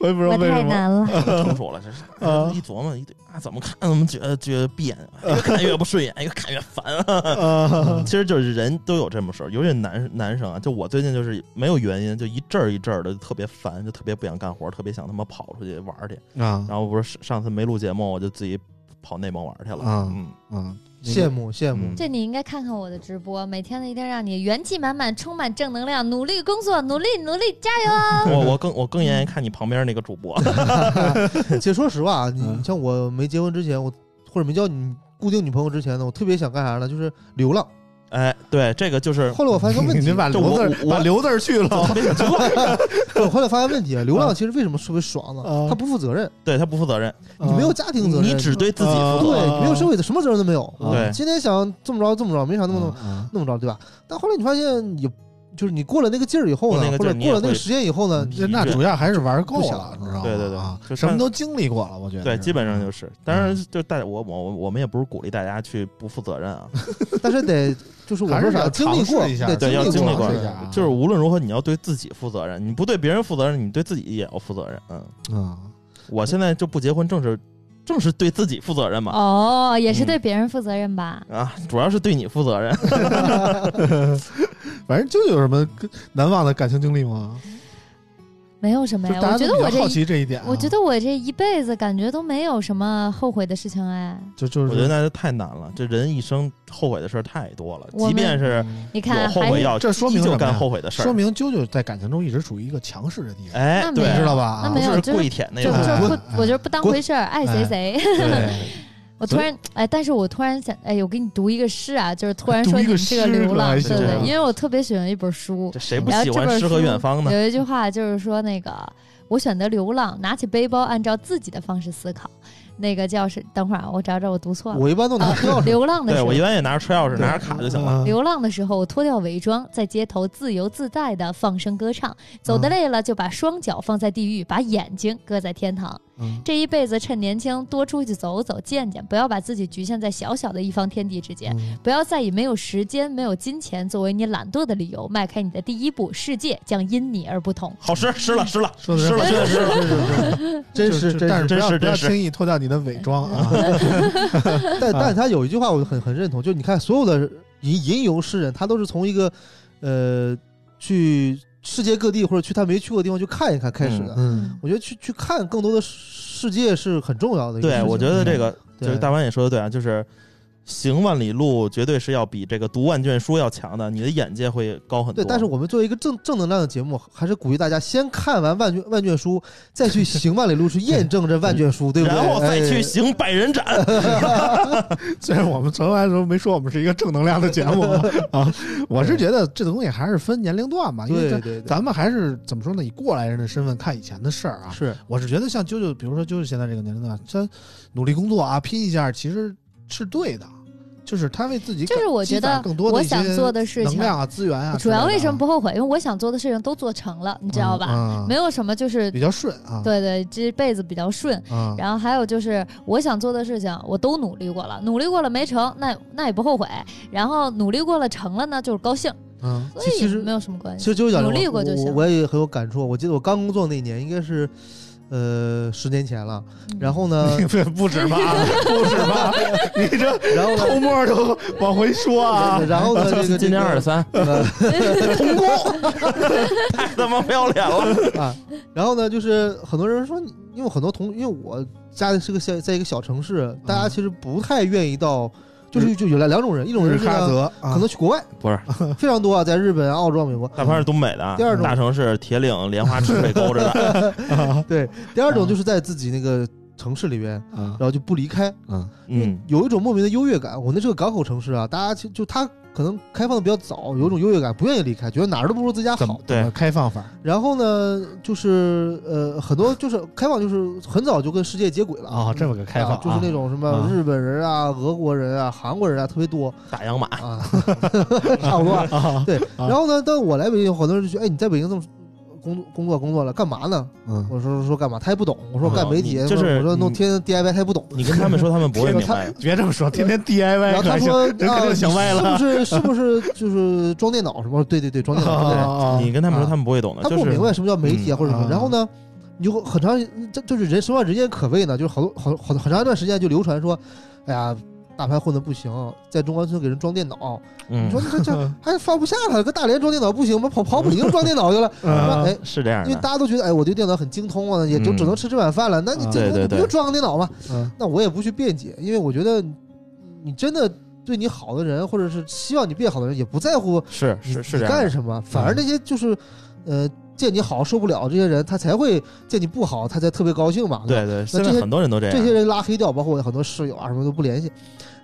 Speaker 3: 我也不知道
Speaker 2: 我
Speaker 3: 为
Speaker 2: 太
Speaker 3: 什么
Speaker 2: 难了。
Speaker 3: (laughs)
Speaker 4: 成熟了，这是
Speaker 3: 啊
Speaker 4: 一琢磨一对啊，怎么看怎么觉得觉得别扭，啊越看越不顺眼，越看越烦啊。
Speaker 3: 啊
Speaker 4: 其实就是人都有这么事儿，尤其是男男生啊，就我最近就是没有原因，就一阵儿一阵儿的就特别烦，就特别不想干活，特别想他妈跑出去玩儿去。
Speaker 3: 啊
Speaker 4: 然后不是上上次没录节目，我就自己跑内蒙玩儿去了。
Speaker 3: 啊
Speaker 4: 嗯，
Speaker 3: 啊！
Speaker 5: 羡慕羡慕
Speaker 4: 嗯，
Speaker 2: 这你应该看看我的直播，每天的一定让你元气满满，充满正能量，努力工作，努力努力，加油！
Speaker 4: 我我更我更愿意看你旁边那个主播， (laughs)
Speaker 5: 其实说实话啊，你
Speaker 3: 嗯
Speaker 5: 你像我没结婚之前，我或者没交你固定女朋友之前呢，我特别想干啥呢？就是流浪。
Speaker 4: 哎，对，这个就是
Speaker 5: 后来我发现个问
Speaker 3: 你 (laughs)
Speaker 5: 题，啊
Speaker 3: 把
Speaker 4: 这
Speaker 3: 刘
Speaker 4: 我
Speaker 3: 字儿
Speaker 4: 我
Speaker 3: 把刘字儿去
Speaker 5: (laughs)
Speaker 3: 了
Speaker 4: 特别想去玩
Speaker 5: 我后来发现问题啊，流浪其实为什么特别爽
Speaker 3: 啊
Speaker 5: 呢？他不负责任，
Speaker 4: 对他不负责任，
Speaker 5: 你没有家庭责任，
Speaker 4: 你只对自己负责。
Speaker 5: 对，没有社会的什么责任都没有。
Speaker 3: 啊
Speaker 4: 对
Speaker 5: 今天想这么着这么着，没想那么弄
Speaker 3: 么
Speaker 5: 那么着，对吧？但后来你发现也。就是你过了那个劲儿以后
Speaker 4: 过
Speaker 5: 呢，
Speaker 4: 那个
Speaker 5: 或
Speaker 4: 劲儿
Speaker 5: 者
Speaker 4: 你也
Speaker 5: 过了那个
Speaker 4: 会
Speaker 5: 时间以后呢，
Speaker 4: 嗯
Speaker 3: 那主要还是玩够
Speaker 5: 呃
Speaker 3: 了，
Speaker 5: 不想
Speaker 3: 你知道吗？
Speaker 4: 对对对
Speaker 3: 啊
Speaker 4: 就
Speaker 3: 什么
Speaker 4: 上
Speaker 3: 都经历过了，我觉得
Speaker 4: 对，
Speaker 3: 是啊
Speaker 4: 基本上
Speaker 3: 嗯
Speaker 4: 就是，当然就大我我我我们也不是鼓励大家去不负责任啊，
Speaker 5: 但是得就是我
Speaker 3: 还
Speaker 5: 说
Speaker 3: 是
Speaker 5: 啥，
Speaker 3: 要
Speaker 5: 经历过
Speaker 3: 尝试一，下
Speaker 5: 得
Speaker 4: 对，要
Speaker 3: 经
Speaker 4: 经
Speaker 3: 历
Speaker 4: 历
Speaker 3: 过
Speaker 4: 过
Speaker 5: 尝试
Speaker 3: 一
Speaker 5: 一
Speaker 3: 下
Speaker 5: 下
Speaker 3: 啊
Speaker 4: 就是无论如何你要对自己负责任，你不对别人负责任，你对自己也要负责任。嗯，
Speaker 3: 嗯
Speaker 4: 我现在就不结婚，正是正是对自己负责任
Speaker 3: 嗯
Speaker 4: 嘛。
Speaker 2: 哦，也是对别人负责任吧？
Speaker 4: 啊，主要是对你负责任。
Speaker 3: 反正就有什么跟难忘的感情经历吗？
Speaker 2: 没有什么
Speaker 3: 就
Speaker 2: 呀，
Speaker 3: 大
Speaker 2: 我
Speaker 3: 家
Speaker 2: 觉
Speaker 3: 都
Speaker 2: 得
Speaker 3: 比
Speaker 2: 我
Speaker 3: 较
Speaker 2: 这
Speaker 3: 好
Speaker 2: 一，
Speaker 3: 奇这一点啊，
Speaker 2: 我觉得我这一辈子感觉都没有什么后悔的事情哎。
Speaker 3: 就就
Speaker 4: 我
Speaker 3: 是
Speaker 4: 觉得那就太难了，这人一生后悔的事儿太多了，
Speaker 2: 我
Speaker 4: 即
Speaker 2: 们
Speaker 4: 便是
Speaker 3: 嗯
Speaker 2: 你看，
Speaker 4: 有后
Speaker 2: 还
Speaker 4: 悔
Speaker 2: 是
Speaker 4: 药，
Speaker 3: 这说明
Speaker 4: 依
Speaker 3: 什
Speaker 4: 旧
Speaker 3: 么呀
Speaker 4: 干后悔的事
Speaker 3: 说
Speaker 4: 儿。
Speaker 3: 明啾啾在感情中一直处于一个强势的地位，
Speaker 4: 哎
Speaker 2: 那，
Speaker 3: 你
Speaker 2: 没
Speaker 3: 知
Speaker 4: 对，
Speaker 3: 道吧？啊
Speaker 2: 那没有
Speaker 4: 不是
Speaker 2: 就是
Speaker 4: 跪舔那
Speaker 2: 就
Speaker 4: 种。啊
Speaker 2: 就
Speaker 3: 哎
Speaker 2: 不，我就不当
Speaker 3: 滚
Speaker 2: 回事儿，爱谁
Speaker 3: 哎
Speaker 2: 谁。 (laughs)
Speaker 4: 对，
Speaker 2: 我突然哎，但是我突然想哎，我给你读一个诗啊，就是突然
Speaker 3: 读
Speaker 2: 说
Speaker 3: 一
Speaker 2: 你
Speaker 3: 个
Speaker 2: 们这个
Speaker 3: 诗
Speaker 2: 流
Speaker 3: 了
Speaker 2: 浪，
Speaker 3: 还
Speaker 2: 对
Speaker 4: 行
Speaker 2: 对，因为我特别喜欢一本书
Speaker 4: 这，谁不
Speaker 2: 然后
Speaker 4: 喜
Speaker 2: 这本
Speaker 4: 欢诗和
Speaker 2: 书
Speaker 4: 远方呢？
Speaker 2: 有一句话就是说那个我选择流浪，拿起背包，按照自己的方式思考。那个叫是，等会儿啊，我找找，我读错
Speaker 5: (laughs)
Speaker 2: 了。啊
Speaker 5: 我一般都拿
Speaker 4: 啊
Speaker 5: 车钥匙，
Speaker 2: 流
Speaker 4: (laughs)
Speaker 2: 浪的时
Speaker 4: 对
Speaker 2: 候
Speaker 4: 我一，般也拿着车钥匙，拿着卡就行了。
Speaker 3: 嗯
Speaker 2: 流浪的时候，我脱掉伪装，在街头自由自
Speaker 4: 嗯
Speaker 2: 在的放声歌唱。走得累了，就把双脚放在地狱，把眼睛搁在天堂。
Speaker 3: 嗯
Speaker 2: 这一辈子趁年轻多出去走走、见见，不要把自己局限在小小的一方天地之
Speaker 3: (laughs)
Speaker 2: 间，
Speaker 3: 嗯
Speaker 2: 不要再以没有时间、没有金钱作为你懒惰的理由迈开你的第一步，世界将因你而不同。
Speaker 4: 好吃，吃了吃了，
Speaker 3: 说
Speaker 4: 吃
Speaker 3: 的
Speaker 4: 了
Speaker 3: 是
Speaker 4: 吃了
Speaker 3: (laughs)
Speaker 4: 吃了。
Speaker 5: 真
Speaker 3: 就是就
Speaker 5: 真
Speaker 3: 但
Speaker 5: 是，
Speaker 3: 是不
Speaker 4: (laughs) 真
Speaker 3: 要
Speaker 4: 是
Speaker 3: 不要
Speaker 4: 真是嗯
Speaker 3: 轻易脱掉你的伪装
Speaker 4: (laughs)
Speaker 3: 啊！
Speaker 5: 但但他有一句话我很很认同，就是你看所有的吟吟游诗人，他都是从一个呃去世界各地或者去他没去过的地方去看一看开始的。
Speaker 3: 嗯，
Speaker 5: 我觉得去去看更多的世界是很重要的一个事
Speaker 4: 对，
Speaker 5: 情。
Speaker 4: 我觉得这个
Speaker 3: 嗯
Speaker 5: 对
Speaker 4: 就是大王也说的对啊，就是行万里路绝对是要比这个读万卷书要强的，你的眼界会高很多。
Speaker 5: 对，但是我们作为一个正正能量的节目，还是鼓励大家先看完万卷万卷书，再去行万里路去验证这万卷书，对不对？
Speaker 4: 然后再去
Speaker 5: 哎
Speaker 4: 行百人斩，
Speaker 3: (laughs) 虽然我们从来都没说我们是一个正能量的节目
Speaker 5: (laughs)
Speaker 3: 啊啊，我是觉得这东西还是分年龄段吧，因为
Speaker 5: 对
Speaker 3: 咱
Speaker 5: 对对，
Speaker 3: 咱们还是怎么说呢？以过来人的身份看以前的事儿啊，
Speaker 5: 是
Speaker 3: 我是觉得像啾啾，比如说啾啾现在这个年龄段，他努力工作啊，拼一下，其实是对的，就是他为自己
Speaker 2: 这是我觉
Speaker 3: 积攒
Speaker 2: 得
Speaker 3: 更多的
Speaker 2: 我
Speaker 3: 一些
Speaker 2: 想做的事
Speaker 3: 能
Speaker 2: 情，
Speaker 3: 量啊、资源啊之
Speaker 2: 主
Speaker 3: 类的啊，
Speaker 2: 要为什么不后悔？因为我想做的事情都做成了，你知道吧？
Speaker 3: 嗯？嗯
Speaker 2: 没有什么就是
Speaker 3: 比较顺啊，
Speaker 2: 对对，这辈子比较顺。
Speaker 3: 啊，
Speaker 2: 然后还有就是，我想做的事情我都努力过了，努力过了没成，那那也不后悔。然后努力过了成了呢，就是高兴，
Speaker 3: 嗯
Speaker 2: 所
Speaker 5: 其
Speaker 2: 以
Speaker 5: 其实
Speaker 2: 没有什么关
Speaker 5: 其
Speaker 2: 系。
Speaker 5: 实就是讲
Speaker 2: 努
Speaker 5: 我
Speaker 2: 力过就
Speaker 5: 我
Speaker 2: 行
Speaker 5: 我也很有感触。我记得我刚工作那年，应该是呃十年前了。然后
Speaker 4: (laughs)
Speaker 5: 呢，
Speaker 3: 嗯，不止吧，不止吧，你这
Speaker 5: 然后呢，
Speaker 3: 偷摸儿都往回说啊，
Speaker 5: 然后
Speaker 4: (laughs)
Speaker 5: 呢，这个呃
Speaker 4: 今年二十三，
Speaker 5: 这个
Speaker 4: 童
Speaker 5: (laughs)
Speaker 4: 工，太他妈不要脸了。
Speaker 5: 啊，然后呢，就是很多人说你，因为我很多同，因为我家是个在在一个小城市，
Speaker 3: 嗯
Speaker 5: 大家其实不太愿意到，就是就有两两种人，一种
Speaker 3: 日
Speaker 5: 人是
Speaker 3: 喀啊
Speaker 5: 呢
Speaker 3: 则
Speaker 5: 可 (laughs) 能去国外，
Speaker 4: 不是，
Speaker 5: 非常多啊，在日本、澳洲、美国。
Speaker 4: 大潘是东北的啊
Speaker 5: 第二，种
Speaker 4: 大城市铁岭莲花池水沟着
Speaker 5: (laughs)
Speaker 4: 的，
Speaker 3: 啊
Speaker 5: 对，第二种就是在自己那个城市里边，
Speaker 3: 啊
Speaker 5: 然后就不离开，
Speaker 3: 啊
Speaker 4: 嗯，
Speaker 5: 有一种莫名的优越感。我那是个港口城市啊，大家其就他可能开放的比较早，有一种优越感，不愿意离开，觉得哪儿都不如自家
Speaker 3: 怎么
Speaker 5: 好。
Speaker 3: 怎么呃开放法？
Speaker 5: 然后呢，就是呃，很多就是开放，就是很早就跟世界接轨了
Speaker 3: 啊，这么个开放啊，
Speaker 5: 啊就是那种什么
Speaker 3: 啊
Speaker 5: 日本人啊、俄国人啊、韩国人啊特别多
Speaker 4: 大洋马，
Speaker 5: 啊， (laughs) 差不多啊。
Speaker 3: 啊，
Speaker 5: 对，
Speaker 3: 啊
Speaker 5: 然后呢，当我来北京，很多人就觉得，哎，你在北京这么工作工作工作了，干嘛呢？
Speaker 3: 嗯，
Speaker 5: 我说说干嘛？他也不懂。我说我
Speaker 4: 哦
Speaker 5: 干媒体，
Speaker 4: 你就是
Speaker 5: 我说弄
Speaker 3: 你
Speaker 5: 天天 DIY，他也不懂。
Speaker 4: 你跟他们说，他们不会明白的。
Speaker 3: 别这么说，天天 DIY，
Speaker 5: 然后他
Speaker 3: 可行 (laughs)
Speaker 5: 说
Speaker 3: 人肯
Speaker 5: 啊，
Speaker 3: 定想歪了
Speaker 5: 是不是是不是就是装电脑什么？对对对，装
Speaker 3: (laughs)
Speaker 5: 电脑。装电脑
Speaker 3: 啊
Speaker 4: 你跟他们说，
Speaker 5: 啊
Speaker 4: 他们不会懂的。
Speaker 5: 他
Speaker 4: 就
Speaker 5: 不
Speaker 4: 是
Speaker 5: 明白什么叫媒体啊，
Speaker 4: 嗯
Speaker 5: 或者什么。
Speaker 3: 啊
Speaker 5: 然后呢，你就很长，这就是人什么叫人言可畏呢？就是好多好好很长一段时间就流传说，哎呀，大盘混的不行，在中关村给人装电脑，你
Speaker 4: 嗯
Speaker 5: 说，这
Speaker 3: 哦
Speaker 5: 这还放不下他，跟大连装电脑不行吗？跑跑北京装电脑去了，
Speaker 3: 啊
Speaker 5: 哎。
Speaker 4: 嗯 (laughs) 是这样
Speaker 5: 因为
Speaker 4: 的。嗯
Speaker 5: 大家都觉得，哎，我对电脑很精通啊，也就只能吃这碗饭了。那你
Speaker 3: 啊
Speaker 5: 精
Speaker 4: 对对
Speaker 5: 通，你不
Speaker 4: 对
Speaker 5: 就装个电脑吗？
Speaker 3: 嗯
Speaker 5: 那我也不去辩解，因为我觉得你真的对你好的人，或者是希望你变好的人，也不在乎
Speaker 4: 是
Speaker 5: 你
Speaker 4: 是是
Speaker 5: 你
Speaker 4: 这样
Speaker 5: 干
Speaker 4: 的。
Speaker 5: 什么？反而那些就是，呃，见你好受不了这些人，他才会见你不好，他才特别高兴嘛。吧
Speaker 4: 对对，现在
Speaker 5: 这些
Speaker 4: 很多人都这样。
Speaker 5: 这些人拉黑掉，包括我很多室友啊什么都不联系。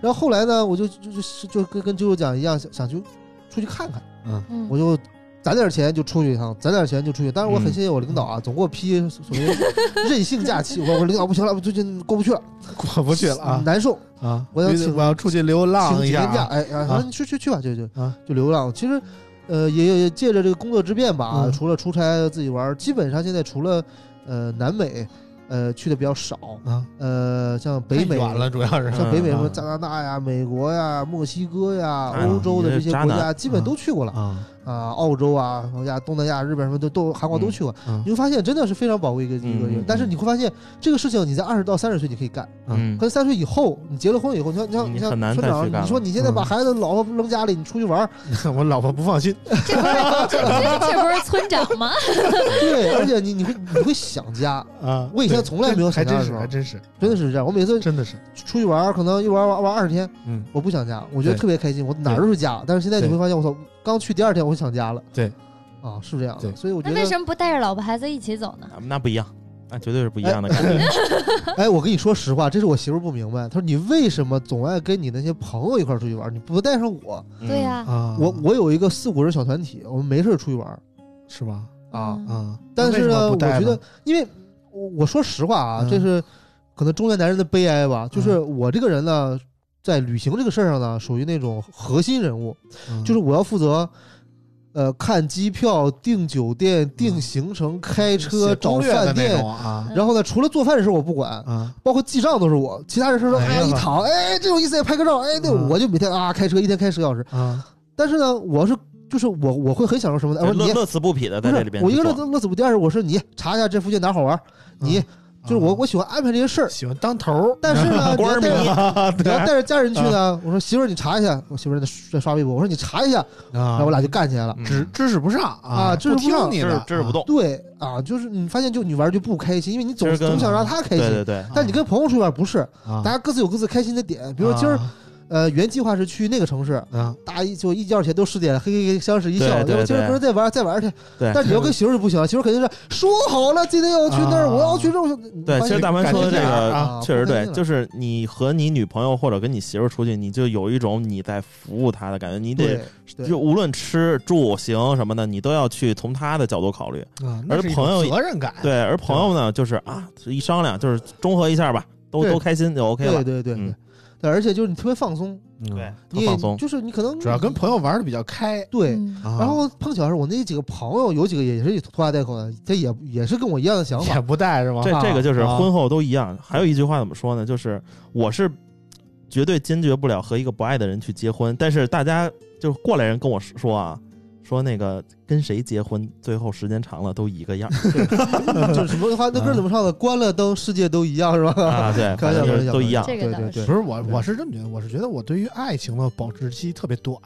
Speaker 5: 然后后来呢，我就就就就跟跟舅舅讲一样，想想去出去看看，
Speaker 2: 嗯
Speaker 5: 我就。攒点钱就出去一趟，攒点钱就出去。但是我
Speaker 4: 嗯
Speaker 5: 很谢谢我领导啊，总给我批所谓任性假期。我我领导不行了，我最近过不去了，
Speaker 3: 过不去了啊
Speaker 5: 难受。
Speaker 3: 啊！
Speaker 5: 我要
Speaker 3: 必须
Speaker 5: 请
Speaker 3: 我要出去流浪
Speaker 5: 请
Speaker 3: 一
Speaker 5: 几
Speaker 3: 下
Speaker 5: 天假，
Speaker 3: 啊，
Speaker 5: 哎，然后
Speaker 3: 啊
Speaker 5: 你去去去吧，就就
Speaker 3: 啊
Speaker 5: 就流浪。其实，呃，也也也借着这个工作之便吧，啊
Speaker 3: 嗯
Speaker 5: 除了出差自己玩儿，基本上现在除了呃南美，呃去的比较少，
Speaker 3: 啊，
Speaker 5: 呃像北美
Speaker 3: 太远了，主要是
Speaker 5: 像北美什
Speaker 3: 嗯
Speaker 5: 么
Speaker 3: 啊
Speaker 5: 加拿大呀、美国呀、墨西哥呀、
Speaker 4: 哎呦
Speaker 5: 欧洲的
Speaker 4: 你
Speaker 5: 这
Speaker 4: 这
Speaker 5: 些
Speaker 4: 渣
Speaker 5: 国
Speaker 4: 男
Speaker 5: 家，基本
Speaker 3: 嗯
Speaker 5: 都去过了
Speaker 3: 啊
Speaker 5: 啊，澳洲啊、什么亚东南亚、日本什么都都韩国都
Speaker 4: 嗯
Speaker 5: 去过，
Speaker 3: 嗯
Speaker 5: 你会发现真的是非常宝贵一个一个
Speaker 4: 嗯
Speaker 5: 一个
Speaker 4: 嗯。
Speaker 5: 但是你会发现这个事情你在二十到三十岁你可以干。
Speaker 3: 啊
Speaker 4: 嗯
Speaker 5: 可，是三十岁以后，你结了婚以后，你像你像
Speaker 4: 你
Speaker 5: 像
Speaker 4: 很难
Speaker 5: 村
Speaker 4: 再去
Speaker 5: 长，
Speaker 4: 干
Speaker 5: 你说
Speaker 4: 了
Speaker 5: 你现在把
Speaker 3: 嗯
Speaker 5: 孩子、老婆扔家里，你出去玩儿，
Speaker 3: (laughs) 我老婆不放心，
Speaker 2: 这不是这这不是村长吗？
Speaker 5: 对，而且你你会你会想家。
Speaker 3: 啊，
Speaker 5: 我以前
Speaker 3: 对
Speaker 5: 从来没有
Speaker 3: 还
Speaker 5: 想家
Speaker 3: 真
Speaker 5: 的
Speaker 3: 是
Speaker 5: 时候
Speaker 3: 还真是
Speaker 5: 真的是这样，我每次
Speaker 3: 真的是，
Speaker 5: 出去玩儿，可能一玩儿玩玩二十天，
Speaker 3: 嗯，
Speaker 5: 我不想家，我觉得
Speaker 3: 对
Speaker 5: 特别开心，我哪儿都是家。但是现在你
Speaker 3: 对
Speaker 5: 会发现，我操，刚去第二天我就想家了。
Speaker 3: 对，
Speaker 5: 啊，是这样的。
Speaker 3: 对
Speaker 5: 所以我觉
Speaker 2: 那为
Speaker 5: 得，
Speaker 2: 什么不带着老婆孩子一起走呢？
Speaker 4: 啊那不一样，那绝对是不一样的感觉。
Speaker 5: 哎，我跟你说实话，这是我媳妇儿不明白，她说你为什么总爱跟你那些朋友一块儿出去玩儿，你不带上我？
Speaker 4: 嗯
Speaker 2: 对呀，
Speaker 3: 啊，
Speaker 5: 我我有一个四五人小团体，我们没事儿出去玩儿
Speaker 3: 是吧？
Speaker 5: 啊。
Speaker 2: 嗯
Speaker 3: 啊，
Speaker 5: 但是
Speaker 3: 为什
Speaker 5: 呢，
Speaker 3: 么
Speaker 5: 我
Speaker 3: 不带
Speaker 5: 觉
Speaker 3: 呢
Speaker 5: 得，因为我我说实话啊，
Speaker 3: 嗯
Speaker 5: 这是可能中年男人的悲哀吧。就是我这个人呢，在旅行这个事儿上呢，属于那种核心人物，
Speaker 3: 嗯
Speaker 5: 就是我要负责呃，看机票、订酒店、订行程、开车、
Speaker 3: 嗯写
Speaker 5: 找
Speaker 3: 攻略的
Speaker 5: 饭
Speaker 3: 那
Speaker 5: 店，
Speaker 3: 种啊
Speaker 5: 然后呢，除了做饭的事儿我不管，
Speaker 3: 啊，
Speaker 5: 包括记账都是我，其他人事儿都
Speaker 3: 哎
Speaker 5: 哎
Speaker 3: 呀
Speaker 5: 一躺，哎这有意思，拍个照，哎对，
Speaker 3: 嗯
Speaker 5: 我就每天啊开车一天开十个小时，
Speaker 3: 啊，
Speaker 5: 但是呢，我是就是我我会很享受什么呢？
Speaker 3: 哎
Speaker 5: 我说
Speaker 4: 乐
Speaker 5: 你
Speaker 4: 乐此不疲的
Speaker 5: 不
Speaker 4: 在这
Speaker 5: 是
Speaker 4: 里边
Speaker 5: 我
Speaker 4: 去
Speaker 5: 一
Speaker 4: 做。
Speaker 5: 个乐乐死不第二是我是你查一下这附近哪儿好玩儿，
Speaker 3: 嗯
Speaker 5: 你就是我我喜欢安排这些事儿，
Speaker 3: 喜欢当头儿，
Speaker 5: 但是呢，你
Speaker 4: 嗯 (laughs) 官
Speaker 5: 要
Speaker 4: 儿啊
Speaker 5: 带着
Speaker 4: 迷
Speaker 3: 啊
Speaker 5: 你要带着家人去呢，
Speaker 4: 嗯
Speaker 5: 我说媳妇儿你查一下，我媳妇儿在刷在刷微博，我说你查一下，
Speaker 3: 啊
Speaker 5: 然后我俩就干起来了。
Speaker 4: 嗯
Speaker 3: 指指使不上
Speaker 5: 啊指使
Speaker 3: 不
Speaker 5: 不
Speaker 3: 听
Speaker 5: 上
Speaker 3: 你
Speaker 4: 这
Speaker 3: 的
Speaker 4: 是，这是不
Speaker 3: 啊
Speaker 4: 动，
Speaker 5: (laughs) 对啊，就是你发现就你玩儿就不开心，因为你总
Speaker 4: 这是跟
Speaker 5: 总想让他开
Speaker 4: 对
Speaker 5: 心
Speaker 4: 对，嗯对，
Speaker 5: 但你跟朋友出去玩儿不是，
Speaker 3: 啊
Speaker 5: 大家各自有各自开心的点，比如说今儿
Speaker 3: 啊
Speaker 4: 嗯
Speaker 5: 呃原计划是去那个城市，
Speaker 3: 啊，
Speaker 5: 大家一就一觉前都十点了，嘿嘿嘿相视一笑，
Speaker 4: 对
Speaker 5: 要
Speaker 4: 对
Speaker 5: 不今儿
Speaker 4: 对
Speaker 5: 哥儿再玩儿再玩儿去，
Speaker 4: 对
Speaker 5: 但你要跟媳妇儿就不行，媳妇儿肯定是说好了今天要去那儿，
Speaker 3: 啊
Speaker 5: 我要去这儿，我就
Speaker 4: 嗯对其实大
Speaker 3: 白
Speaker 4: 潘说的这
Speaker 5: 感觉
Speaker 4: 个
Speaker 5: 啊
Speaker 4: 确实对，就是是你和你女朋友或者跟你媳妇儿出去，你就有一种你在服务她的感觉，你得
Speaker 5: 对对
Speaker 4: 就无论吃住行什么的，你都要去从她的角度考虑。
Speaker 3: 啊那
Speaker 4: 而
Speaker 3: 是一
Speaker 4: 朋
Speaker 3: 种
Speaker 4: 友
Speaker 3: 责任感，
Speaker 4: 对，而朋友呢，就是啊，一商量就是综合一下吧，都
Speaker 5: 对
Speaker 4: 都开心就 OK
Speaker 5: 对
Speaker 4: 了。
Speaker 5: 对对对
Speaker 4: 嗯，
Speaker 5: 对而且就是你特别放松，
Speaker 3: 嗯
Speaker 4: 对，
Speaker 5: 你
Speaker 4: 多
Speaker 5: 也
Speaker 4: 放松。
Speaker 5: 就是你可能
Speaker 3: 主要跟朋友玩的比较开，
Speaker 5: 对。
Speaker 2: 嗯
Speaker 3: 然
Speaker 5: 然后
Speaker 4: 啊
Speaker 5: 碰巧是我那几个朋友，有几个也是拖家带口的，他也也是跟我一样的想
Speaker 3: 也
Speaker 5: 法。
Speaker 3: 不带是吧？
Speaker 4: 这
Speaker 5: 啊
Speaker 4: 这个就是
Speaker 3: 啊
Speaker 4: 婚后都一样。还有一句话怎么说呢？就是我是绝对坚决不了和一个不爱的人去结婚。但是大家就是过来人跟我说啊，说那个跟谁结婚，最后时间长了都一个样儿
Speaker 5: 就是什么话，那
Speaker 4: 嗯
Speaker 5: 歌怎么唱的？关了灯，世界都一样，是吧？
Speaker 4: 啊，对，
Speaker 5: 开玩
Speaker 4: 反
Speaker 5: 笑开玩
Speaker 4: 正就是
Speaker 5: 笑
Speaker 4: 都一样。
Speaker 2: 这
Speaker 5: 对
Speaker 2: 个倒
Speaker 5: 对
Speaker 2: 是
Speaker 5: 对，
Speaker 3: 不是我，我是这么觉得，我是觉得我对于爱情的保质期特别短，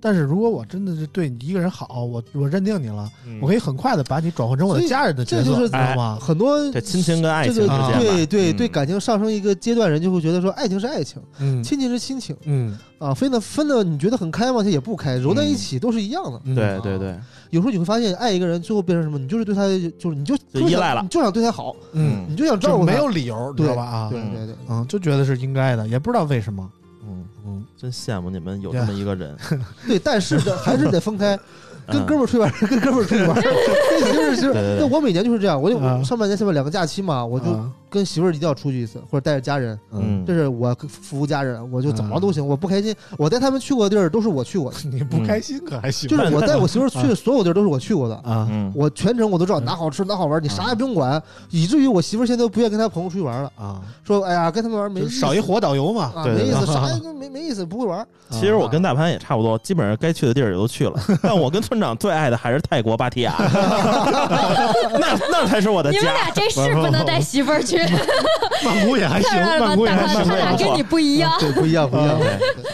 Speaker 3: 但是如果我真的是对你一个人好，我我认定你了，
Speaker 4: 嗯哎
Speaker 3: 我可以很快的把你转换成我的家人的角色，
Speaker 5: 所以这就是
Speaker 3: 你知道吗？
Speaker 5: (laughs) 很多
Speaker 4: 这亲情跟啊爱
Speaker 5: 这
Speaker 4: 情
Speaker 5: 个
Speaker 4: 之间吧，
Speaker 5: 对对
Speaker 4: 嗯
Speaker 5: 对，感情上升一个阶段，人就会觉得说，爱情是爱情，
Speaker 3: 嗯
Speaker 5: 亲情是亲情
Speaker 3: 嗯
Speaker 5: 啊，分的分的，你觉得很开吗？它也不开，揉在一起都是一样的。
Speaker 3: 嗯
Speaker 4: 对对对，
Speaker 5: 有时候你会发现，爱一个人最后变成什么？你就是对他，就是你就
Speaker 4: 就依赖了
Speaker 5: 你就想对他好，
Speaker 3: 嗯，
Speaker 5: 你就想照
Speaker 3: 就
Speaker 5: 顾他。
Speaker 3: 没有理由，你知道吧？啊，
Speaker 5: 对对对，
Speaker 3: 嗯，就觉得是应该的，也不知道为什么。
Speaker 4: 嗯，
Speaker 3: 嗯，
Speaker 4: 真羡慕你们有这么一个人，
Speaker 5: (laughs) 对，但是这还是得分开，跟
Speaker 4: 嗯
Speaker 5: 哥们儿出去玩儿，跟哥们儿出去玩儿，跟媳妇儿就是
Speaker 4: 对对
Speaker 5: 那
Speaker 4: 对
Speaker 5: 我每年就是这样，我就
Speaker 3: 啊
Speaker 5: 我上半年、下半年两个假期嘛，我就
Speaker 3: 啊
Speaker 5: 跟媳妇儿一定要出去一次，或者带着家人，
Speaker 4: 嗯，
Speaker 5: 这是我服务家人，我就怎么着都行，我不开心，我带他们去过的地儿都是我去过的，
Speaker 3: (laughs) 你
Speaker 4: 嗯
Speaker 3: 不开心可还行，
Speaker 5: 就是我
Speaker 4: 但
Speaker 5: 带我媳妇儿去的所有地儿都是我去过的，
Speaker 3: 啊，
Speaker 4: 嗯
Speaker 5: 我全程我都知道
Speaker 3: 嗯
Speaker 5: 哪好吃哪好玩，你啥也不用管，以至于我媳妇儿现在都不愿意跟她朋友出去玩
Speaker 4: 嗯
Speaker 5: 了，
Speaker 3: 啊，
Speaker 5: 说哎呀跟他们玩没
Speaker 3: 就
Speaker 5: 意
Speaker 3: 是
Speaker 5: 思，
Speaker 3: 少一活导游 (laughs) 嘛。
Speaker 5: 啊
Speaker 4: 对
Speaker 5: 没
Speaker 4: 对
Speaker 5: 意思，
Speaker 3: 对
Speaker 5: 啥也都没没意思，不会玩，
Speaker 4: 嗯其实我跟大潘也差不多，基本上该去的地儿也都去了。但我跟村长最爱的还是泰国芭提雅，那那才是我的
Speaker 2: 你们
Speaker 4: 家。
Speaker 2: 俩真是不能带媳妇儿去，
Speaker 3: 曼谷也还
Speaker 2: (laughs)
Speaker 3: 行，
Speaker 2: 看到
Speaker 3: 曼
Speaker 2: 了
Speaker 3: 谷
Speaker 2: 吗？
Speaker 3: 也
Speaker 2: 大
Speaker 3: 还行
Speaker 2: 潘，他。俩跟你不一样，
Speaker 5: 对，不一样不一样。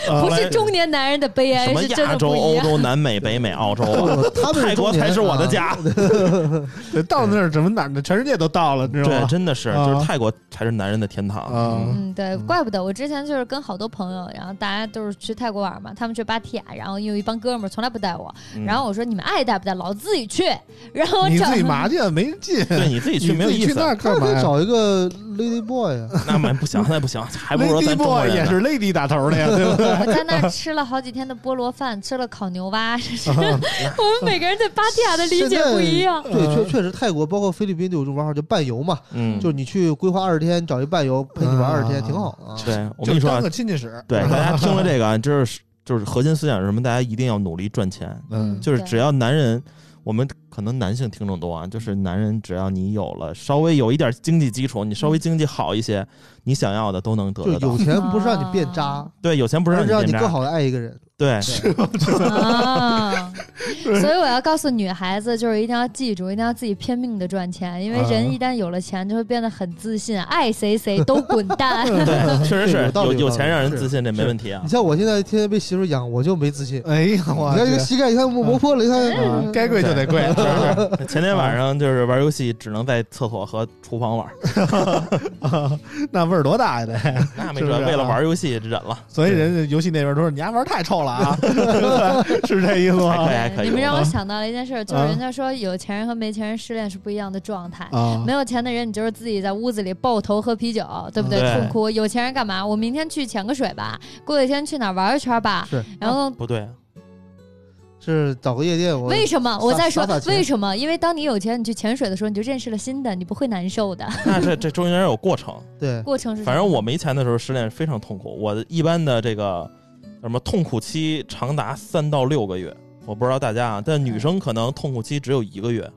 Speaker 3: 啊
Speaker 2: 不是中年男人的悲
Speaker 4: 什
Speaker 2: 哀，
Speaker 4: 么
Speaker 2: 是真
Speaker 4: 亚
Speaker 2: 的
Speaker 4: 洲、
Speaker 2: 不一
Speaker 4: 欧
Speaker 2: 样。嗯
Speaker 4: 洲、南美、北美、澳洲啊，
Speaker 5: 不 (laughs) 他们
Speaker 4: 泰国
Speaker 5: 中年
Speaker 4: 才是我的
Speaker 5: 啊
Speaker 4: 家。
Speaker 3: 对到那儿怎么哪儿的，全世界都到了，你知道
Speaker 4: 对，
Speaker 3: 吗？
Speaker 4: 真的是，
Speaker 3: 啊
Speaker 4: 就是泰国才是男人的天堂。
Speaker 3: 啊
Speaker 4: 嗯
Speaker 2: 嗯，对，怪不得我之前就是跟好多朋友，然后大家都是去泰国玩嘛，他们去芭提雅，然后有一帮哥们儿从来不带我，
Speaker 4: 嗯
Speaker 2: 然后我说你们爱带不带，老子自己去，然后
Speaker 3: 你
Speaker 2: 找
Speaker 3: 自己麻去没劲，
Speaker 4: 对你自己
Speaker 3: 你
Speaker 4: 去没有
Speaker 3: 自己
Speaker 4: 意
Speaker 3: 去
Speaker 4: 思
Speaker 3: 那，儿
Speaker 5: 他
Speaker 3: 干嘛
Speaker 5: 可以
Speaker 3: 呀？
Speaker 5: 找一个 lady boy 啊，
Speaker 4: 那蛮不行，那不行，还不如
Speaker 3: Lady
Speaker 4: 咱中国
Speaker 3: boy 也
Speaker 4: 人呢。
Speaker 3: 是 lady 打头的呀，对不对？
Speaker 2: 我在那儿吃了好几天的菠萝饭，吃了烤牛蛙，这
Speaker 5: (laughs) 啊
Speaker 2: 是我们每个人对芭提雅的理解不一样。
Speaker 5: 对，
Speaker 3: 嗯
Speaker 5: 确确实泰国包括菲律宾都有这种玩法，叫伴游嘛，
Speaker 4: 嗯，
Speaker 5: 就是你去规划二十天，找一伴游陪你玩二十天，
Speaker 3: 啊
Speaker 5: 挺好的啊。
Speaker 4: 对我跟
Speaker 3: 就
Speaker 4: 你说
Speaker 3: 当
Speaker 4: 啊
Speaker 3: 个，亲戚嗯使。
Speaker 4: (laughs) 对大家听了这个
Speaker 5: (laughs)
Speaker 4: 啊，就是就是核心思想是什么？大家一定要努力赚钱，
Speaker 3: 嗯
Speaker 4: 就是
Speaker 2: 对
Speaker 4: 只要男人，我们可能男性听众多啊，就是男人只要你有了稍微有一点经济基础，你稍微经济好一些，你想要的都能得
Speaker 5: 嗯就
Speaker 4: 得到
Speaker 5: 有。钱不是让你变渣
Speaker 2: 啊，
Speaker 4: 对，有钱不
Speaker 5: 而
Speaker 4: 是
Speaker 5: 是让你
Speaker 4: 让你
Speaker 5: 更
Speaker 4: 变渣，
Speaker 5: 好的爱一个人。
Speaker 4: 对，
Speaker 5: (laughs)
Speaker 2: 哦啊，所以我要告诉女孩子，就是一定要记住，一定要自己拼命的赚钱，因为
Speaker 5: 啊
Speaker 2: 人一旦有了钱，就会变得很自信，爱谁谁都滚
Speaker 5: (laughs)
Speaker 2: 蛋。
Speaker 4: 对，确实
Speaker 5: 对
Speaker 4: 是
Speaker 5: 有道理有
Speaker 4: 有
Speaker 5: 道
Speaker 4: 有
Speaker 5: 理
Speaker 4: 钱让人
Speaker 5: 是
Speaker 4: 自信，这没
Speaker 5: 是
Speaker 4: 问题啊
Speaker 5: (laughs) 你。像我现在天天被媳妇养，我就没自信。
Speaker 3: 哎呀，我
Speaker 5: 你看这个
Speaker 3: 去
Speaker 5: 膝盖，你看磨磨破了，你
Speaker 2: 嗯
Speaker 3: 啊
Speaker 5: 看
Speaker 3: 该跪就得跪。
Speaker 4: 确实是。前天晚上就是玩游戏，只能在厕所和厨房
Speaker 5: (laughs)
Speaker 4: 玩，
Speaker 3: (laughs) 那味儿多大呀？得，
Speaker 4: 那没
Speaker 3: 是不
Speaker 4: 辙，
Speaker 3: 是啊
Speaker 4: 为了玩游戏忍了，
Speaker 3: 所以人家游戏那边都说你家玩儿太臭了啊， (laughs) 是 (laughs) 这意思
Speaker 4: 还
Speaker 3: 吗
Speaker 4: 可？以还可以。
Speaker 2: 你
Speaker 4: 啊
Speaker 2: 们让我想到了一件事，就是
Speaker 3: 啊
Speaker 2: 人家说有钱人和没钱人失恋是不一样的状态。
Speaker 3: 啊
Speaker 2: 没，有钱的人，你就是自己在屋子里抱头喝啤酒，对不对？
Speaker 4: 嗯对
Speaker 2: 痛哭。有钱人干嘛？我明天去潜个水吧，过几天去哪儿玩一圈吧。
Speaker 5: 是
Speaker 2: 然后
Speaker 4: 不对，
Speaker 5: 是找个夜店，我
Speaker 2: 为什么？我
Speaker 5: 撒
Speaker 2: 在说
Speaker 5: 撒把钱
Speaker 2: 为什么？因为当你有钱，你去潜水的时候，你就认识了新的，你不会难受的。
Speaker 4: 那这这中间有过程。
Speaker 5: 对
Speaker 2: 过程是什么
Speaker 4: 反正我没钱的时候失恋非常痛苦，我一般的这个什么痛苦期长达三到六个月，我不知道大家啊，但
Speaker 2: 嗯
Speaker 4: 女生可能痛苦期只有一个月，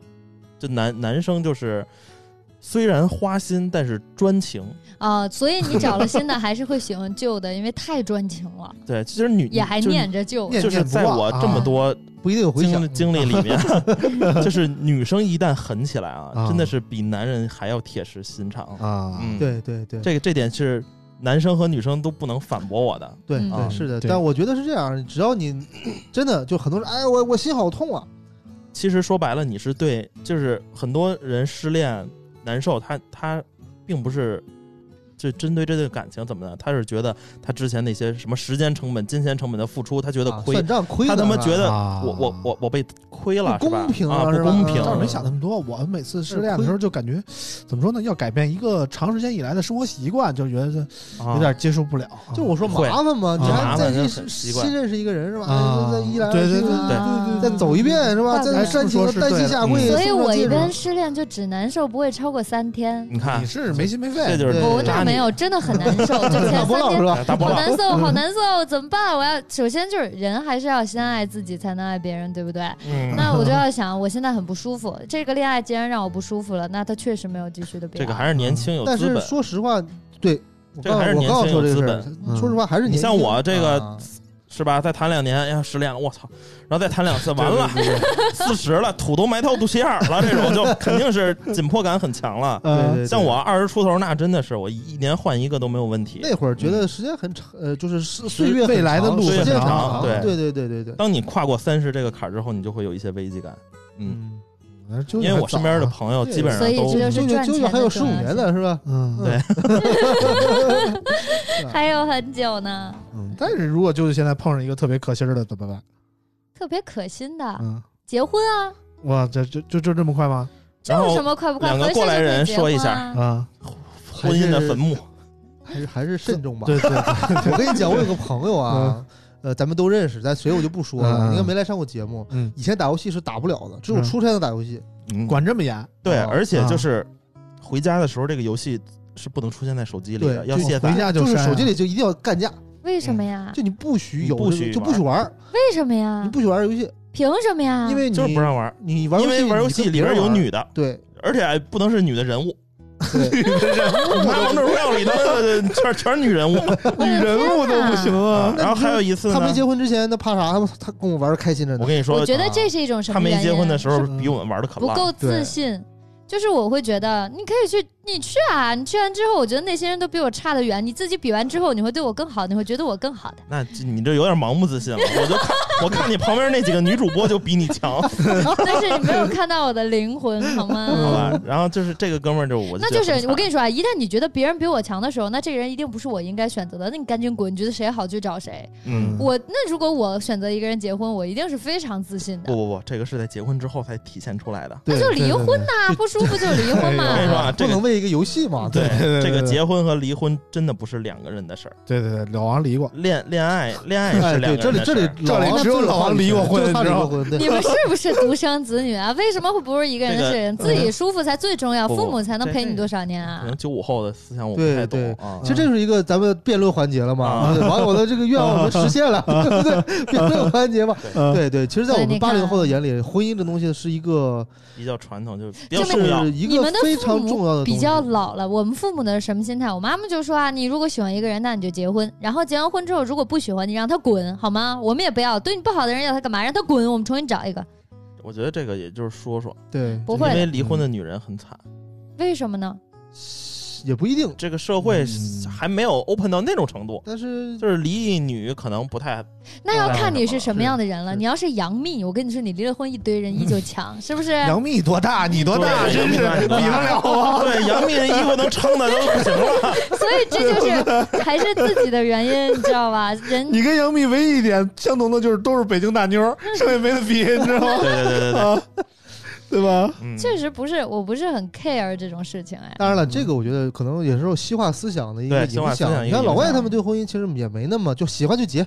Speaker 4: 就男男生就是虽然花心，但是专情。
Speaker 2: 啊，所以你找了新的还是会喜欢旧的，因为太专情了，
Speaker 4: 对，其实女
Speaker 2: 也还
Speaker 4: 就是
Speaker 2: 念着旧。
Speaker 5: 念
Speaker 4: 就是
Speaker 5: 念不
Speaker 4: 在
Speaker 5: 忘
Speaker 4: 我
Speaker 5: 啊
Speaker 4: 这么多
Speaker 5: 不一定有回响
Speaker 4: 经。经历里面，
Speaker 5: (laughs)
Speaker 4: 就是女生一旦狠起来啊，
Speaker 3: 啊
Speaker 4: 真的是比男人还要铁石心肠。
Speaker 3: 啊，
Speaker 4: 嗯，，
Speaker 5: 对对对
Speaker 4: 这个这点是男生和女生都不能反驳我的。
Speaker 5: 对
Speaker 2: 嗯
Speaker 5: 对，是的。
Speaker 3: 对
Speaker 5: 但我觉得是这样，只要你真的就很多人，哎，我我心好痛啊，
Speaker 4: 其实说白了，你是对，就是很多人失恋难受，他他并不是就针对这段感情怎么的，他是觉得他之前那些什么时间成本、金钱成本的付出，他觉得
Speaker 5: 啊
Speaker 4: 亏，
Speaker 5: 算账亏
Speaker 4: 他
Speaker 5: 呢，
Speaker 4: 他妈
Speaker 5: 是吧
Speaker 4: 觉得
Speaker 3: 啊
Speaker 4: 我我我我被亏了，
Speaker 5: 不
Speaker 4: 是吧
Speaker 5: 公平啊
Speaker 4: 啊，
Speaker 5: 是
Speaker 4: 不
Speaker 5: 吧
Speaker 4: 公
Speaker 5: 嗯
Speaker 4: 平。
Speaker 3: 倒是没想那么多。我们每次失恋的时候，就感觉怎么说呢？要改变一个长时间以来的生活习惯，就觉得
Speaker 4: 啊
Speaker 3: 有点接受不了。
Speaker 5: 就我说
Speaker 4: 会
Speaker 5: 麻烦嘛，你
Speaker 3: 啊
Speaker 5: 还
Speaker 3: 麻
Speaker 5: 再
Speaker 4: 烦
Speaker 5: 去
Speaker 4: 就很习惯
Speaker 5: 新认识一个人是吧？哎
Speaker 3: 啊
Speaker 5: 再一来二
Speaker 3: 对
Speaker 5: 去
Speaker 3: 啊对
Speaker 5: 的
Speaker 2: 对
Speaker 5: 再走一遍是吧？
Speaker 2: 怪不
Speaker 5: 再
Speaker 2: 得
Speaker 5: 煽情
Speaker 3: 说
Speaker 5: 的
Speaker 3: 是
Speaker 5: 单膝
Speaker 3: 对
Speaker 5: 下
Speaker 3: 的
Speaker 5: 跪，
Speaker 4: 嗯
Speaker 2: 所以我一般
Speaker 5: 边
Speaker 2: 失恋就只难受不会超过三天，
Speaker 4: 你看
Speaker 3: 你，是没心没肺，
Speaker 4: 嗯这就是
Speaker 5: 对
Speaker 2: 我
Speaker 5: 渣
Speaker 2: 那
Speaker 4: 女
Speaker 2: 没有，真的很难
Speaker 5: (laughs)
Speaker 2: 受，
Speaker 4: (laughs)
Speaker 2: 就
Speaker 5: 大
Speaker 2: 前
Speaker 5: 波
Speaker 2: 三
Speaker 5: 浪是
Speaker 2: 天
Speaker 5: 吧？
Speaker 4: 哎大波
Speaker 2: 好
Speaker 4: 浪
Speaker 2: 难受，好难受，怎么办？我要首先就是人还是要先爱自己，才能爱别人，对不对？
Speaker 4: 嗯
Speaker 2: 那我就要想，我现在很不舒服，这个恋爱既然让我不舒服了，那他确实没有继续的必要。
Speaker 4: 这个还是年嗯轻
Speaker 5: (laughs)
Speaker 4: 有
Speaker 5: 但
Speaker 4: 资
Speaker 5: 是
Speaker 4: 本。
Speaker 5: 说实话，对我
Speaker 4: 这个
Speaker 5: 刚
Speaker 4: 还是
Speaker 5: 我
Speaker 4: 年
Speaker 5: 刚要
Speaker 4: 轻
Speaker 5: 说
Speaker 4: 有
Speaker 5: 这个
Speaker 4: 资
Speaker 5: 事
Speaker 4: 本
Speaker 5: 儿，，嗯说实话还是
Speaker 4: 你
Speaker 5: 年
Speaker 4: 像
Speaker 5: 轻
Speaker 4: 我这个
Speaker 5: 啊
Speaker 4: 是吧？再谈两年，哎呀，失恋了，我操！然后再谈两次，完了，四十了，土都埋到肚脐眼儿了，这种就肯定是紧迫感很
Speaker 5: (laughs)
Speaker 4: 强了。
Speaker 5: 对对
Speaker 3: 呃
Speaker 5: 对
Speaker 4: 像我二十出头，那真的是我一年换一个都没有问题。
Speaker 5: 那会儿觉得时间很长，呃，就是是
Speaker 3: 岁
Speaker 5: 岁月很
Speaker 3: 未来的
Speaker 5: 长
Speaker 3: 路
Speaker 5: 时
Speaker 4: 很
Speaker 5: 间
Speaker 4: 长
Speaker 5: 长，
Speaker 4: 对
Speaker 5: 对对对对对，
Speaker 4: 当你跨过三十这个坎儿之后，你就会有一些危机感。嗯，
Speaker 5: 嗯，
Speaker 3: 就啊
Speaker 4: 因为
Speaker 5: 啊
Speaker 4: 我身边的朋友
Speaker 5: 对
Speaker 4: 基本上
Speaker 2: 所以这
Speaker 4: 都
Speaker 5: 九
Speaker 2: 就是
Speaker 5: 九
Speaker 2: 赚
Speaker 5: 九
Speaker 2: 钱
Speaker 5: 九
Speaker 2: 的
Speaker 5: 还有
Speaker 2: 重
Speaker 5: 十五
Speaker 2: 要
Speaker 5: 年
Speaker 2: 性
Speaker 5: 呢，是吧？
Speaker 3: 嗯
Speaker 4: 对
Speaker 2: 还有很久呢，
Speaker 3: 嗯，但是如果就是现在碰上一个特别可心儿的怎么办？
Speaker 2: 特别可心的，
Speaker 3: 嗯，
Speaker 2: 结婚啊，
Speaker 3: 哇，这就就就这么快吗？
Speaker 2: 这
Speaker 4: 然
Speaker 2: 有
Speaker 4: 后
Speaker 2: 什么快不快？
Speaker 4: 两个
Speaker 2: 合适就
Speaker 4: 过来
Speaker 2: 可以
Speaker 4: 人
Speaker 2: 结
Speaker 4: 说一
Speaker 2: 婚
Speaker 4: 下
Speaker 2: 啊
Speaker 3: 啊，
Speaker 4: 婚姻的坟墓。
Speaker 5: 还是还是慎重吧。
Speaker 3: 对对对，
Speaker 5: (laughs) 我跟你讲，我有个朋友啊，呃，咱们都认识，咱谁我就不说了，
Speaker 3: 嗯嗯
Speaker 5: 应该没来上过节目。
Speaker 3: 嗯，
Speaker 5: 以前打游戏是打不了的，只有
Speaker 3: 嗯
Speaker 5: 出差能打游戏。
Speaker 4: 嗯，
Speaker 3: 管这么严，啊
Speaker 4: 对，
Speaker 5: 哦
Speaker 4: 而且就是回家的时候，这个游戏是不能出现在手机里的，
Speaker 5: 对
Speaker 4: 要
Speaker 5: 就
Speaker 4: 卸载
Speaker 3: 回。家
Speaker 5: 就是
Speaker 3: 删啊
Speaker 5: 手机里就一定要干架，
Speaker 2: 为什么
Speaker 4: 嗯
Speaker 2: 呀？
Speaker 5: 就你不许有
Speaker 4: 你不
Speaker 5: 这个，
Speaker 4: 许
Speaker 5: 就不许玩儿，
Speaker 2: 为什么呀
Speaker 5: 你？不许玩儿游戏，
Speaker 2: 凭什么呀？
Speaker 5: 因为你
Speaker 4: 就是不让玩儿，
Speaker 5: 你玩
Speaker 4: 因
Speaker 5: 游戏，
Speaker 4: 为玩游戏里边有女，的，
Speaker 5: 对
Speaker 4: 而且不能是女的
Speaker 5: (laughs)
Speaker 4: 人物。
Speaker 5: 对，
Speaker 4: 妈，我们这荣耀里头全全是女人
Speaker 5: (laughs)
Speaker 4: 物，
Speaker 3: 女人物都不行啊。
Speaker 4: 然后还有一次
Speaker 5: 他
Speaker 4: 呢
Speaker 5: 没，结婚之前，他怕啥？他他跟我玩的开心着
Speaker 4: 我
Speaker 5: 呢。
Speaker 4: 跟你说
Speaker 2: 我，觉得嗯这是一种什
Speaker 4: 他
Speaker 2: 么原
Speaker 4: 没
Speaker 2: 因？啊
Speaker 4: 结婚的时候
Speaker 3: 是
Speaker 4: 比我们玩的可
Speaker 2: 不
Speaker 4: 烂。
Speaker 2: 够自信。就是我会觉得，你可以去，你去啊！你去完之后，我觉得那些人都比我差得远。你自己比完之后，你会对我更好，你会觉得我更好的。
Speaker 4: 那这你这有点盲目自信了，我就看我看你旁边那几个女主播就比你强，
Speaker 2: 但是你没有看到我的灵魂，好
Speaker 4: 好
Speaker 5: 嗯
Speaker 2: 吗？
Speaker 4: 吧？然后就是这个哥们儿，就我
Speaker 2: 那就是我跟
Speaker 4: 你
Speaker 2: 你说啊，一旦你觉得别人比我强的时候，那这个人一定不是我应该选择的。那你赶紧滚！你觉得谁好去找谁。
Speaker 4: (laughs) 嗯，
Speaker 2: 我那如果我选择一个人结婚，我一定是非常自信
Speaker 4: 不
Speaker 2: 的。
Speaker 4: 不不，这个是在结婚之后才体现出来的。
Speaker 5: 对
Speaker 2: 那就离婚
Speaker 5: 对
Speaker 2: 呐，不舒服就离
Speaker 3: 哎呦
Speaker 2: 婚
Speaker 4: 我跟你说
Speaker 2: 嘛。
Speaker 4: 啊，
Speaker 5: 对
Speaker 4: 这
Speaker 5: 不 (laughs)
Speaker 4: 个
Speaker 5: 能为一个游戏嘛？
Speaker 4: 对
Speaker 3: 对对对
Speaker 4: 这个
Speaker 3: 对
Speaker 4: 结婚和离婚真的不是两个人的事儿，
Speaker 3: 对对对，老王离过，
Speaker 4: 恋恋爱恋爱
Speaker 5: 哎，
Speaker 4: 是两
Speaker 5: 对，
Speaker 4: 个
Speaker 5: 这
Speaker 4: 人
Speaker 5: 里
Speaker 4: 的
Speaker 5: 这
Speaker 4: 事儿。
Speaker 5: 里
Speaker 3: 这里
Speaker 5: 老王
Speaker 3: 只有
Speaker 5: 这个
Speaker 3: 老
Speaker 5: 话
Speaker 3: 王
Speaker 5: 里
Speaker 3: 离过
Speaker 5: 就
Speaker 3: 婚
Speaker 5: 是他
Speaker 3: 你
Speaker 5: 离
Speaker 3: 知
Speaker 5: 过
Speaker 3: 道
Speaker 5: 婚，
Speaker 2: (laughs) 你
Speaker 5: 对，
Speaker 2: 们是不是独生子女啊？为什么会不是一个人的事情？
Speaker 4: 这
Speaker 2: 自
Speaker 4: 个
Speaker 2: 己舒服才最重要，
Speaker 4: 不
Speaker 2: 父母才能
Speaker 4: 这
Speaker 2: 陪你
Speaker 4: 这嗯
Speaker 2: 多少年
Speaker 4: 可
Speaker 2: 啊？
Speaker 4: 能九五后的思想我不
Speaker 5: 对
Speaker 4: 太
Speaker 5: 对
Speaker 4: 懂啊
Speaker 5: 其。实这就是一个咱们辩论环节了嘛
Speaker 4: 啊？
Speaker 5: 对网友的这个愿望我们实现
Speaker 4: (laughs)
Speaker 5: 了，对不对？辩论环节嘛，
Speaker 4: 啊
Speaker 3: 呃，
Speaker 5: 对对。其实，在我
Speaker 2: 对
Speaker 5: 们
Speaker 2: 你
Speaker 5: 八
Speaker 2: 看
Speaker 5: 零后的眼里，婚姻这东西是一个
Speaker 4: 比较传统，就是比较
Speaker 5: 就
Speaker 4: 重要
Speaker 5: 是。一
Speaker 2: 你
Speaker 5: 个
Speaker 2: 们的
Speaker 5: 非
Speaker 2: 父
Speaker 5: 常
Speaker 2: 母
Speaker 5: 重要的
Speaker 2: 比
Speaker 5: 东
Speaker 2: 较
Speaker 5: 西
Speaker 2: 老了，我们父母的是什么心态？我妈妈就说啊，你如果喜欢一个人，那你就结婚，然后结完婚之后，如果不喜欢，你让他滚，好吗？我们也不要对你不好的人要他干嘛？让他滚，我们重新找一个，
Speaker 4: 我觉得这个也就是说说，
Speaker 5: 对，
Speaker 2: 不
Speaker 4: 因
Speaker 2: 会
Speaker 4: 为
Speaker 2: 的。
Speaker 4: 离婚的女人很惨，
Speaker 2: 为什么呢？
Speaker 5: 也不一定。
Speaker 4: 这个社会
Speaker 3: 嗯
Speaker 4: 还没有 open 到那种程度，
Speaker 5: 但是
Speaker 4: 就是离异女可能不太
Speaker 2: 那要
Speaker 4: 对
Speaker 2: 看你是什么
Speaker 5: 是
Speaker 2: 样的人了。
Speaker 5: 是
Speaker 2: 你要是杨幂，我跟你说，你离了婚一堆人依旧强，是不是？
Speaker 3: 杨幂多大？你多大？
Speaker 4: 对
Speaker 3: 真是
Speaker 4: 杨幂
Speaker 3: 比
Speaker 4: 多大
Speaker 3: 得了吗？
Speaker 4: 对杨幂的衣服能撑的都不行了。
Speaker 2: 所以这就是还是自己的原因，你知道吧？人
Speaker 3: 你跟杨幂唯一一点相同的就是都是北京大妞儿，剩下没得比，你知道吗？
Speaker 4: 对对对对
Speaker 3: 嗯
Speaker 4: 对，
Speaker 3: 对吧？
Speaker 4: 嗯，
Speaker 2: 确实不是，我不是很 care 这种事情哎。
Speaker 5: 当然了，这个我觉得可能也是受西化思想的一个
Speaker 4: 嗯对西化
Speaker 5: 影
Speaker 4: 思想
Speaker 5: 响。你
Speaker 4: 一个
Speaker 5: 看
Speaker 4: 影
Speaker 5: 老外
Speaker 4: 响
Speaker 5: 他们对婚姻其实也没那么就喜欢就结，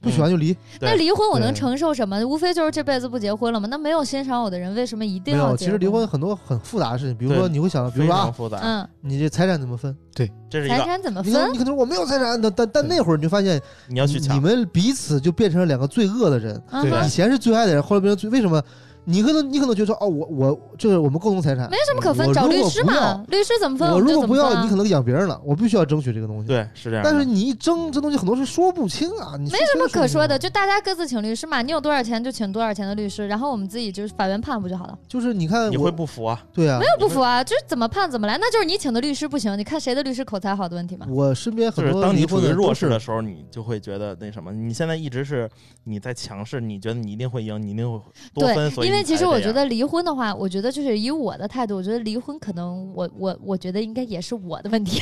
Speaker 5: 不喜欢就离。
Speaker 4: 对
Speaker 2: 那离婚我能
Speaker 5: 对
Speaker 2: 承受什么？无非就是这辈子不结婚了吗？那没有欣赏我的人，为什么一定
Speaker 5: 没
Speaker 2: 要
Speaker 5: 有，
Speaker 2: 结
Speaker 5: 其实离婚，很多很复杂的事情，比如说
Speaker 4: 对
Speaker 5: 你会想，比如
Speaker 4: 非
Speaker 5: 说
Speaker 4: 常
Speaker 5: 啊，
Speaker 4: 复杂。
Speaker 2: 嗯，
Speaker 5: 你这财产怎么分？
Speaker 4: 这是一
Speaker 2: 财
Speaker 4: 个
Speaker 2: 产怎么
Speaker 5: 你
Speaker 2: 啊分？
Speaker 5: 看，你可能说我没有财产，但但但
Speaker 3: 对
Speaker 5: 那会儿你就发现，
Speaker 4: 你要去
Speaker 5: 你
Speaker 4: 抢，
Speaker 5: 们彼此就变成了两个罪恶的人。
Speaker 2: 啊
Speaker 3: 对
Speaker 2: 哈
Speaker 5: 以前是最爱的人，后来变成最为什么？你可能你可能觉得说哦，我我这个我们共同财产
Speaker 2: 没，
Speaker 4: 嗯
Speaker 2: 什么可分，
Speaker 5: 我
Speaker 2: 找
Speaker 5: 如
Speaker 2: 律
Speaker 5: 果
Speaker 2: 师
Speaker 5: 不
Speaker 2: 嘛
Speaker 5: 要，
Speaker 2: 律师怎么分
Speaker 5: 我
Speaker 2: 们
Speaker 5: 如
Speaker 2: 就
Speaker 5: 果
Speaker 2: 怎么
Speaker 5: 不
Speaker 2: 分啊。
Speaker 5: 要，你可能养别人了，我必须要争取这个东西。，
Speaker 4: 对，是这样的。
Speaker 5: 但是你一争，这东西很多是说不清啊，你没
Speaker 2: 没什么可说的，，就大家各自请律师嘛，你有多少钱就请多少钱的律师，然后我们自己就是法院判不就好了？
Speaker 5: 就是你看
Speaker 4: 你
Speaker 5: 我
Speaker 4: 会，不服啊？
Speaker 5: 对啊
Speaker 2: 没，有不服啊，就是怎么判怎么来，那就是你请的律师不行，你看谁的律师口才好的问题嘛。
Speaker 5: 我身边
Speaker 4: 就
Speaker 5: 很
Speaker 4: 是
Speaker 5: 多
Speaker 4: 当
Speaker 5: 离
Speaker 4: 你
Speaker 5: 婚
Speaker 4: 处于
Speaker 5: 人
Speaker 4: 弱
Speaker 5: 都
Speaker 4: 势
Speaker 5: 是
Speaker 4: 的时候，你就会觉得那什么。你现在一直是你在强势，你觉得你一定会赢，你一定会多
Speaker 2: 对
Speaker 4: 分。所，以
Speaker 2: 因为
Speaker 4: 你
Speaker 2: 其
Speaker 4: 才
Speaker 2: 实我
Speaker 4: 这
Speaker 2: 觉
Speaker 4: 样
Speaker 2: 得离婚的话，我觉得就是以我的态度，我觉得离婚可能我我我觉得应该也是我的问题，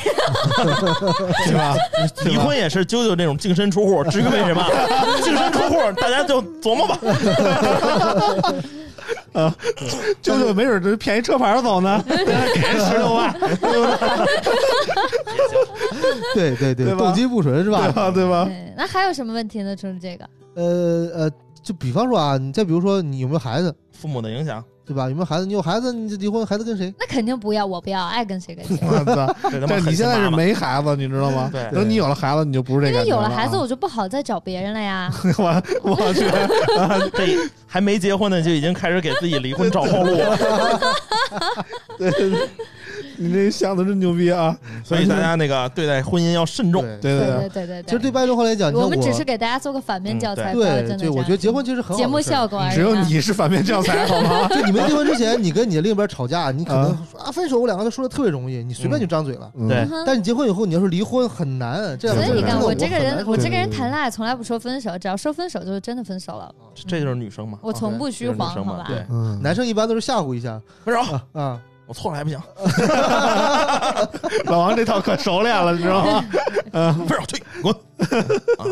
Speaker 3: 对吧？
Speaker 4: 离婚也是啾啾那种净身出户，至于为什么净身出户？大家就琢磨吧。
Speaker 3: 舅舅没准儿就骗一车牌走呢，给人十六
Speaker 4: (laughs)
Speaker 3: 万，
Speaker 5: 对
Speaker 3: 对
Speaker 5: 对对，
Speaker 3: 吧
Speaker 5: 动机不纯是
Speaker 3: 对
Speaker 5: 吧？
Speaker 3: 吧？对吧？
Speaker 2: 对 (laughs) 那还有什么问题呢？就是这个，
Speaker 5: 呃呃，就比方说啊，你再比如说你有没有孩子，
Speaker 4: 父母的影响，
Speaker 5: 对吧？有没有孩子？你有孩子你就离婚，孩子跟谁？
Speaker 2: 那肯定不要，我不要，爱跟谁跟谁。
Speaker 5: (laughs)
Speaker 3: 我操！
Speaker 4: 这他妈
Speaker 3: 但
Speaker 4: 狠
Speaker 3: 你
Speaker 4: 心
Speaker 3: 现在是
Speaker 4: 妈妈
Speaker 3: 没孩子，你知道吗？
Speaker 4: 对
Speaker 3: 等你有了孩子，你就不是这
Speaker 2: 因
Speaker 3: 个。
Speaker 2: 为有了孩
Speaker 5: 啊
Speaker 2: 子，我就不好再找别人了呀。
Speaker 3: 我我去， (laughs)
Speaker 4: 这还没结婚呢，就已经开始给自己离婚找后路了。
Speaker 3: 对对对，你这想的真牛逼啊！
Speaker 4: 所以大家那个对待婚姻要慎重。
Speaker 5: (laughs)
Speaker 3: 对
Speaker 5: 对，啊
Speaker 2: 对
Speaker 3: 对，
Speaker 2: 对对
Speaker 5: 其实对白龙后来讲，你
Speaker 2: 我
Speaker 5: 看
Speaker 2: 们只是给大家做个反面
Speaker 4: 嗯
Speaker 2: 教材，不要真
Speaker 5: 对对，
Speaker 2: 的这
Speaker 5: 我
Speaker 2: 样
Speaker 5: 觉得结婚其实很好的
Speaker 2: 节目
Speaker 5: 事儿嗯
Speaker 2: 效果而已啊，
Speaker 3: 只有你是反面教材，好吗？
Speaker 5: 啊就你没结
Speaker 2: (laughs)
Speaker 5: 婚之前，你跟你的另一半吵架，你可能说啊分手，我两个人说的特别容易，你随便就张嘴了。
Speaker 3: 嗯
Speaker 4: 对
Speaker 2: 嗯哼。
Speaker 5: 但你结婚以后，你要是离婚很难，这样
Speaker 2: 所以你
Speaker 5: 真
Speaker 2: 看，
Speaker 5: 的
Speaker 2: 我
Speaker 5: 我
Speaker 2: 这个
Speaker 5: 很难嗯
Speaker 2: 人，
Speaker 5: 说
Speaker 2: 我这个人
Speaker 3: 对
Speaker 2: 谈恋爱从来不说分手，只要说分手就是真的分手
Speaker 5: 哦
Speaker 2: 了。
Speaker 4: 这就是女生嘛，啊
Speaker 2: 我从不
Speaker 4: 这
Speaker 2: 虚
Speaker 4: 就是女
Speaker 2: 晃，
Speaker 4: 生
Speaker 2: 好
Speaker 4: 嘛。
Speaker 2: 吧？
Speaker 4: 对，
Speaker 3: 嗯，
Speaker 5: 男生一般都是吓唬一下
Speaker 4: 分手，
Speaker 5: 啊，
Speaker 4: 我错了还不行，
Speaker 3: 老王这套可熟练了，你知道吗？
Speaker 4: 分手去滚。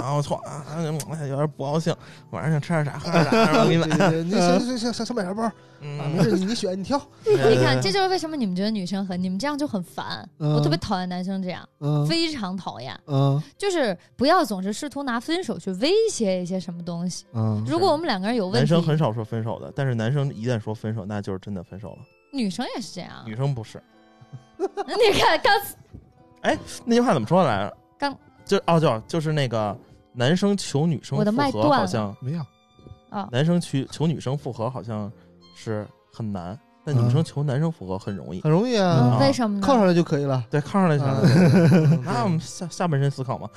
Speaker 4: 啊，我错了啊，嗯哎有点不高兴，晚上想吃点啥喝点啥，然后我给你
Speaker 5: 对
Speaker 4: 买。
Speaker 5: 对对，
Speaker 3: 嗯
Speaker 5: 你想想想想想买啥包啊？没
Speaker 4: 嗯，
Speaker 5: 事，你你选你挑，
Speaker 2: (laughs) 你
Speaker 4: 你
Speaker 5: (laughs)
Speaker 2: 看，这就是为什么你们觉得女生狠，你们这样就很烦。
Speaker 5: 嗯
Speaker 2: 我特别讨厌男生这样，
Speaker 5: 嗯
Speaker 2: 非常讨厌。
Speaker 5: 嗯
Speaker 2: 就是不要总是试图拿分手去威胁一些什么东西。
Speaker 5: 嗯，
Speaker 2: 如果我们两个人有问
Speaker 4: 男
Speaker 2: 题，
Speaker 4: 生很少说分手的，但是男生一旦说分手，那就是真的分手了。
Speaker 2: 女生也是这样啊
Speaker 4: 女。生不是，
Speaker 2: (laughs) 你看，刚
Speaker 4: 那句话怎么说来着？
Speaker 2: 刚
Speaker 4: 就哦，就就是那个男生求女生
Speaker 2: 我的麦
Speaker 4: 复合，
Speaker 2: 断了
Speaker 4: 好像
Speaker 3: 没有，
Speaker 2: 啊，
Speaker 4: 男生去求女生复合好像是很难，但
Speaker 3: 嗯
Speaker 4: 女生求男生复合很容易。
Speaker 5: 很容易啊，
Speaker 2: 嗯
Speaker 4: 啊
Speaker 2: 为什么呢？
Speaker 5: 靠上来就可以了。
Speaker 4: 对，看上来想
Speaker 5: 啊
Speaker 4: 来想
Speaker 5: (laughs)
Speaker 4: 去，那我
Speaker 5: 嗯
Speaker 4: 们下下半身思考嘛，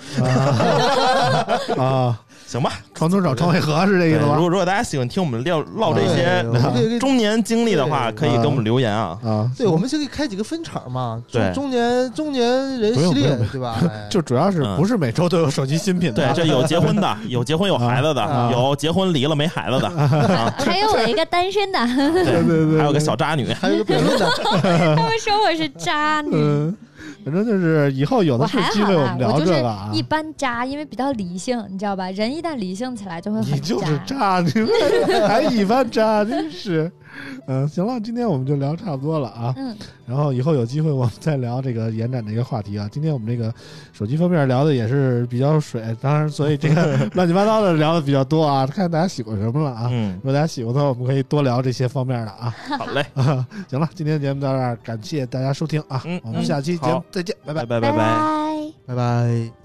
Speaker 3: 啊，
Speaker 4: 行吧。
Speaker 3: 床头找床尾和是这意
Speaker 4: 对
Speaker 3: 思
Speaker 4: 如
Speaker 3: 吧？
Speaker 4: 果如果大家喜欢听我们唠唠这
Speaker 5: 对我
Speaker 4: 些
Speaker 5: 们可以给
Speaker 4: 中年经历的话，
Speaker 5: 对
Speaker 4: 可以给我们留言啊。
Speaker 3: 啊，
Speaker 5: 对，我们就可以开几个分场嘛，就
Speaker 4: 对
Speaker 5: 中年中年人
Speaker 3: 不用
Speaker 5: 系列
Speaker 3: 不用，
Speaker 5: 对吧？哎
Speaker 3: 就主要是
Speaker 4: 嗯
Speaker 3: 不是每周都有手机新品
Speaker 4: 对，
Speaker 3: 的，
Speaker 4: 这有结婚的，有结婚有孩子
Speaker 5: 啊
Speaker 4: 的，
Speaker 5: 啊
Speaker 4: 有结婚离了没孩子的，啊，
Speaker 2: 还有我一个
Speaker 3: (laughs)
Speaker 2: 单身的，
Speaker 3: 对对对
Speaker 4: 还有个小渣女。
Speaker 5: 还有一个辩
Speaker 3: (laughs)
Speaker 5: 论的，
Speaker 2: 他们说我是渣女。
Speaker 3: 嗯，反正就是以后有
Speaker 2: 我
Speaker 3: 的是
Speaker 2: 还
Speaker 3: 机
Speaker 2: 好
Speaker 3: 会，我
Speaker 2: 啦
Speaker 3: 们，聊
Speaker 2: 我就
Speaker 3: 这
Speaker 2: 是
Speaker 3: 个啊。
Speaker 2: 一般渣，因为比较理性，你知道吧？人一旦理性起来就会很
Speaker 3: 你就是渣，你们 (laughs) 还一般渣，真是。嗯，行了，今天我们就聊差不多了啊。
Speaker 2: 嗯，
Speaker 3: 然后以后有机会我们再聊这个延展这个话题啊。今天我们这个手机方面聊的也是比较水，当然所以这个
Speaker 4: (laughs)
Speaker 3: 乱七八糟的聊的比较多啊，看大家喜欢什么了啊。
Speaker 4: 嗯
Speaker 3: 如，果大家喜欢的话，我们可以多聊这些方面的啊。
Speaker 4: (laughs) 好嘞，
Speaker 3: 行了，今天节目到这儿，感谢大家收听啊，
Speaker 4: 嗯
Speaker 3: 我们下期节目
Speaker 4: 好
Speaker 3: 再见，拜拜。
Speaker 4: 拜拜
Speaker 2: 拜
Speaker 4: 拜。
Speaker 5: 拜
Speaker 2: 拜。
Speaker 5: 拜。